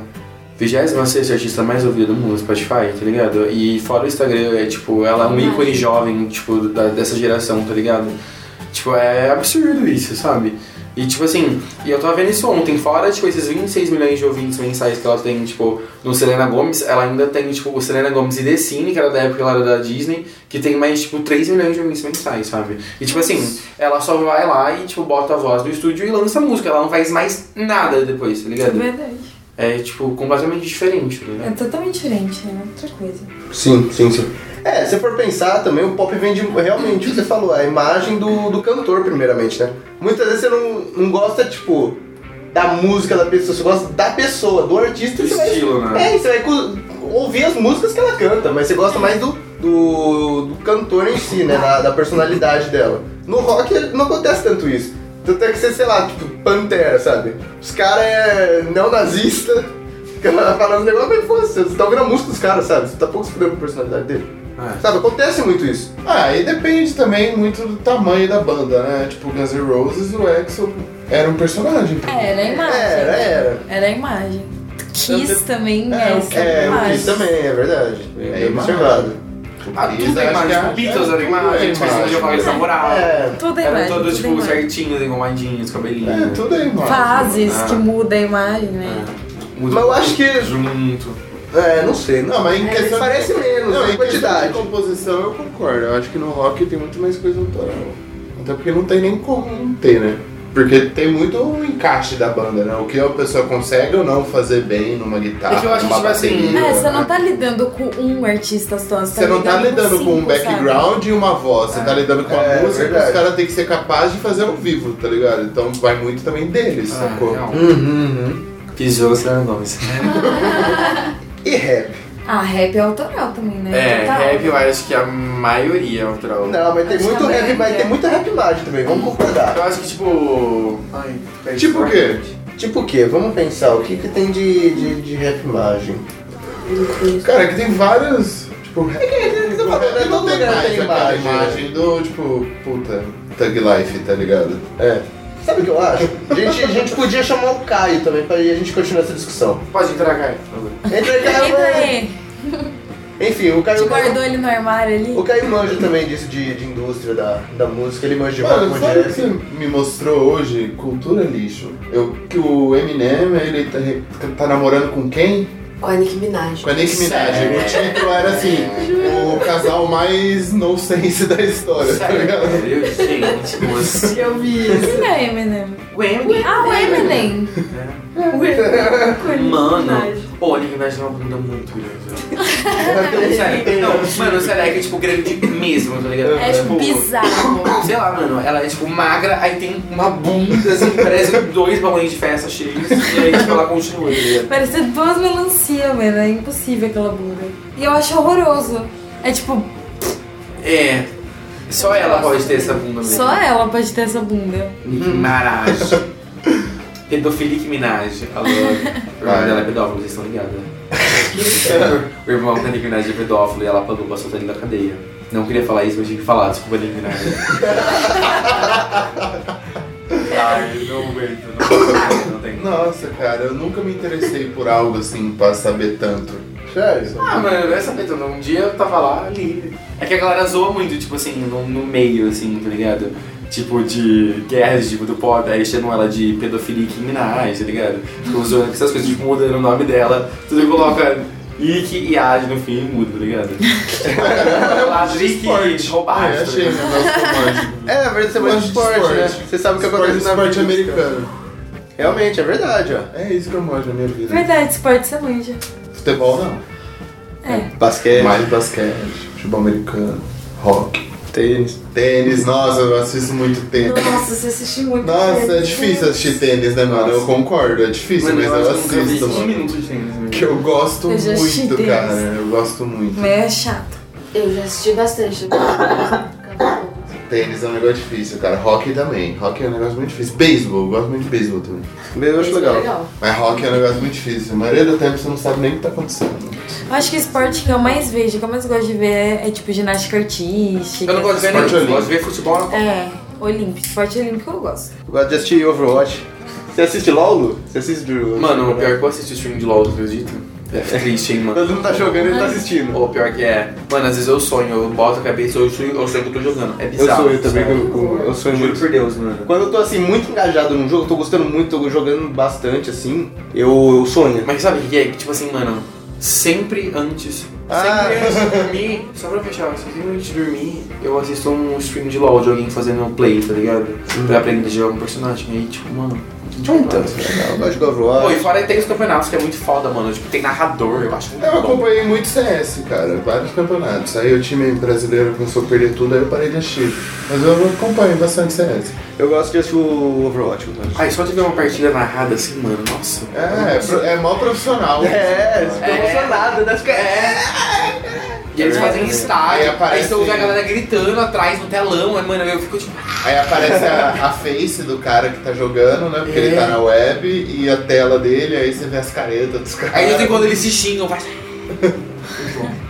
[SPEAKER 4] 26 artista mais ouvida do mundo no Spotify, tá ligado? E fora o Instagram, é tipo, ela é um ícone jovem, tipo, da- dessa geração, tá ligado? Tipo, é absurdo isso, sabe? E tipo assim, e eu tava vendo isso ontem, fora tipo, esses 26 milhões de ouvintes mensais que ela tem, tipo, no Selena Gomes, ela ainda tem, tipo, o Selena Gomes e The Cine, que era da época que ela era da Disney, que tem mais, tipo, 3 milhões de ouvintes mensais, sabe? E tipo assim, ela só vai lá e, tipo, bota a voz no estúdio e lança a música, ela não faz mais nada depois, tá ligado?
[SPEAKER 2] Verdade.
[SPEAKER 4] É, tipo, completamente diferente, tá ligado?
[SPEAKER 2] É totalmente diferente, é outra coisa.
[SPEAKER 1] Sim, sim, sim. É, se for pensar também, o pop vende realmente o que você falou, a imagem do, do cantor, primeiramente, né? Muitas vezes você não, não gosta, tipo, da música da pessoa, você gosta da pessoa, do artista,
[SPEAKER 4] Do
[SPEAKER 1] e você vai
[SPEAKER 4] estilo, né?
[SPEAKER 1] É, e você vai cu- ouvir as músicas que ela canta, mas você gosta mais do, do, do cantor em si, né? Da, da personalidade dela. No rock não acontece tanto isso. Tanto é que você, sei lá, tipo, Pantera, sabe? Os caras é neonazista, fica lá falando negócio, mas foda-se, você tá ouvindo a música dos caras, sabe? Você tá pouco se fudendo com a personalidade dele.
[SPEAKER 4] É.
[SPEAKER 1] Sabe, acontece muito isso.
[SPEAKER 4] assim.
[SPEAKER 6] Ah, e depende também muito do tamanho da banda, né? Tipo, Guns N' Roses, o Axl era um personagem.
[SPEAKER 2] É, era a imagem.
[SPEAKER 1] Era, era.
[SPEAKER 2] Era a imagem. Kiss também é, essa
[SPEAKER 1] É, o
[SPEAKER 2] imagem.
[SPEAKER 1] Kiss também, é verdade.
[SPEAKER 4] É
[SPEAKER 1] É observado.
[SPEAKER 4] Ah, tudo é imagem, tipo, Beatles era imagem, tipo, assim, eu falei, namoraram.
[SPEAKER 1] É,
[SPEAKER 2] Tudo é
[SPEAKER 4] Eram
[SPEAKER 2] imagem. tudo
[SPEAKER 4] todos,
[SPEAKER 2] é
[SPEAKER 4] tipo,
[SPEAKER 2] imagem.
[SPEAKER 4] certinhos, engomadinhos, cabelinho.
[SPEAKER 6] É, tudo é imagem.
[SPEAKER 2] Fases
[SPEAKER 4] Ah.
[SPEAKER 2] que muda a imagem, né?
[SPEAKER 4] Muda
[SPEAKER 1] Mas eu acho que-
[SPEAKER 4] Junto.
[SPEAKER 1] é, não sei. Não,
[SPEAKER 6] Não, mas em questão
[SPEAKER 1] parece menos, né, em
[SPEAKER 6] Não, em questão de
[SPEAKER 1] quantidade.
[SPEAKER 6] composição eu concordo. Eu acho que no rock tem muito mais coisa autoral. Até porque não tem nem como não ter, né? Porque tem muito o encaixe da banda, né? O que a pessoa consegue ou não fazer bem numa guitarra,
[SPEAKER 4] É que eu acho que,
[SPEAKER 6] numa
[SPEAKER 4] tipo assim,
[SPEAKER 6] bateria.
[SPEAKER 2] É, você não
[SPEAKER 6] né?
[SPEAKER 2] tá lidando com um artista só.
[SPEAKER 6] Você não tá lidando com um
[SPEAKER 2] cinco,
[SPEAKER 6] background e uma voz, você tá lidando com a
[SPEAKER 1] É,
[SPEAKER 6] música
[SPEAKER 1] verdade.
[SPEAKER 6] que os caras têm que ser capazes de fazer ao vivo, tá ligado? Então vai muito também
[SPEAKER 4] Ah,
[SPEAKER 6] deles,
[SPEAKER 4] é,
[SPEAKER 6] sacou?
[SPEAKER 1] Uhum, uhum.
[SPEAKER 4] Pisou Selena Gomes.
[SPEAKER 1] E rap?
[SPEAKER 2] sabe? Ah, rap é autoral também, né?
[SPEAKER 4] É,
[SPEAKER 2] Total.
[SPEAKER 4] rap eu acho que a maioria é autoral.
[SPEAKER 1] Não, mas tem
[SPEAKER 2] Acho
[SPEAKER 1] muito
[SPEAKER 2] que
[SPEAKER 1] é rap,
[SPEAKER 2] também,
[SPEAKER 1] mas
[SPEAKER 2] né?
[SPEAKER 1] tem muita rap imagem também, vamos concordar.
[SPEAKER 4] Eu acho que tipo. Ai, peraí, só-
[SPEAKER 6] Tipo
[SPEAKER 4] um
[SPEAKER 6] o quê?
[SPEAKER 1] Tipo o quê? Vamos pensar, o que, que tem de, de, de rap imagem?
[SPEAKER 6] Cara, que tem várias. Tipo, é
[SPEAKER 1] você
[SPEAKER 6] que
[SPEAKER 1] falou, né? Todo
[SPEAKER 6] tem
[SPEAKER 1] lugar tem
[SPEAKER 6] mais aquela
[SPEAKER 1] imagem, né?
[SPEAKER 6] imagem do, tipo, puta, Thug Life, tá ligado?
[SPEAKER 1] É. Sabe o que eu acho? A gente, a gente podia chamar o Caio também pra a gente continuar essa discussão.
[SPEAKER 4] Pode entrar, Caio.
[SPEAKER 1] Entra aí, Caio.
[SPEAKER 2] Entra
[SPEAKER 1] vai.
[SPEAKER 2] aí.
[SPEAKER 1] Enfim, o
[SPEAKER 2] Te
[SPEAKER 1] Caio.
[SPEAKER 2] guardou ele no armário ali?
[SPEAKER 1] O Caio manja também disso de, de indústria da, da música, ele manja de rock
[SPEAKER 6] Mano, assim. sabe o que
[SPEAKER 1] jazz.
[SPEAKER 6] você me mostrou hoje? Cultura lixo. Eu, que o Eminem, ele tá, re- tá namorando com quem?
[SPEAKER 5] Com a Nicki Minaj.
[SPEAKER 6] Com a Nicki Minaj. O título era assim, o casal mais nonsense da história, tá ligado?
[SPEAKER 4] Meu Deus, gente, assim? moço.
[SPEAKER 5] Eu vi
[SPEAKER 2] Quem é Eminem?
[SPEAKER 4] O Eminem.
[SPEAKER 2] Ah,
[SPEAKER 6] É.
[SPEAKER 2] o Eminem.
[SPEAKER 4] Mano, pô, o Nicki Minaj é uma bunda muito grande.
[SPEAKER 2] É,
[SPEAKER 4] velho. sério, não, mano, sério, é que é tipo grande mesmo, tá ligado?
[SPEAKER 2] É tipo bizarro.
[SPEAKER 4] Sei lá, mano, ela é tipo magra, aí tem uma bunda assim, parece dois balões de festa cheios, e aí tipo ela continua. tá ligado?
[SPEAKER 2] Parecia duas melancia, mano. É impossível aquela bunda. E eu acho horroroso. É tipo,
[SPEAKER 4] É, só ela pode ter essa bunda mesmo.
[SPEAKER 2] só ela pode ter essa bunda.
[SPEAKER 4] Nicki Minaj. Pedofilic Minaj. Alô. O irmão
[SPEAKER 6] Vai.
[SPEAKER 4] dela é pedófilo, vocês estão ligados, né? o irmão da Nicki Minaj é pedófilo e ela pagou pra soltar ele da cadeia. Não queria falar isso, mas tinha que falar. Desculpa, Nicki Minaj. Ai, não aguento. Não, não tem.
[SPEAKER 6] Nossa, cara, eu nunca me interessei por algo assim pra saber tanto.
[SPEAKER 1] Sério?
[SPEAKER 4] Ah, mano, essa peita, um dia eu tava lá livre. É que a galera zoa muito, tipo assim, no, no meio, assim, tá ligado? Tipo, de guerras, tipo, do pop, aí chamam ela de pedofilia e criminais, tá ligado? Ficam zoando com essas coisas, tipo, mudando o nome dela, tudo coloca Ike e Ad no fim e muda, tá ligado? Tipo, Ladrick e tá
[SPEAKER 6] Ah,
[SPEAKER 4] roubado.
[SPEAKER 6] achei, meu nosso romântico.
[SPEAKER 1] É, verdade, você manja de esporte,
[SPEAKER 6] Esporte.
[SPEAKER 1] né? Você sabe o que
[SPEAKER 6] Esporte,
[SPEAKER 1] acontece na
[SPEAKER 6] esporte
[SPEAKER 1] vida.
[SPEAKER 6] americano.
[SPEAKER 1] Realmente, é verdade, ó.
[SPEAKER 6] É isso que eu manjo na minha vida.
[SPEAKER 2] Verdade, esporte é você manja.
[SPEAKER 6] Futebol não.
[SPEAKER 2] É.
[SPEAKER 1] Basquete,
[SPEAKER 6] Mais basquete, futebol americano, rock.
[SPEAKER 1] tênis.
[SPEAKER 6] Tênis, nossa, eu assisto muito tênis.
[SPEAKER 5] Nossa, você assistiu muito.
[SPEAKER 6] Nossa,
[SPEAKER 5] tempo.
[SPEAKER 6] é difícil assistir tênis, né, mano? Eu
[SPEAKER 4] Nossa.
[SPEAKER 6] concordo, é difícil, mas eu
[SPEAKER 4] acho que nunca vi
[SPEAKER 6] assisto,
[SPEAKER 4] 20
[SPEAKER 6] mano.
[SPEAKER 4] minutos de tênis, né?
[SPEAKER 6] Que eu gosto
[SPEAKER 2] Eu já assisti
[SPEAKER 6] muito,
[SPEAKER 2] tênis.
[SPEAKER 6] cara. Eu gosto muito.
[SPEAKER 2] Mas é chato.
[SPEAKER 5] Eu já assisti bastante.
[SPEAKER 6] Tênis é um negócio difícil, cara. Hockey também. Hockey é um negócio muito difícil. Beisebol, eu gosto muito de beisebol também.
[SPEAKER 1] Eu acho legal.
[SPEAKER 6] Mas hockey é um negócio muito difícil. A maioria do tempo você não sabe nem o que tá acontecendo.
[SPEAKER 2] Eu acho que o esporte que eu mais vejo, que eu mais gosto de ver é, é, tipo ginástica artística.
[SPEAKER 4] Eu não gosto de ver
[SPEAKER 6] Esporte
[SPEAKER 4] nenhum, eu
[SPEAKER 6] olímpico.
[SPEAKER 4] gosto de ver futebol na
[SPEAKER 2] É, olímpico. Esporte olímpico eu gosto.
[SPEAKER 1] Eu gosto de assistir Overwatch. Você assiste LOL, Lu? Você assiste o...
[SPEAKER 4] Mano, o pior é que eu assisti o stream de LOL, tu acredita? É triste, hein, mano.
[SPEAKER 1] Todo mundo tá jogando e ele tá assistindo.
[SPEAKER 4] Ou pior que é. Mano, às vezes eu sonho, eu boto a cabeça, eu sonho, eu sonho que eu tô jogando. É
[SPEAKER 1] Eu
[SPEAKER 4] bizarro.
[SPEAKER 1] sou eu também, que eu, eu- eu sou
[SPEAKER 4] Juro
[SPEAKER 1] muito.
[SPEAKER 4] por Deus, mano.
[SPEAKER 1] Quando eu tô assim, muito engajado num jogo, eu tô gostando muito, tô jogando bastante assim, eu, eu sonho.
[SPEAKER 4] Mas sabe o que é? Que, Tipo assim, mano, sempre antes.
[SPEAKER 1] Ah.
[SPEAKER 4] Sempre antes de dormir, só pra fechar, sempre antes de dormir, eu assisto um stream de LOL de alguém fazendo um play, tá ligado? Pra aprender a jogar um personagem. E aí, tipo, mano.
[SPEAKER 1] Uhum. Junta. Eu gosto um de
[SPEAKER 4] Pô, e
[SPEAKER 1] Overwatch.
[SPEAKER 4] fora tem os campeonatos que é muito foda, mano. Tipo, tem narrador, eu acho muito
[SPEAKER 6] Eu
[SPEAKER 4] bom.
[SPEAKER 6] acompanhei muito CS, cara, vários campeonatos. Aí o time brasileiro começou a perder tudo, aí eu parei de assistir. Mas eu acompanho bastante CS.
[SPEAKER 1] Eu gosto de assistir o Overwatch. eu gosto.
[SPEAKER 4] Ai, só de ver uma partida narrada assim, mano, nossa.
[SPEAKER 6] É, é, pro- é mal profissional.
[SPEAKER 1] É,
[SPEAKER 6] Nossa.
[SPEAKER 1] é emocionado, né? Fica- É.
[SPEAKER 4] E eles fazem um
[SPEAKER 6] Aí
[SPEAKER 4] estádio, É. aí
[SPEAKER 6] aparece-
[SPEAKER 4] você ouve a galera gritando atrás no telão, aí, mano, eu fico tipo,
[SPEAKER 6] Aí aparece a, a face do cara que tá jogando, né? Porque
[SPEAKER 1] É.
[SPEAKER 6] ele tá na web e a tela dele, aí você vê as caretas dos caras.
[SPEAKER 4] Aí de vez em quando eles se xingam, vai.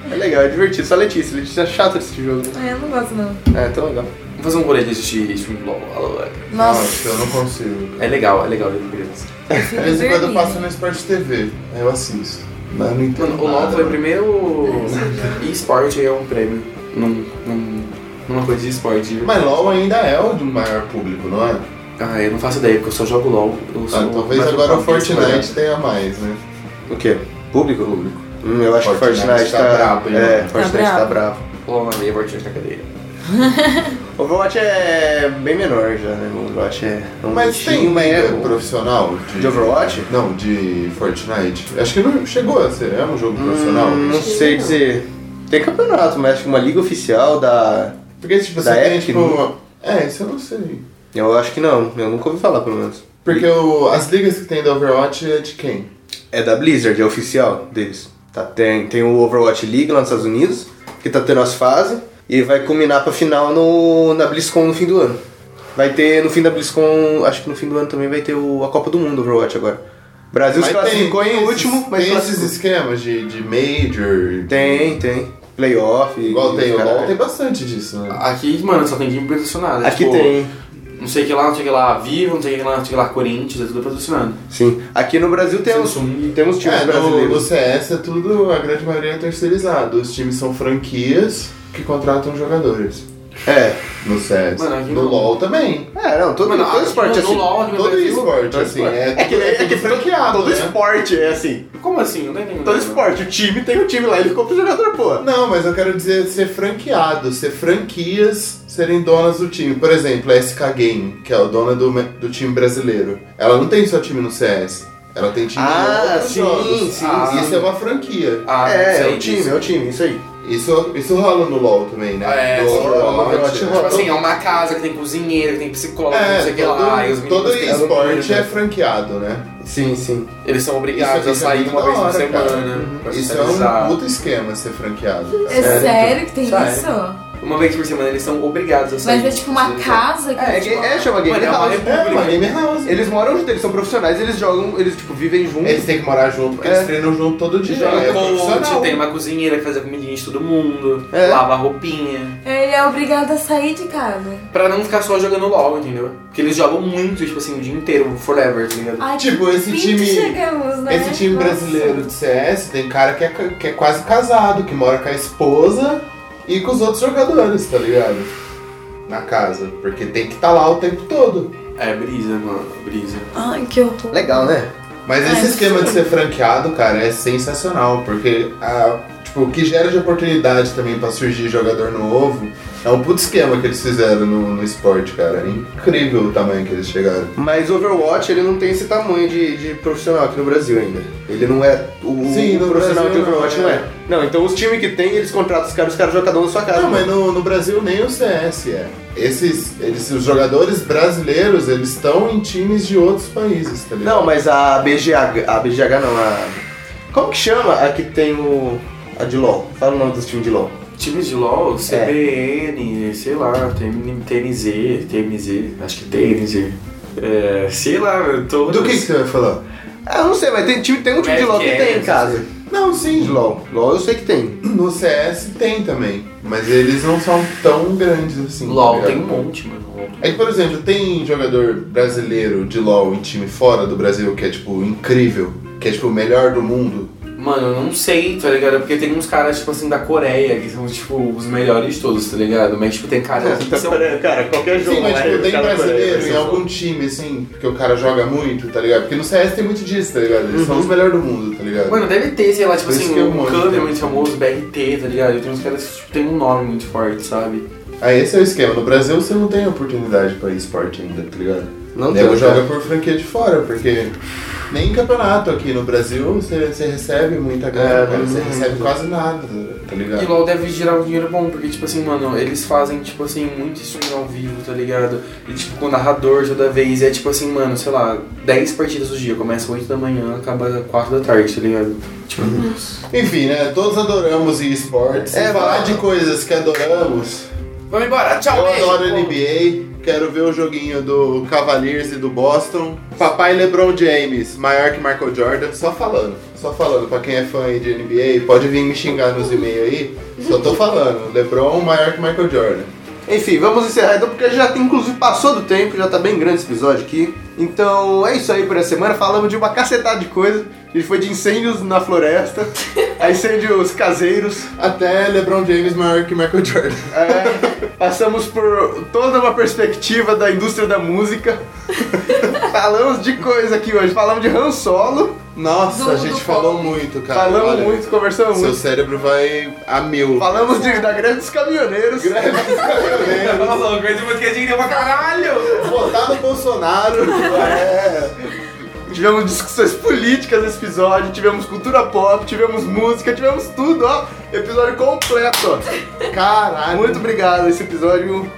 [SPEAKER 1] É legal, é divertido. Só a Letícia. Letícia é chata desse jogo.
[SPEAKER 2] Ah, eu não gosto não.
[SPEAKER 1] É, tão legal.
[SPEAKER 4] Vamos fazer um rolê de assistir stream de LOL. alô, é.
[SPEAKER 2] Nossa,
[SPEAKER 6] Nossa, eu não consigo.
[SPEAKER 4] É legal, é legal, é beleza.
[SPEAKER 2] eu
[SPEAKER 6] De
[SPEAKER 2] fico
[SPEAKER 6] vez em quando eu
[SPEAKER 2] dormindo.
[SPEAKER 6] passo no Esporte TV, aí eu assisto. Mas eu não entendo.
[SPEAKER 4] Mano, o LOL
[SPEAKER 6] nada, né?
[SPEAKER 4] foi o
[SPEAKER 6] mano.
[SPEAKER 4] primeiro e-sport e é um prêmio. Num, num- numa coisa de esporte.
[SPEAKER 6] Mas LOL ainda é o do maior público, não é?
[SPEAKER 4] Ah, eu não faço ideia, porque eu só jogo LOL. Eu sou
[SPEAKER 6] Ah, talvez
[SPEAKER 4] mais
[SPEAKER 6] agora o
[SPEAKER 4] um paulista,
[SPEAKER 6] Fortnite tenha mais, né?
[SPEAKER 1] O quê? Público? Público. Hum, eu acho que
[SPEAKER 6] Fortnite
[SPEAKER 1] o Fortnite
[SPEAKER 6] tá
[SPEAKER 1] tá.
[SPEAKER 6] brabo, hein,
[SPEAKER 1] é,
[SPEAKER 6] mano?
[SPEAKER 1] Fortnite
[SPEAKER 2] Tá
[SPEAKER 1] tá
[SPEAKER 2] brabo.
[SPEAKER 1] bravo.
[SPEAKER 4] mas- Pô, mano, e a Fortnite na cadeira.
[SPEAKER 1] Overwatch é bem menor já, né? Overwatch é. um
[SPEAKER 6] Mas
[SPEAKER 1] nicho,
[SPEAKER 6] tem uma
[SPEAKER 1] né?
[SPEAKER 6] é profissional
[SPEAKER 1] De Overwatch?
[SPEAKER 6] Não, de Fortnite. Acho que não chegou a ser, é um jogo profissional.
[SPEAKER 1] Hum, não sei dizer. Tem campeonato, mas acho que uma liga oficial da.
[SPEAKER 6] Porque tipo,
[SPEAKER 1] Da
[SPEAKER 6] você tem
[SPEAKER 1] Epic,
[SPEAKER 6] tipo.
[SPEAKER 1] não?
[SPEAKER 6] uma- É, isso eu não sei.
[SPEAKER 1] Eu acho que não, eu nunca ouvi falar pelo menos.
[SPEAKER 6] Porque o- as ligas que tem da Overwatch é de quem?
[SPEAKER 1] É da Blizzard, é oficial deles. Tá, tem, tem o Overwatch League lá nos Estados Unidos, que tá tendo as fases, e vai culminar pra final no, na BlizzCon no fim do ano. Vai ter no fim da BlizzCon, acho que no fim do ano também vai ter o- a Copa do Mundo Overwatch agora. O Brasil se
[SPEAKER 6] Mas tem-
[SPEAKER 1] classificou em
[SPEAKER 6] tem
[SPEAKER 1] último,
[SPEAKER 6] esses-
[SPEAKER 1] mas
[SPEAKER 6] tem esses
[SPEAKER 1] classificou.
[SPEAKER 6] esquemas de, de Major.
[SPEAKER 1] Tem, é. tem. Playoff.
[SPEAKER 6] Igual
[SPEAKER 1] e-
[SPEAKER 6] tem o
[SPEAKER 1] caralho.
[SPEAKER 6] LoL, tem bastante disso, né?
[SPEAKER 1] Ah,
[SPEAKER 4] Aqui, mano, só tem time patrocinado. é
[SPEAKER 1] Aqui
[SPEAKER 4] tipo,
[SPEAKER 1] tem.
[SPEAKER 4] Não sei o que lá, não sei o que lá, Vivo, não sei o que lá, não sei o que lá, Corinthians, é tudo patrocinado.
[SPEAKER 1] Sim. Aqui no Brasil temos,
[SPEAKER 4] Samsung.
[SPEAKER 1] temos times
[SPEAKER 6] É, no, no
[SPEAKER 1] brasileiros.
[SPEAKER 6] CS é tudo, a grande maioria é terceirizado. Os times são franquias que contratam jogadores.
[SPEAKER 1] É.
[SPEAKER 6] No CS.
[SPEAKER 4] Mano, aqui
[SPEAKER 6] no
[SPEAKER 4] não.
[SPEAKER 6] LoL também.
[SPEAKER 1] É, não, todo,
[SPEAKER 4] Mano,
[SPEAKER 1] todo
[SPEAKER 4] aqui
[SPEAKER 1] esporte é
[SPEAKER 4] no-
[SPEAKER 1] assim.
[SPEAKER 4] no LoL, aqui um no
[SPEAKER 6] Todo
[SPEAKER 4] Brasil,
[SPEAKER 6] esporte, assim, é,
[SPEAKER 1] É que,
[SPEAKER 6] tudo-
[SPEAKER 1] é que
[SPEAKER 6] tudo franqueado,
[SPEAKER 1] todo
[SPEAKER 6] né?
[SPEAKER 1] esporte é assim.
[SPEAKER 4] Como assim? Não tem
[SPEAKER 1] Todo esporte, o time tem o time lá, ele compra o jogador, pô.
[SPEAKER 6] Não, mas eu quero dizer ser franqueado, ser franquias serem donas do time. Por exemplo, a SK Game, que é a dona do, do time brasileiro. Ela não tem só time no CS, ela tem time
[SPEAKER 1] Ah,
[SPEAKER 6] em outros
[SPEAKER 1] sim,
[SPEAKER 6] jogos.
[SPEAKER 1] sim,
[SPEAKER 6] Ah,
[SPEAKER 1] sim.
[SPEAKER 6] Isso é uma franquia.
[SPEAKER 4] Ah,
[SPEAKER 1] é,
[SPEAKER 4] sei
[SPEAKER 1] é o time,
[SPEAKER 4] disso.
[SPEAKER 1] é o time, isso aí.
[SPEAKER 6] Isso, isso rola no LoL também, né?
[SPEAKER 4] É,
[SPEAKER 6] no
[SPEAKER 4] sim,
[SPEAKER 1] Overwatch
[SPEAKER 6] Overwatch.
[SPEAKER 4] Tipo assim, é uma casa que tem cozinheiro, que tem psicólogo, que não sei
[SPEAKER 6] É,
[SPEAKER 4] o que lá, e os
[SPEAKER 6] todo,
[SPEAKER 4] meninos
[SPEAKER 6] todo
[SPEAKER 4] têm as meninas,
[SPEAKER 6] esporte
[SPEAKER 4] né?
[SPEAKER 6] é franqueado, né?
[SPEAKER 1] Sim, sim.
[SPEAKER 4] Eles são obrigados
[SPEAKER 6] Isso
[SPEAKER 4] a
[SPEAKER 6] aqui é
[SPEAKER 4] sair
[SPEAKER 6] muito
[SPEAKER 4] uma vez
[SPEAKER 6] da
[SPEAKER 4] por
[SPEAKER 6] hora,
[SPEAKER 4] semana.
[SPEAKER 6] cara.
[SPEAKER 4] pra
[SPEAKER 6] Isso é um
[SPEAKER 4] socializar.
[SPEAKER 6] puto esquema ser franqueado. cara.
[SPEAKER 2] É sério que tem
[SPEAKER 4] Sério.
[SPEAKER 2] isso?
[SPEAKER 4] Uma vez por semana eles são obrigados a sair.
[SPEAKER 2] Mas é tipo uma
[SPEAKER 6] tá.
[SPEAKER 4] socializar.
[SPEAKER 2] casa que
[SPEAKER 1] É,
[SPEAKER 2] tipo,
[SPEAKER 1] é, chama
[SPEAKER 4] Mano,
[SPEAKER 1] Game
[SPEAKER 4] é uma
[SPEAKER 1] House.
[SPEAKER 6] É, uma
[SPEAKER 4] república.
[SPEAKER 6] game house.
[SPEAKER 1] Eles moram junto, eles são profissionais, eles jogam, eles tipo vivem juntos.
[SPEAKER 6] Eles têm que morar junto, porque
[SPEAKER 1] É.
[SPEAKER 6] eles treinam junto todo dia.
[SPEAKER 4] Tem
[SPEAKER 6] é
[SPEAKER 4] um coach,
[SPEAKER 6] profissional.
[SPEAKER 4] tem uma cozinheira que faz a comidinha de todo mundo,
[SPEAKER 1] É.
[SPEAKER 4] lava a roupinha.
[SPEAKER 2] ele é obrigado a sair de casa.
[SPEAKER 4] Pra não ficar só jogando LOL, entendeu? Porque eles jogam muito, tipo assim, o dia inteiro, forever, tá ligado?
[SPEAKER 2] Ai,
[SPEAKER 6] Tipo,
[SPEAKER 2] que
[SPEAKER 6] esse
[SPEAKER 2] fim
[SPEAKER 6] time-
[SPEAKER 2] que Chegamos, né?
[SPEAKER 6] Esse time
[SPEAKER 2] Nossa.
[SPEAKER 6] brasileiro de CS tem cara que é, ca- que é quase casado, que mora com a esposa e com os outros jogadores, tá ligado? Na casa. Porque tem que estar lá o tempo todo.
[SPEAKER 4] É, brisa, mano, brisa.
[SPEAKER 2] Ai, que horror.
[SPEAKER 1] Legal, né?
[SPEAKER 6] Mas
[SPEAKER 2] Ah,
[SPEAKER 6] esse
[SPEAKER 2] é
[SPEAKER 6] esquema de ser franqueado, cara, é sensacional. Porque a- tipo, o que gera de oportunidade também pra surgir jogador novo é um puto esquema que eles fizeram no, no esporte, cara. É incrível o tamanho que eles chegaram.
[SPEAKER 1] Mas Overwatch ele não tem esse tamanho de, de profissional aqui no Brasil ainda. Ele não é. O,
[SPEAKER 6] Sim,
[SPEAKER 1] o
[SPEAKER 6] no
[SPEAKER 1] profissional
[SPEAKER 6] Brasil
[SPEAKER 1] de Overwatch não
[SPEAKER 6] não
[SPEAKER 1] é.
[SPEAKER 6] é.
[SPEAKER 1] Não, então os times que tem, eles contratam os caras, os caras jogam cada um na sua casa.
[SPEAKER 6] Não, mas
[SPEAKER 1] mano.
[SPEAKER 6] no, no Brasil nem o CS é. Esses, eles, os jogadores brasileiros, eles estão em times de outros países, tá ligado?
[SPEAKER 1] Não, mas a BGH. A BGH não, a. Como que chama a que tem o. A de LOL? Fala o nome dos times de LOL.
[SPEAKER 4] Times de LoL,
[SPEAKER 6] É.
[SPEAKER 4] CBN, sei lá, TN, TNZ, TMZ, acho que TNZ. É, sei lá, eu tô. assim,
[SPEAKER 6] Do que, que você vai falar?
[SPEAKER 1] Ah, eu não sei, mas tem, time- tem um time de LOL que tem em casa.
[SPEAKER 6] Não, sim, LOL.
[SPEAKER 1] LOL eu sei que tem.
[SPEAKER 6] No CS tem também, mas eles não são tão grandes assim. tá
[SPEAKER 4] LoL tem um
[SPEAKER 6] ligado?
[SPEAKER 4] monte, mano.
[SPEAKER 6] É que, por exemplo, tem jogador brasileiro de LoL em time fora do Brasil que é, tipo, incrível, que é, tipo, o melhor do mundo.
[SPEAKER 4] Mano, eu não sei, tá ligado? Porque tem uns caras, tipo assim, da Coreia, que são, tipo, os melhores de todos, tá ligado? Mas, tipo, tem caras que são.
[SPEAKER 6] É.
[SPEAKER 10] Cara, qualquer jogo.
[SPEAKER 6] Sim, mas,
[SPEAKER 10] né?
[SPEAKER 6] tipo, tem
[SPEAKER 10] Cada
[SPEAKER 6] brasileiro em
[SPEAKER 10] coisa.
[SPEAKER 6] algum time, assim, que o cara joga muito, tá ligado? Porque no CS tem muito disso, tá ligado? Eles são os melhores do mundo, tá ligado?
[SPEAKER 4] Uhum. Mano, deve ter, sei lá, tipo
[SPEAKER 6] Por isso
[SPEAKER 4] assim,
[SPEAKER 6] que eu
[SPEAKER 4] um
[SPEAKER 6] moro,
[SPEAKER 4] Kander
[SPEAKER 6] né?
[SPEAKER 4] muito famoso, BRT, tá ligado? Tem uns caras que tipo, tem um nome muito forte, sabe?
[SPEAKER 6] Aí esse é o esquema. No Brasil você não tem oportunidade pra esporte ainda, tá ligado?
[SPEAKER 1] Não
[SPEAKER 6] O nego
[SPEAKER 1] tem, né?
[SPEAKER 6] joga
[SPEAKER 1] cara.
[SPEAKER 6] por franquia de fora, porque nem campeonato aqui no Brasil você, você recebe muita grana,
[SPEAKER 1] É,
[SPEAKER 6] cara.
[SPEAKER 1] não-
[SPEAKER 6] Você
[SPEAKER 1] não-
[SPEAKER 6] recebe
[SPEAKER 1] não-
[SPEAKER 6] quase nada, tá
[SPEAKER 4] E
[SPEAKER 6] ligado?
[SPEAKER 4] LOL deve girar um dinheiro bom, porque, tipo assim, mano, eles fazem, tipo assim, muito stream ao vivo, tá ligado? E, tipo, com o narrador toda vez, e é tipo assim, mano, sei lá, 10 partidas do dia, começa 8 da manhã, acaba 4 da tarde, tá ligado? Tipo,
[SPEAKER 6] Enfim, né? Todos adoramos esportes.
[SPEAKER 1] É,
[SPEAKER 6] É, falar
[SPEAKER 1] mano.
[SPEAKER 6] de coisas que adoramos.
[SPEAKER 4] vamos embora, tchau,
[SPEAKER 6] Eu
[SPEAKER 4] beijo!
[SPEAKER 6] adoro NBA. Quero ver o joguinho do Cavaliers e do Boston. Papai LeBron James, maior que Michael Jordan. Só falando, só falando. Pra quem é fã aí de NBA, pode vir me xingar nos e-mails aí. Só tô falando. LeBron maior que Michael Jordan.
[SPEAKER 1] Enfim, vamos encerrar então, porque já tem, inclusive passou do tempo, já tá bem grande esse episódio aqui. Então é isso aí por essa semana, falamos de uma cacetada de coisa. A gente foi de incêndios na floresta, a incêndios caseiros,
[SPEAKER 6] Até LeBron James maior que Michael Jordan.
[SPEAKER 1] é, passamos por toda uma perspectiva da indústria da música. falamos de coisa aqui hoje, falamos de Han Solo,
[SPEAKER 6] Nossa,
[SPEAKER 2] Do-
[SPEAKER 6] a gente
[SPEAKER 2] do
[SPEAKER 6] falou muito, cara.
[SPEAKER 1] falamos
[SPEAKER 6] Olha,
[SPEAKER 1] muito, conversamos
[SPEAKER 6] Seu
[SPEAKER 1] muito.
[SPEAKER 6] cérebro vai a mil.
[SPEAKER 1] Falamos de, da greve dos caminhoneiros.
[SPEAKER 4] Nossa, coisa de música de pra caralho!
[SPEAKER 6] Votar no Bolsonaro.
[SPEAKER 1] Tivemos discussões políticas nesse episódio, tivemos cultura pop, tivemos música, tivemos tudo, ó. Episódio completo, ó.
[SPEAKER 6] Caralho.
[SPEAKER 1] Muito obrigado, esse episódio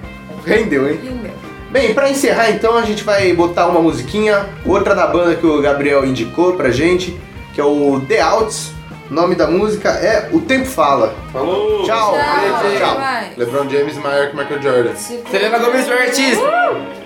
[SPEAKER 1] rendeu, hein?
[SPEAKER 2] Lindo.
[SPEAKER 1] Bem, pra encerrar então, a gente vai botar uma musiquinha, outra da banda que o Gabriel indicou pra gente, que é o The Outs. O nome da música é O Tempo Fala.
[SPEAKER 4] Falou!
[SPEAKER 1] Tchau,
[SPEAKER 2] Tchau,
[SPEAKER 1] beijo,
[SPEAKER 2] até
[SPEAKER 1] tchau.
[SPEAKER 2] mais.
[SPEAKER 6] LeBron James maior que Michael Jordan.
[SPEAKER 4] Selena Gomes, meu artista!
[SPEAKER 8] é